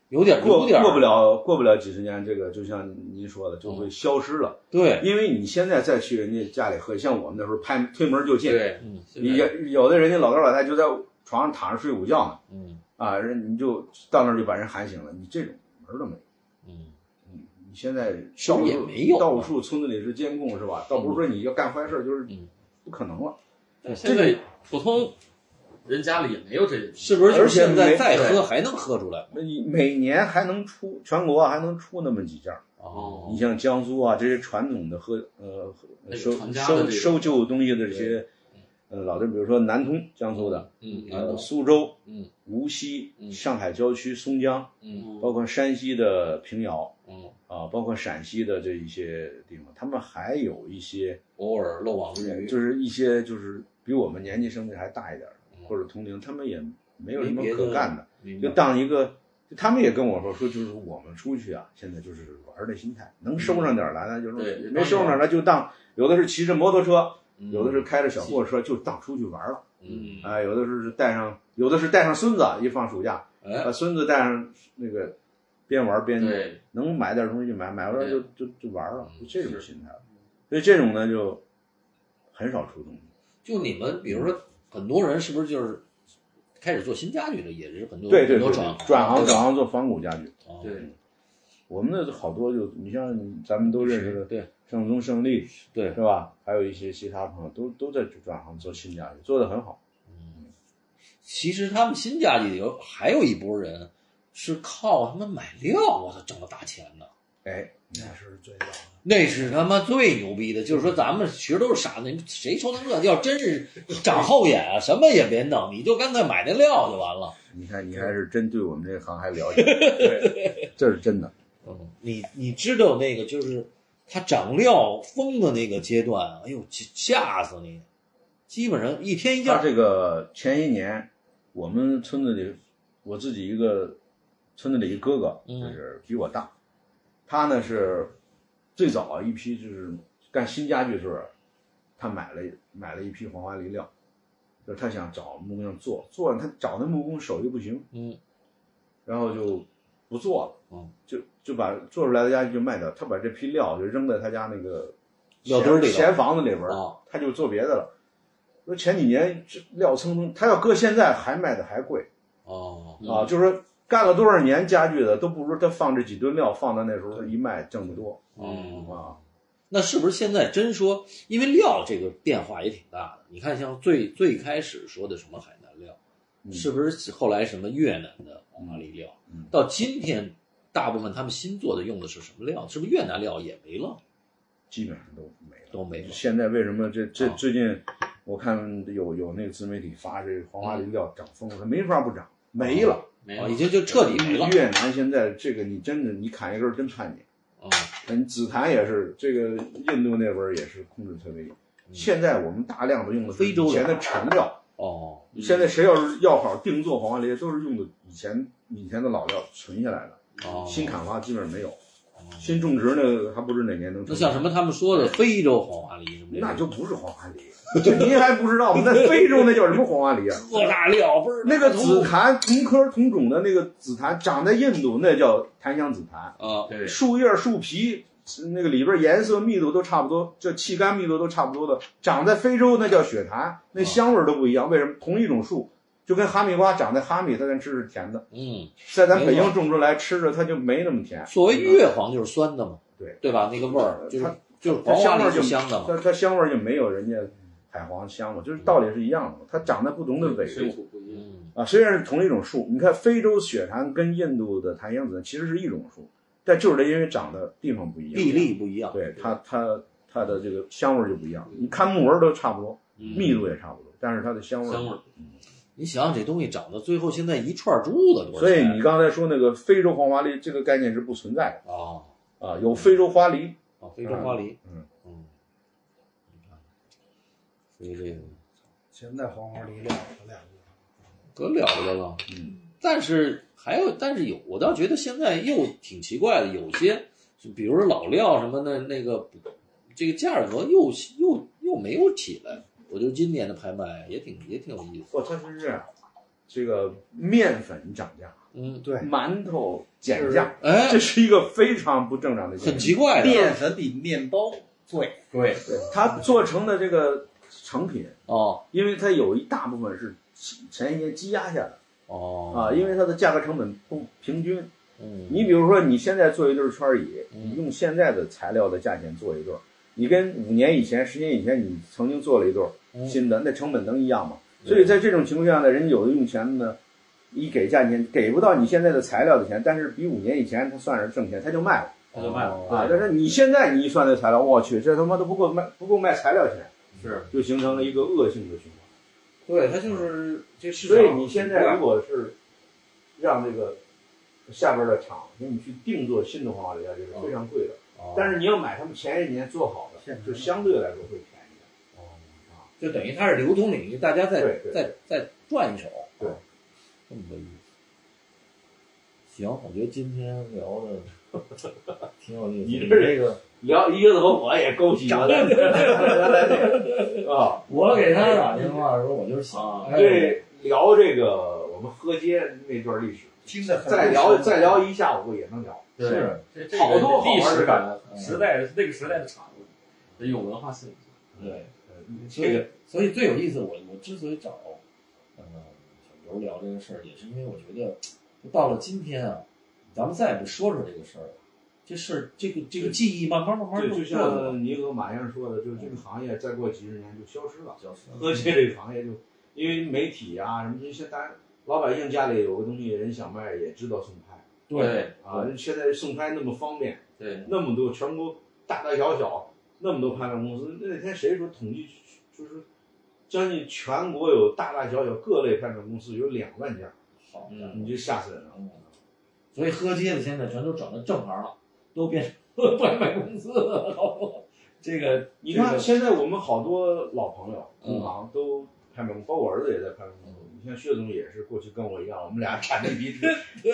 Speaker 1: 有点
Speaker 3: 过
Speaker 1: 有点
Speaker 3: 过不，了过不了几十年，这个就像您说的，就会消失了。
Speaker 1: 对
Speaker 3: 因为你现在再去人家家里喝，像我们那时候拍推门就进，
Speaker 5: 对，
Speaker 1: 嗯
Speaker 3: 你有有的人家老头老太太就在床上躺着睡午觉呢，
Speaker 1: 嗯
Speaker 3: 啊，人你就到那儿就把人喊醒了，你这种门儿都没有。
Speaker 1: 嗯，
Speaker 3: 你你现在
Speaker 1: 其实
Speaker 3: 到处
Speaker 1: 也没有啊
Speaker 3: 到处村子里是监控是吧？倒不是说你要干坏事儿，就是
Speaker 1: 嗯
Speaker 3: 不可能了。
Speaker 2: 但现在普通人家里也没有这些东西，
Speaker 1: 是不是？就
Speaker 3: 而
Speaker 1: 是
Speaker 3: 且
Speaker 1: 现在
Speaker 3: 没
Speaker 1: 再喝还能喝出来？
Speaker 3: 那你每年还能出全国还能出那么几件儿，
Speaker 1: 哦
Speaker 3: 你像江苏啊这些传统的喝呃
Speaker 2: 那个
Speaker 3: 收
Speaker 2: 传家的这
Speaker 3: 收
Speaker 2: 个
Speaker 3: 收旧东西的这些呃老的，比如说南通江苏的，
Speaker 1: 嗯，南
Speaker 3: 呃，
Speaker 1: 通
Speaker 3: 苏州、
Speaker 1: 嗯、
Speaker 3: 无锡、
Speaker 1: 嗯
Speaker 3: 上海郊区、松江，
Speaker 1: 嗯
Speaker 3: 包括山西的平遥
Speaker 1: 嗯，
Speaker 3: 啊、包括陕西的这一些地方，他们还有一些，
Speaker 1: 偶尔漏网之鱼，
Speaker 3: 就是一些就是比我们年纪相对还大一点儿
Speaker 1: 嗯
Speaker 3: 或者同龄，他们也没
Speaker 1: 没
Speaker 3: 有什么
Speaker 1: 别
Speaker 3: 可干的，，
Speaker 1: 明白
Speaker 3: 就当一个。就他们也跟我说说，就是我们出去啊，现在就是玩儿的心态，能收上点儿来呢，就是
Speaker 2: 对
Speaker 3: 没收上点儿来就当有的是骑着摩托车，
Speaker 1: 嗯
Speaker 3: 有的是开着小货车，就当出去玩儿了。
Speaker 1: 嗯，
Speaker 3: 啊、有的是带上，有的是带上孙子，一放暑假，
Speaker 1: 哎
Speaker 3: 把孙子带上那个，边玩边
Speaker 2: 嗯对，
Speaker 3: 能买点东西就买，买回来就
Speaker 2: 对
Speaker 3: 就就玩了，
Speaker 1: 嗯
Speaker 3: 就这种心态了。所以这种呢就很少出东西。
Speaker 1: 就你们比如说很多人是不是就是开始做新家具的，也是很多
Speaker 3: 对对
Speaker 1: 很
Speaker 3: 对
Speaker 1: 多
Speaker 3: 对，
Speaker 1: 转啊
Speaker 3: 转行转行做仿古家具。
Speaker 1: 行
Speaker 2: 对，
Speaker 3: 我们那好多就你像咱们都认识的，
Speaker 1: 对，
Speaker 3: 盛宗胜利
Speaker 1: 对
Speaker 3: 是，吧？还有一些其他朋友都都在转行做新家具，做的很好。
Speaker 1: 其实他们新家具有还有一波人是靠他们买料，我操，挣了大钱的。
Speaker 3: 哎，
Speaker 4: 那是最早的。
Speaker 1: 那是他妈最牛逼的，就是说咱们其实都是傻子，你谁说能这？要真是长后眼啊，什么也别弄，你就干脆买那料就完了。
Speaker 3: 你看你还是真对我们这行还了 [laughs] 解，对，这是真的。
Speaker 1: 嗯，你你知道那个就是它长料疯的那个阶段，哎呦吓死你！基本上一天一
Speaker 3: 他
Speaker 1: 件，
Speaker 3: 这个前些年，我们村子里，我自己一个村子里一哥哥，
Speaker 1: 嗯
Speaker 3: 就是比我大，他呢是最早一批就是干新家具的时候，他买了买了一批黄花梨料，就是他想找木工做，做完他找那木工手艺不行，
Speaker 1: 嗯，
Speaker 3: 然后就不做了，
Speaker 1: 嗯，
Speaker 3: 就就把做出来的家具就卖掉，他把这批料就扔在他家那个
Speaker 1: 料堆里了
Speaker 3: 闲房子里边儿，
Speaker 1: 啊
Speaker 3: 他就做别的了。说前几年这料蹭蹭，他要搁现在还卖的还贵、
Speaker 1: 哦，
Speaker 3: 啊，就是说干了多少年家具的都不如他放这几吨料放到那时候一卖挣得多
Speaker 1: 嗯
Speaker 3: 啊。
Speaker 1: 那是不是现在真说，因为料这个变化也挺大的？你看，像最最开始说的什么海南
Speaker 3: 嗯
Speaker 1: 是不是后来什么越南的黄花梨料，到今天大部分他们新做的用的是什么料？是不是越南料也没了，
Speaker 3: 基本上都没了。
Speaker 1: 都没了？
Speaker 3: 现在为什么这这
Speaker 1: 啊
Speaker 3: 最近我看有有那个自媒体发这黄花梨
Speaker 1: 嗯
Speaker 3: 料涨疯了，它没法不涨，没了，
Speaker 2: 没有
Speaker 1: 啊，已经就彻底没了。
Speaker 3: 哎越南现在这个你真的你砍一根儿真判你，
Speaker 1: 啊，
Speaker 3: 嗯，紫檀也是，这个印度那边儿也是控制特别严。现在我们大量的用的
Speaker 1: 嗯
Speaker 3: 是
Speaker 1: 非洲的
Speaker 3: 以前的陈料，
Speaker 1: 哦，
Speaker 2: 嗯
Speaker 3: 现在谁要是要好定做黄花梨，都是用的以前以前的老料存下来的，
Speaker 1: 哦，
Speaker 3: 新砍伐基本上没有，新种植呢还不知哪年能。
Speaker 1: 那像什？么他们说的非洲黄花梨什么的，
Speaker 3: 那就不是黄花梨，就您还不知道吗？那非洲那叫什么黄
Speaker 1: [laughs]
Speaker 3: 花梨啊？
Speaker 1: 特大料不是
Speaker 3: 那个紫
Speaker 1: 头
Speaker 3: 檀同科同种的那个紫檀，长在印度那叫檀香紫檀。
Speaker 1: 啊，
Speaker 2: 嗯对，
Speaker 3: 树叶、树皮，那个里边颜色密度都差不多，这气干密度都差不多的。长在非洲那叫雪檀，那香味儿都不一样。为什么？同一种树，就跟哈密瓜长在哈密，它咱吃是甜的，
Speaker 1: 嗯，
Speaker 3: 在咱北京种出来吃着它就没那么甜，
Speaker 1: 所谓越黄就是酸的嘛，
Speaker 3: 对
Speaker 1: 对吧？那个味儿就是
Speaker 3: 它
Speaker 1: 就是
Speaker 3: 它
Speaker 1: 黄花
Speaker 3: 香味儿
Speaker 1: 梨
Speaker 3: 就是
Speaker 1: 香的嘛，
Speaker 3: 它它香味儿就没有人家海黄香嘛，就是道理是一样的。它长在不同的纬
Speaker 2: 水
Speaker 3: 度
Speaker 2: 土不一样，
Speaker 1: 嗯
Speaker 3: 啊，虽然是同一种树，你看非洲雪檀跟印度的檀香子其实是一种树，但就是因为长的地方不一样，
Speaker 1: 粒粒不一样，
Speaker 3: 对它它它的这个香味儿就不一样。你看木纹儿都差不多，密度也差不多，但是它的嗯香味儿。
Speaker 2: 香味儿，
Speaker 1: 你想想这东西长到最后现在一串珠子多少钱？
Speaker 3: 所以你刚才说那个非洲黄花梨这个概念是不存在
Speaker 1: 啊
Speaker 3: 的啊，有非洲花梨，
Speaker 1: 啊，非洲花梨，
Speaker 3: 嗯
Speaker 1: 嗯，你看所以这个
Speaker 4: 现在黄花梨料不了
Speaker 1: 可了不得了，
Speaker 3: 嗯，
Speaker 1: 但是还有，但是有，我倒觉得现在又挺奇怪的，有些比如说老料什么的，那个这个价格又又又没有起来，我觉得今年的拍卖也挺也挺有意思，
Speaker 3: 不，哦它是这样，这个面粉涨价，
Speaker 1: 嗯，
Speaker 4: 对，
Speaker 3: 馒头减价，
Speaker 1: 哎，
Speaker 3: 这是一个非常不正常的
Speaker 1: 很
Speaker 3: 现象。
Speaker 1: 奇怪的
Speaker 4: 面粉比面包贵，
Speaker 2: 对，
Speaker 3: 它做成的这个成品，
Speaker 1: 哦
Speaker 3: 因为它有一大部分是前一年积压下来的
Speaker 1: 哦
Speaker 3: 啊，因为它的价格成本不平均，
Speaker 1: 嗯
Speaker 3: 你比如说，你现在做一对圈儿椅，
Speaker 1: 嗯
Speaker 3: 你用现在的材料的价钱做一对儿，你跟五年以前、十年以前你曾经做了一对儿
Speaker 1: 嗯
Speaker 3: 新的，那成本能一样吗？
Speaker 1: 对
Speaker 3: 所以在这种情况下呢，人家有的用钱呢，一给价钱给不到你现在的材料的钱，但是比五年以前他算是挣钱，他就卖了
Speaker 2: 他就卖了，
Speaker 3: 啊。但是你现在你一算这材料，我去，这他妈都不够卖，不够卖材料钱，
Speaker 2: 是
Speaker 3: 就形成了一个恶性的循环。
Speaker 1: 对它就是这市
Speaker 3: 所以你现在如果是让这个下边的厂给你去定做新的黄花梨啊，这是非常贵的。但是你要买他们前一年做好的，就相对来说会便宜点。
Speaker 1: 就等于它是流通领域，大家再
Speaker 3: 对对
Speaker 1: 再再转一手。
Speaker 3: 对，
Speaker 1: 这么个意思。行，我觉得今天聊的
Speaker 3: [laughs]
Speaker 1: 挺有意思。
Speaker 3: 你这
Speaker 1: 这个，
Speaker 3: 聊一个头我也勾起了 [laughs] 啊，
Speaker 1: 我给他打电话的时候，我就是想， [laughs] 哎，
Speaker 3: 对，聊这个我们河街那段历史，
Speaker 4: 听着很
Speaker 3: 再聊再聊一下午也能聊。
Speaker 2: 是，
Speaker 1: 是
Speaker 2: 这这
Speaker 3: 好
Speaker 2: 个
Speaker 3: 多好
Speaker 2: 历
Speaker 3: 玩
Speaker 2: 史
Speaker 3: 的
Speaker 2: 感，
Speaker 1: 嗯
Speaker 2: 时代那个时代的产物，得有文化性。
Speaker 1: 对，所
Speaker 3: 这
Speaker 1: 以
Speaker 3: 个
Speaker 1: 所以最有意思，我我之所以找，嗯，小刘聊这个事儿，也是因为我觉得，就到了今天啊，咱们再也不说说这个事儿了，这事儿这个这个记忆慢慢慢慢
Speaker 3: 就就
Speaker 1: 嗯过去嗯了。
Speaker 3: 像你和马先生说的，就是这个行业再过几十年就消失了。
Speaker 1: 就是
Speaker 3: 喝街这个行业就因为媒体啊什么，因为现在大家老百姓家里有个东西，人想卖也知道送拍
Speaker 1: 对
Speaker 3: 啊。现在送拍那么方便，
Speaker 2: 对，
Speaker 3: 那么多全国大大小小那么多拍卖公司，那天谁说统计就是将近全国有大大小小各类拍卖公司有两万家，
Speaker 1: 好的，
Speaker 2: 嗯
Speaker 3: 你就吓死人了。
Speaker 1: 嗯所以喝街的现在全都转了正行了，都变
Speaker 3: [laughs]
Speaker 1: 成外卖公司了。 [laughs] 这个
Speaker 3: 你看
Speaker 1: 这个
Speaker 3: 现在我们好多老朋友
Speaker 1: 嗯
Speaker 3: 同行都拍卖公司，包括我儿子也在拍卖公司。你像薛总也是过去跟我一样，我们俩 [laughs] 产地鼻子，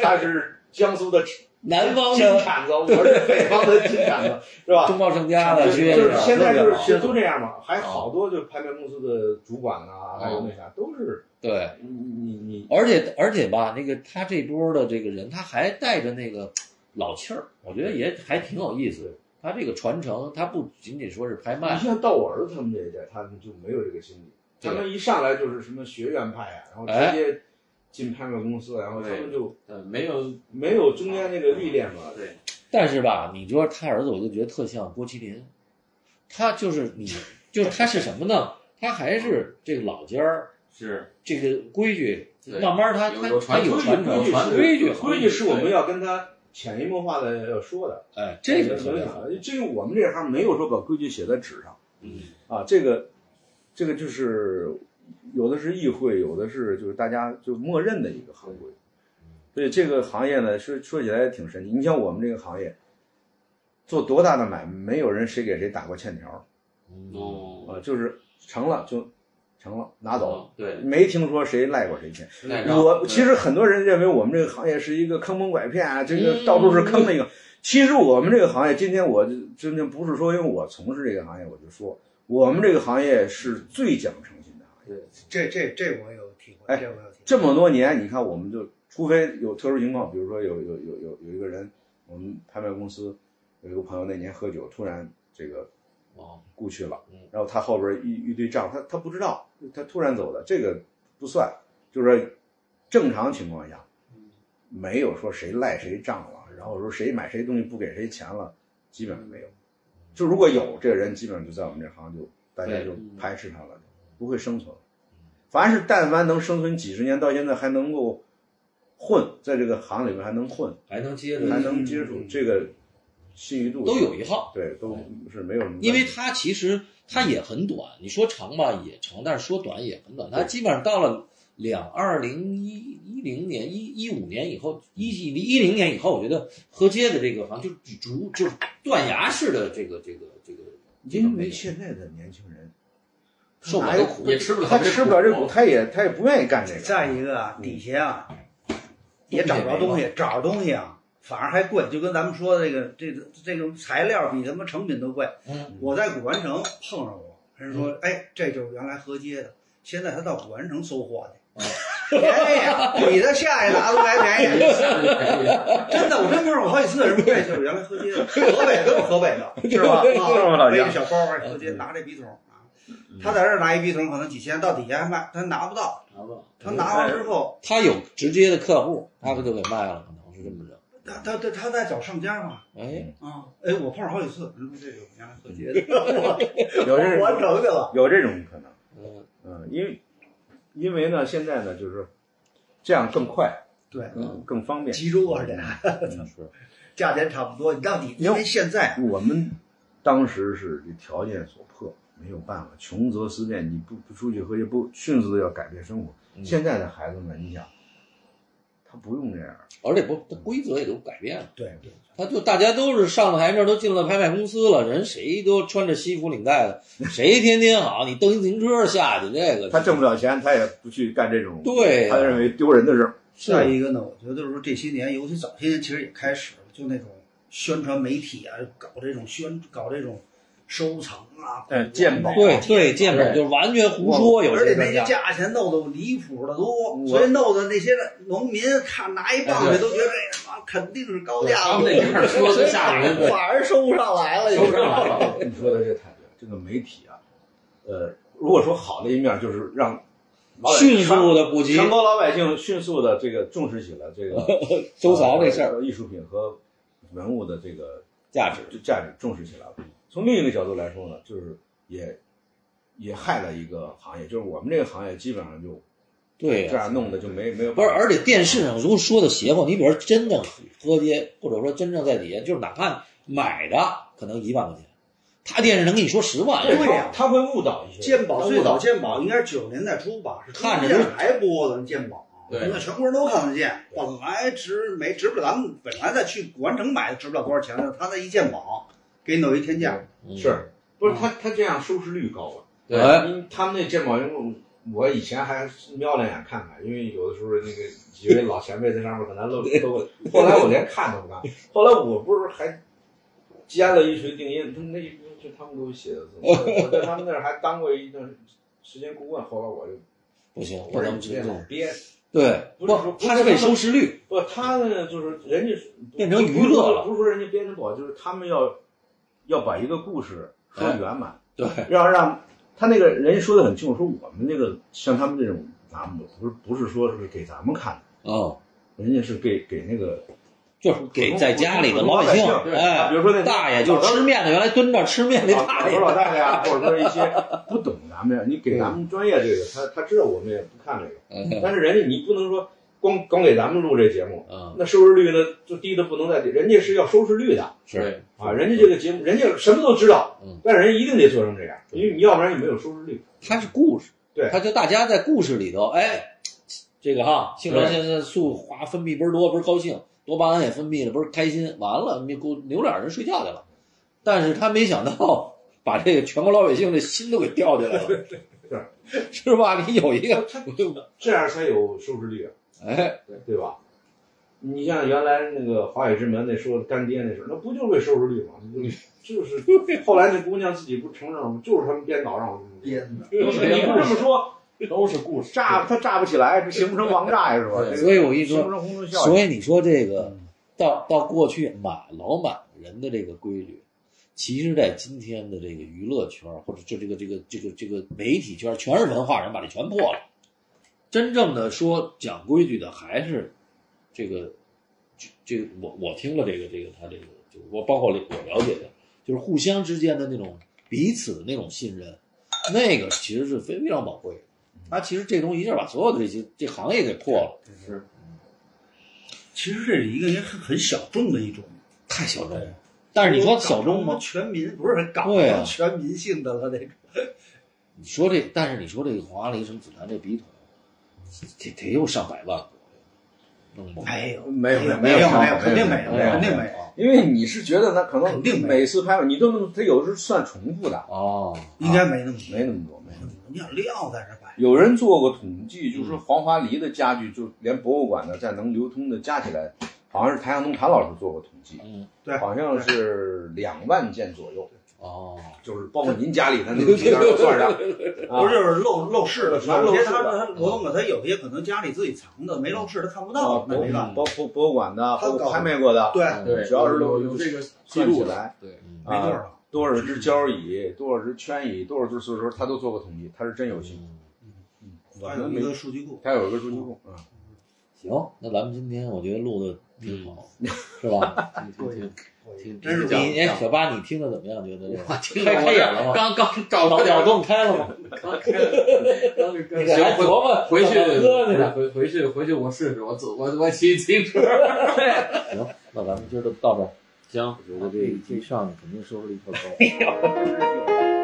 Speaker 3: 他是江苏的
Speaker 1: 南方
Speaker 3: 金
Speaker 1: 的
Speaker 3: 铲子，我是北方的金
Speaker 1: [laughs]
Speaker 3: 铲子，是吧？
Speaker 1: 中报盛家的，
Speaker 3: 就是
Speaker 1: 这
Speaker 3: 就
Speaker 1: 个
Speaker 3: 是现在就是
Speaker 1: 这
Speaker 3: 其
Speaker 1: 个
Speaker 3: 实都这样嘛，还好多就是拍卖公司的主管啊，还有那啥，都是
Speaker 1: 对，
Speaker 3: 你你你
Speaker 1: 而且而且吧，那个他这波的这个人，他还带着那个老气儿，我觉得也还挺有意思。他这个传承，他不仅仅说是拍
Speaker 3: 你
Speaker 1: 卖，
Speaker 3: 像到我儿子他们这一代，他们就没有这个心理，
Speaker 1: 对哎
Speaker 3: 他们一上来就是什么学院派啊，然后直接进拍卖公司，然后他们就
Speaker 2: 呃，没有
Speaker 3: 没有中间那个历练嘛。
Speaker 2: 对，
Speaker 1: 但是吧，你说他儿子，我就觉得特像郭麒麟，他就是你，就是他是什么呢？他还是这个老家儿，
Speaker 2: 是
Speaker 1: 这个规矩，
Speaker 2: 对
Speaker 1: 慢慢它
Speaker 2: 有
Speaker 1: 它
Speaker 2: 有
Speaker 1: 它
Speaker 2: 传
Speaker 1: 有
Speaker 2: 统
Speaker 1: 哎传
Speaker 2: 有
Speaker 1: 承，
Speaker 2: 传
Speaker 1: 有
Speaker 2: 统
Speaker 1: 规矩，
Speaker 3: 规矩是我们要跟他潜移默化的要说的，
Speaker 1: 哎，这个特
Speaker 3: 影
Speaker 1: 别
Speaker 3: 响
Speaker 1: 好，嗯
Speaker 3: 的。这个我们这行没有说把规矩写在纸上，啊，这个这个就是有的是议会，有的是就是大家就默认的一个行规。所以这个行业呢，说说起来也挺神奇。你像我们这个行业，做多大的买卖，没有人谁给谁打过欠条
Speaker 1: 嗯
Speaker 2: 哦，
Speaker 3: 啊，就是成了就成了，拿走，
Speaker 2: 嗯对，
Speaker 3: 没听说谁赖过谁钱。
Speaker 2: 赖账
Speaker 3: 我
Speaker 2: 对
Speaker 3: 其实很多人认为我们这个行业是一个坑蒙拐骗啊，这个到处是坑那个。其实我们这个行业，今天我就真的不是说因为我从事这个行业，我就说我们这个行业是最讲诚信的行业。
Speaker 4: 这这这我有体会，
Speaker 3: 哎
Speaker 4: 这我有体会。
Speaker 3: 这么多年，你看我们就除非有特殊情况，比如说有有有有有一个人，我们拍卖公司有一个朋友那年喝酒突然这个
Speaker 1: 哦，
Speaker 3: 故去了
Speaker 1: 嗯，
Speaker 3: 然后他后边一一堆账，他他不知道，他突然走的，这个不算，就是说正常情况下，没有说谁赖谁账了，然后说谁买谁东西不给谁钱了，基本上没有。就如果有这个人，基本上就在我们这行就大家就排斥他了，不会生存。凡是但凡能生存几十年到现在还能够混，在这个行里面还能混，
Speaker 1: 还能接着
Speaker 3: 还能接触这个信誉度
Speaker 1: 都有一号，
Speaker 3: 对，都是没有什么关系。
Speaker 1: 因为它其实它也很短，你说长吧也长，但是说短也很短。它基本上到了两二零一一零年、一一五年以后、一几一零年以后，我觉得河街的这个好像就是逐就是断崖式的这个这个这个，
Speaker 3: 因为现在的年轻人
Speaker 1: 受不
Speaker 3: 哪
Speaker 1: 了
Speaker 3: 有
Speaker 1: 苦，
Speaker 2: 也吃不了，
Speaker 3: 他吃不了这苦，他也他也不愿意干这个。
Speaker 4: 再一个啊，底下啊也找不着东西，找着东西啊反而还贵，就跟咱们说这个这个这种材料比他妈成品都贵。
Speaker 1: 嗯
Speaker 4: 我在古玩城碰上过，人说、哎，这就是原来河街的，现在他到古玩城搜货去。 [laughs] 便宜，啊比他下一拿都还便宜， [laughs] 真的，我真碰上过好几次，人说这就是原来 [laughs] 河街的，河北都是河北 [laughs] 的，是吧？
Speaker 3: 是吗老
Speaker 4: 背
Speaker 3: 姜
Speaker 4: 着小包儿，河街拿着笔筒啊，他在这儿拿一笔筒，可能几千，到底下还卖，他拿不到，他拿完之后，
Speaker 1: 他有直接的客户，他就给卖了，可能是这么着。
Speaker 4: 他他他他在找上家嘛
Speaker 1: 哎，
Speaker 4: 啊！哎，我碰上好几次，人说这有原来和解的，我
Speaker 3: 有这
Speaker 4: [laughs] 我
Speaker 3: 种
Speaker 4: 成去了。
Speaker 3: 有这种可能，
Speaker 1: 嗯，
Speaker 3: 嗯，因为因为呢，现在呢就是这样更快，
Speaker 4: 对，
Speaker 1: 嗯
Speaker 3: 更更方便。
Speaker 4: 集中而且
Speaker 3: 嗯是
Speaker 4: 价钱差不多。你到底因为现在
Speaker 3: 我们当时是这条件所迫，没有办法，穷则思变，你不不出去喝酒，不迅速的要改变生活。
Speaker 1: 嗯
Speaker 3: 现在的孩子们，你想，他不用这样，
Speaker 1: 而且不，它规则也都改变了。
Speaker 4: 对对
Speaker 1: 他就大家都是上了台面，都进了拍卖公司了，人谁都穿着西服领带的，谁天天好，你蹬一自行车下去，这个
Speaker 3: 他挣不了钱，他也不去干这种
Speaker 1: 对呀
Speaker 3: 他认为丢人的事儿。
Speaker 4: 再一个呢，我觉得就是这些年，尤其早些年，其实也开始了，就那种宣传媒体啊，搞这种宣搞这种收藏啊，
Speaker 3: 嗯鉴宝
Speaker 1: 对对，见面就是完全胡说，有
Speaker 4: 而且
Speaker 1: 这
Speaker 4: 那
Speaker 1: 专
Speaker 4: 些
Speaker 1: 家。
Speaker 4: 价钱弄得离谱的多，所以弄得那些农民看拿一棒槌都觉得这他妈肯定是高价
Speaker 2: 他们
Speaker 4: 的，
Speaker 2: 那边
Speaker 4: [laughs]
Speaker 2: 儿说的吓人，
Speaker 4: 反而收不上来了，
Speaker 2: 收不上来了。
Speaker 3: 你说的这太对了，这个媒体啊，呃，如果说好的一面就是让老百
Speaker 1: 迅速的普
Speaker 3: 全
Speaker 1: 及
Speaker 3: 全国老百姓迅速的这个重视起了这个
Speaker 1: 收藏这事儿
Speaker 3: 呃艺术品和文物的这个
Speaker 1: 价值，
Speaker 3: 这价值重视起来了。从另一个角度来说呢，就是也也害了一个行业，就是我们这个行业基本上就
Speaker 1: 对
Speaker 3: 这
Speaker 1: 呀、
Speaker 3: 样弄的就没没有
Speaker 1: 不是，
Speaker 3: 办法
Speaker 1: 而且电视上如果说的邪乎，你比如说真正喝街，或者说真正在底下，就是哪怕买的可能一万块钱，他电视能跟你说十万，
Speaker 4: 对呀
Speaker 3: 他会误导一些人
Speaker 4: 鉴宝最早鉴宝应该是九十年代初吧，是中央
Speaker 1: 看着
Speaker 4: 电
Speaker 1: 就
Speaker 4: 视台播的鉴宝，啊
Speaker 2: 对
Speaker 4: 那全国人都看得见。本来值没值不了，咱们本来在去古玩城买的值不了多少钱的，他那一鉴宝给你弄一天价，
Speaker 1: 嗯
Speaker 3: 是，不是他他这样收视率高啊？
Speaker 2: 对
Speaker 1: 哎，
Speaker 3: 因为他们那鉴宝员工，我以前还瞄两眼看看，因为有的时候那个几位老前辈在上面可能露露，后来我连看都不看。后来我不是还接了一锤定音，他们那一锤是他们给我写的字，我在他们那儿还当过一段时间顾问，后来我就
Speaker 1: 不行，不
Speaker 3: 我
Speaker 1: 能
Speaker 3: 就
Speaker 1: 这
Speaker 3: 这
Speaker 1: 样
Speaker 3: 样。憋。
Speaker 1: 对，
Speaker 3: 不是说
Speaker 1: 他是为收视率，
Speaker 3: 不，他呢就是人家
Speaker 1: 变成娱乐了
Speaker 3: 不是说人家编的不好，就是他们要要把一个故事说
Speaker 1: 哎
Speaker 3: 圆满。
Speaker 1: 对，
Speaker 3: 要让他那个人家说的很清楚，说我们这个像他们这种栏目，不是不是说是给咱们看
Speaker 1: 哦，
Speaker 3: 的，人家是给给那个
Speaker 1: 就是给在家里的老百
Speaker 3: 普通老百姓对啊
Speaker 1: 哎，
Speaker 3: 比如说那
Speaker 1: 大爷就是吃面的，原来蹲那儿吃
Speaker 3: 啊
Speaker 1: 面那大
Speaker 3: 老
Speaker 1: 爷
Speaker 3: 头，老太太啊，或者说一些不懂咱们呀，你给咱们专业这个，他他知道我们也不看这个，
Speaker 1: 嗯
Speaker 3: 但是人家你不能说光光给咱们录这节目，
Speaker 1: 嗯，
Speaker 3: 那收视率呢就低的不能再低，人家是要收视率的
Speaker 1: 是，
Speaker 3: 啊，人家这个节目人家什么都知道
Speaker 1: 嗯，
Speaker 3: 但是人家一定得做成这样，因为你要不然你没有收视率。
Speaker 1: 它是故事，
Speaker 3: 对
Speaker 1: 它就大家在故事里头，哎，这个哈，杏仁现在素花分泌倍儿多，倍儿高兴，多巴胺也分泌了，倍儿开心，完了，你给我扭脸儿人睡觉去了，但是他没想到把这个全国老百姓的心都给吊起来了，是吧？你有
Speaker 3: [laughs]
Speaker 1: 一个，
Speaker 3: 他这样才有收视率啊，
Speaker 1: 哎，
Speaker 3: 对吧？你像原来那个《华语之门》那说干爹那事儿，那不就是为收视率吗？ [laughs] 就是就是后来那姑娘自己不承认吗？就是他们编导让我这么
Speaker 4: 编的，
Speaker 3: 说，你不这么说，
Speaker 2: 都是故事，
Speaker 3: 炸他炸不起来，这形不成王炸呀，是吧？
Speaker 2: 对
Speaker 1: 所以我一说
Speaker 3: 形不成轰动效应。
Speaker 1: 所以你说这个，到到过去满老满人的这个规律，其实在今天的这个娱乐圈儿或者就这个这个这个这个媒体圈儿，全是文化人把这全破了。真正的说讲规矩的还是这个，这这个我我听了这个这个他这个，就我包括我了解的，就是互相之间的那种彼此的那种信任，那个其实是非非常宝贵的。他其实这东西一下把所有的这些这行业给破了，
Speaker 4: 其实这是一个人很很小众的一种。
Speaker 1: 太小众了。但是你说小众吗？
Speaker 4: 全民不是很搞
Speaker 1: 对啊
Speaker 4: 全民性的了那种。
Speaker 1: 你说这，但是你说这个华雷什子弹这笔筒，得得有上百万左右，弄不好
Speaker 4: 没有，
Speaker 3: 没有
Speaker 4: 没
Speaker 3: 没有
Speaker 4: 没
Speaker 3: 没
Speaker 4: 有，
Speaker 3: 有
Speaker 4: 肯定没有，
Speaker 3: 没有
Speaker 4: 肯定没有。
Speaker 3: 因为你是觉得他可
Speaker 4: 肯
Speaker 3: 能
Speaker 4: 定没
Speaker 3: 每次拍，你都能，他有时候算重复的，
Speaker 1: 哦，
Speaker 4: 应该没那么多
Speaker 3: 没那么多，没那么多。
Speaker 4: 你想料在这摆，
Speaker 3: 有人做过统计，就是说黄花梨的家具，就连博物馆的在能流通的加起来，好像是谭向东谭老师做过统 [laughs] 计，
Speaker 1: 嗯，
Speaker 4: 对
Speaker 3: 好像是两万件左右，
Speaker 1: 哦，
Speaker 3: 就是包括您家里的 [laughs] 那个地方都算上， [laughs] 啊
Speaker 4: 不是就是漏漏视了，
Speaker 2: 啊
Speaker 3: 漏
Speaker 4: 有
Speaker 3: 视
Speaker 4: 些
Speaker 3: 了
Speaker 4: 他他罗栋的他有些可能家里自己藏的，没漏视他看不
Speaker 3: 啊
Speaker 4: 到，那
Speaker 3: 博
Speaker 4: 没办法。
Speaker 3: 包括博物馆的，
Speaker 4: 他
Speaker 3: 包
Speaker 4: 们搞
Speaker 3: 括拍卖过
Speaker 2: 嗯
Speaker 3: 的，
Speaker 4: 对，
Speaker 2: 对，
Speaker 3: 主要是
Speaker 2: 有
Speaker 3: 都
Speaker 2: 有这个记
Speaker 3: 算起
Speaker 2: 录的，
Speaker 3: 来
Speaker 2: 对，
Speaker 4: 没多
Speaker 3: 啊，
Speaker 4: 少。
Speaker 3: 多少只交椅，多少只圈椅，多少只所以说他都做过统计，他是真有
Speaker 1: 嗯
Speaker 3: 心，
Speaker 2: 嗯
Speaker 4: 我有一个数据库，
Speaker 3: 他有一个数据库，啊，
Speaker 1: 行，那咱们今天我觉得录的挺好，是吧？
Speaker 2: 挺嗯挺挺
Speaker 4: 真是
Speaker 2: 挺
Speaker 1: 你哎，小八，你听的怎么样？觉得这
Speaker 2: 我
Speaker 1: 个
Speaker 2: 听
Speaker 1: 开
Speaker 2: 着
Speaker 1: 开
Speaker 2: 我
Speaker 1: 眼了
Speaker 2: 这
Speaker 1: 吗？
Speaker 2: 刚刚
Speaker 1: 脑
Speaker 2: 找到
Speaker 1: 脑
Speaker 2: 点
Speaker 1: 洞开了吗？
Speaker 2: 刚开了，刚刚
Speaker 1: 你还
Speaker 2: 行，
Speaker 1: 琢磨
Speaker 2: 回回去
Speaker 1: 怎么喝呢
Speaker 2: 回回去回去我试试，我走我我骑自行车。
Speaker 1: 行，那咱们今儿就到这儿。
Speaker 2: 行，
Speaker 1: 我觉得这这上去肯定收视率特高。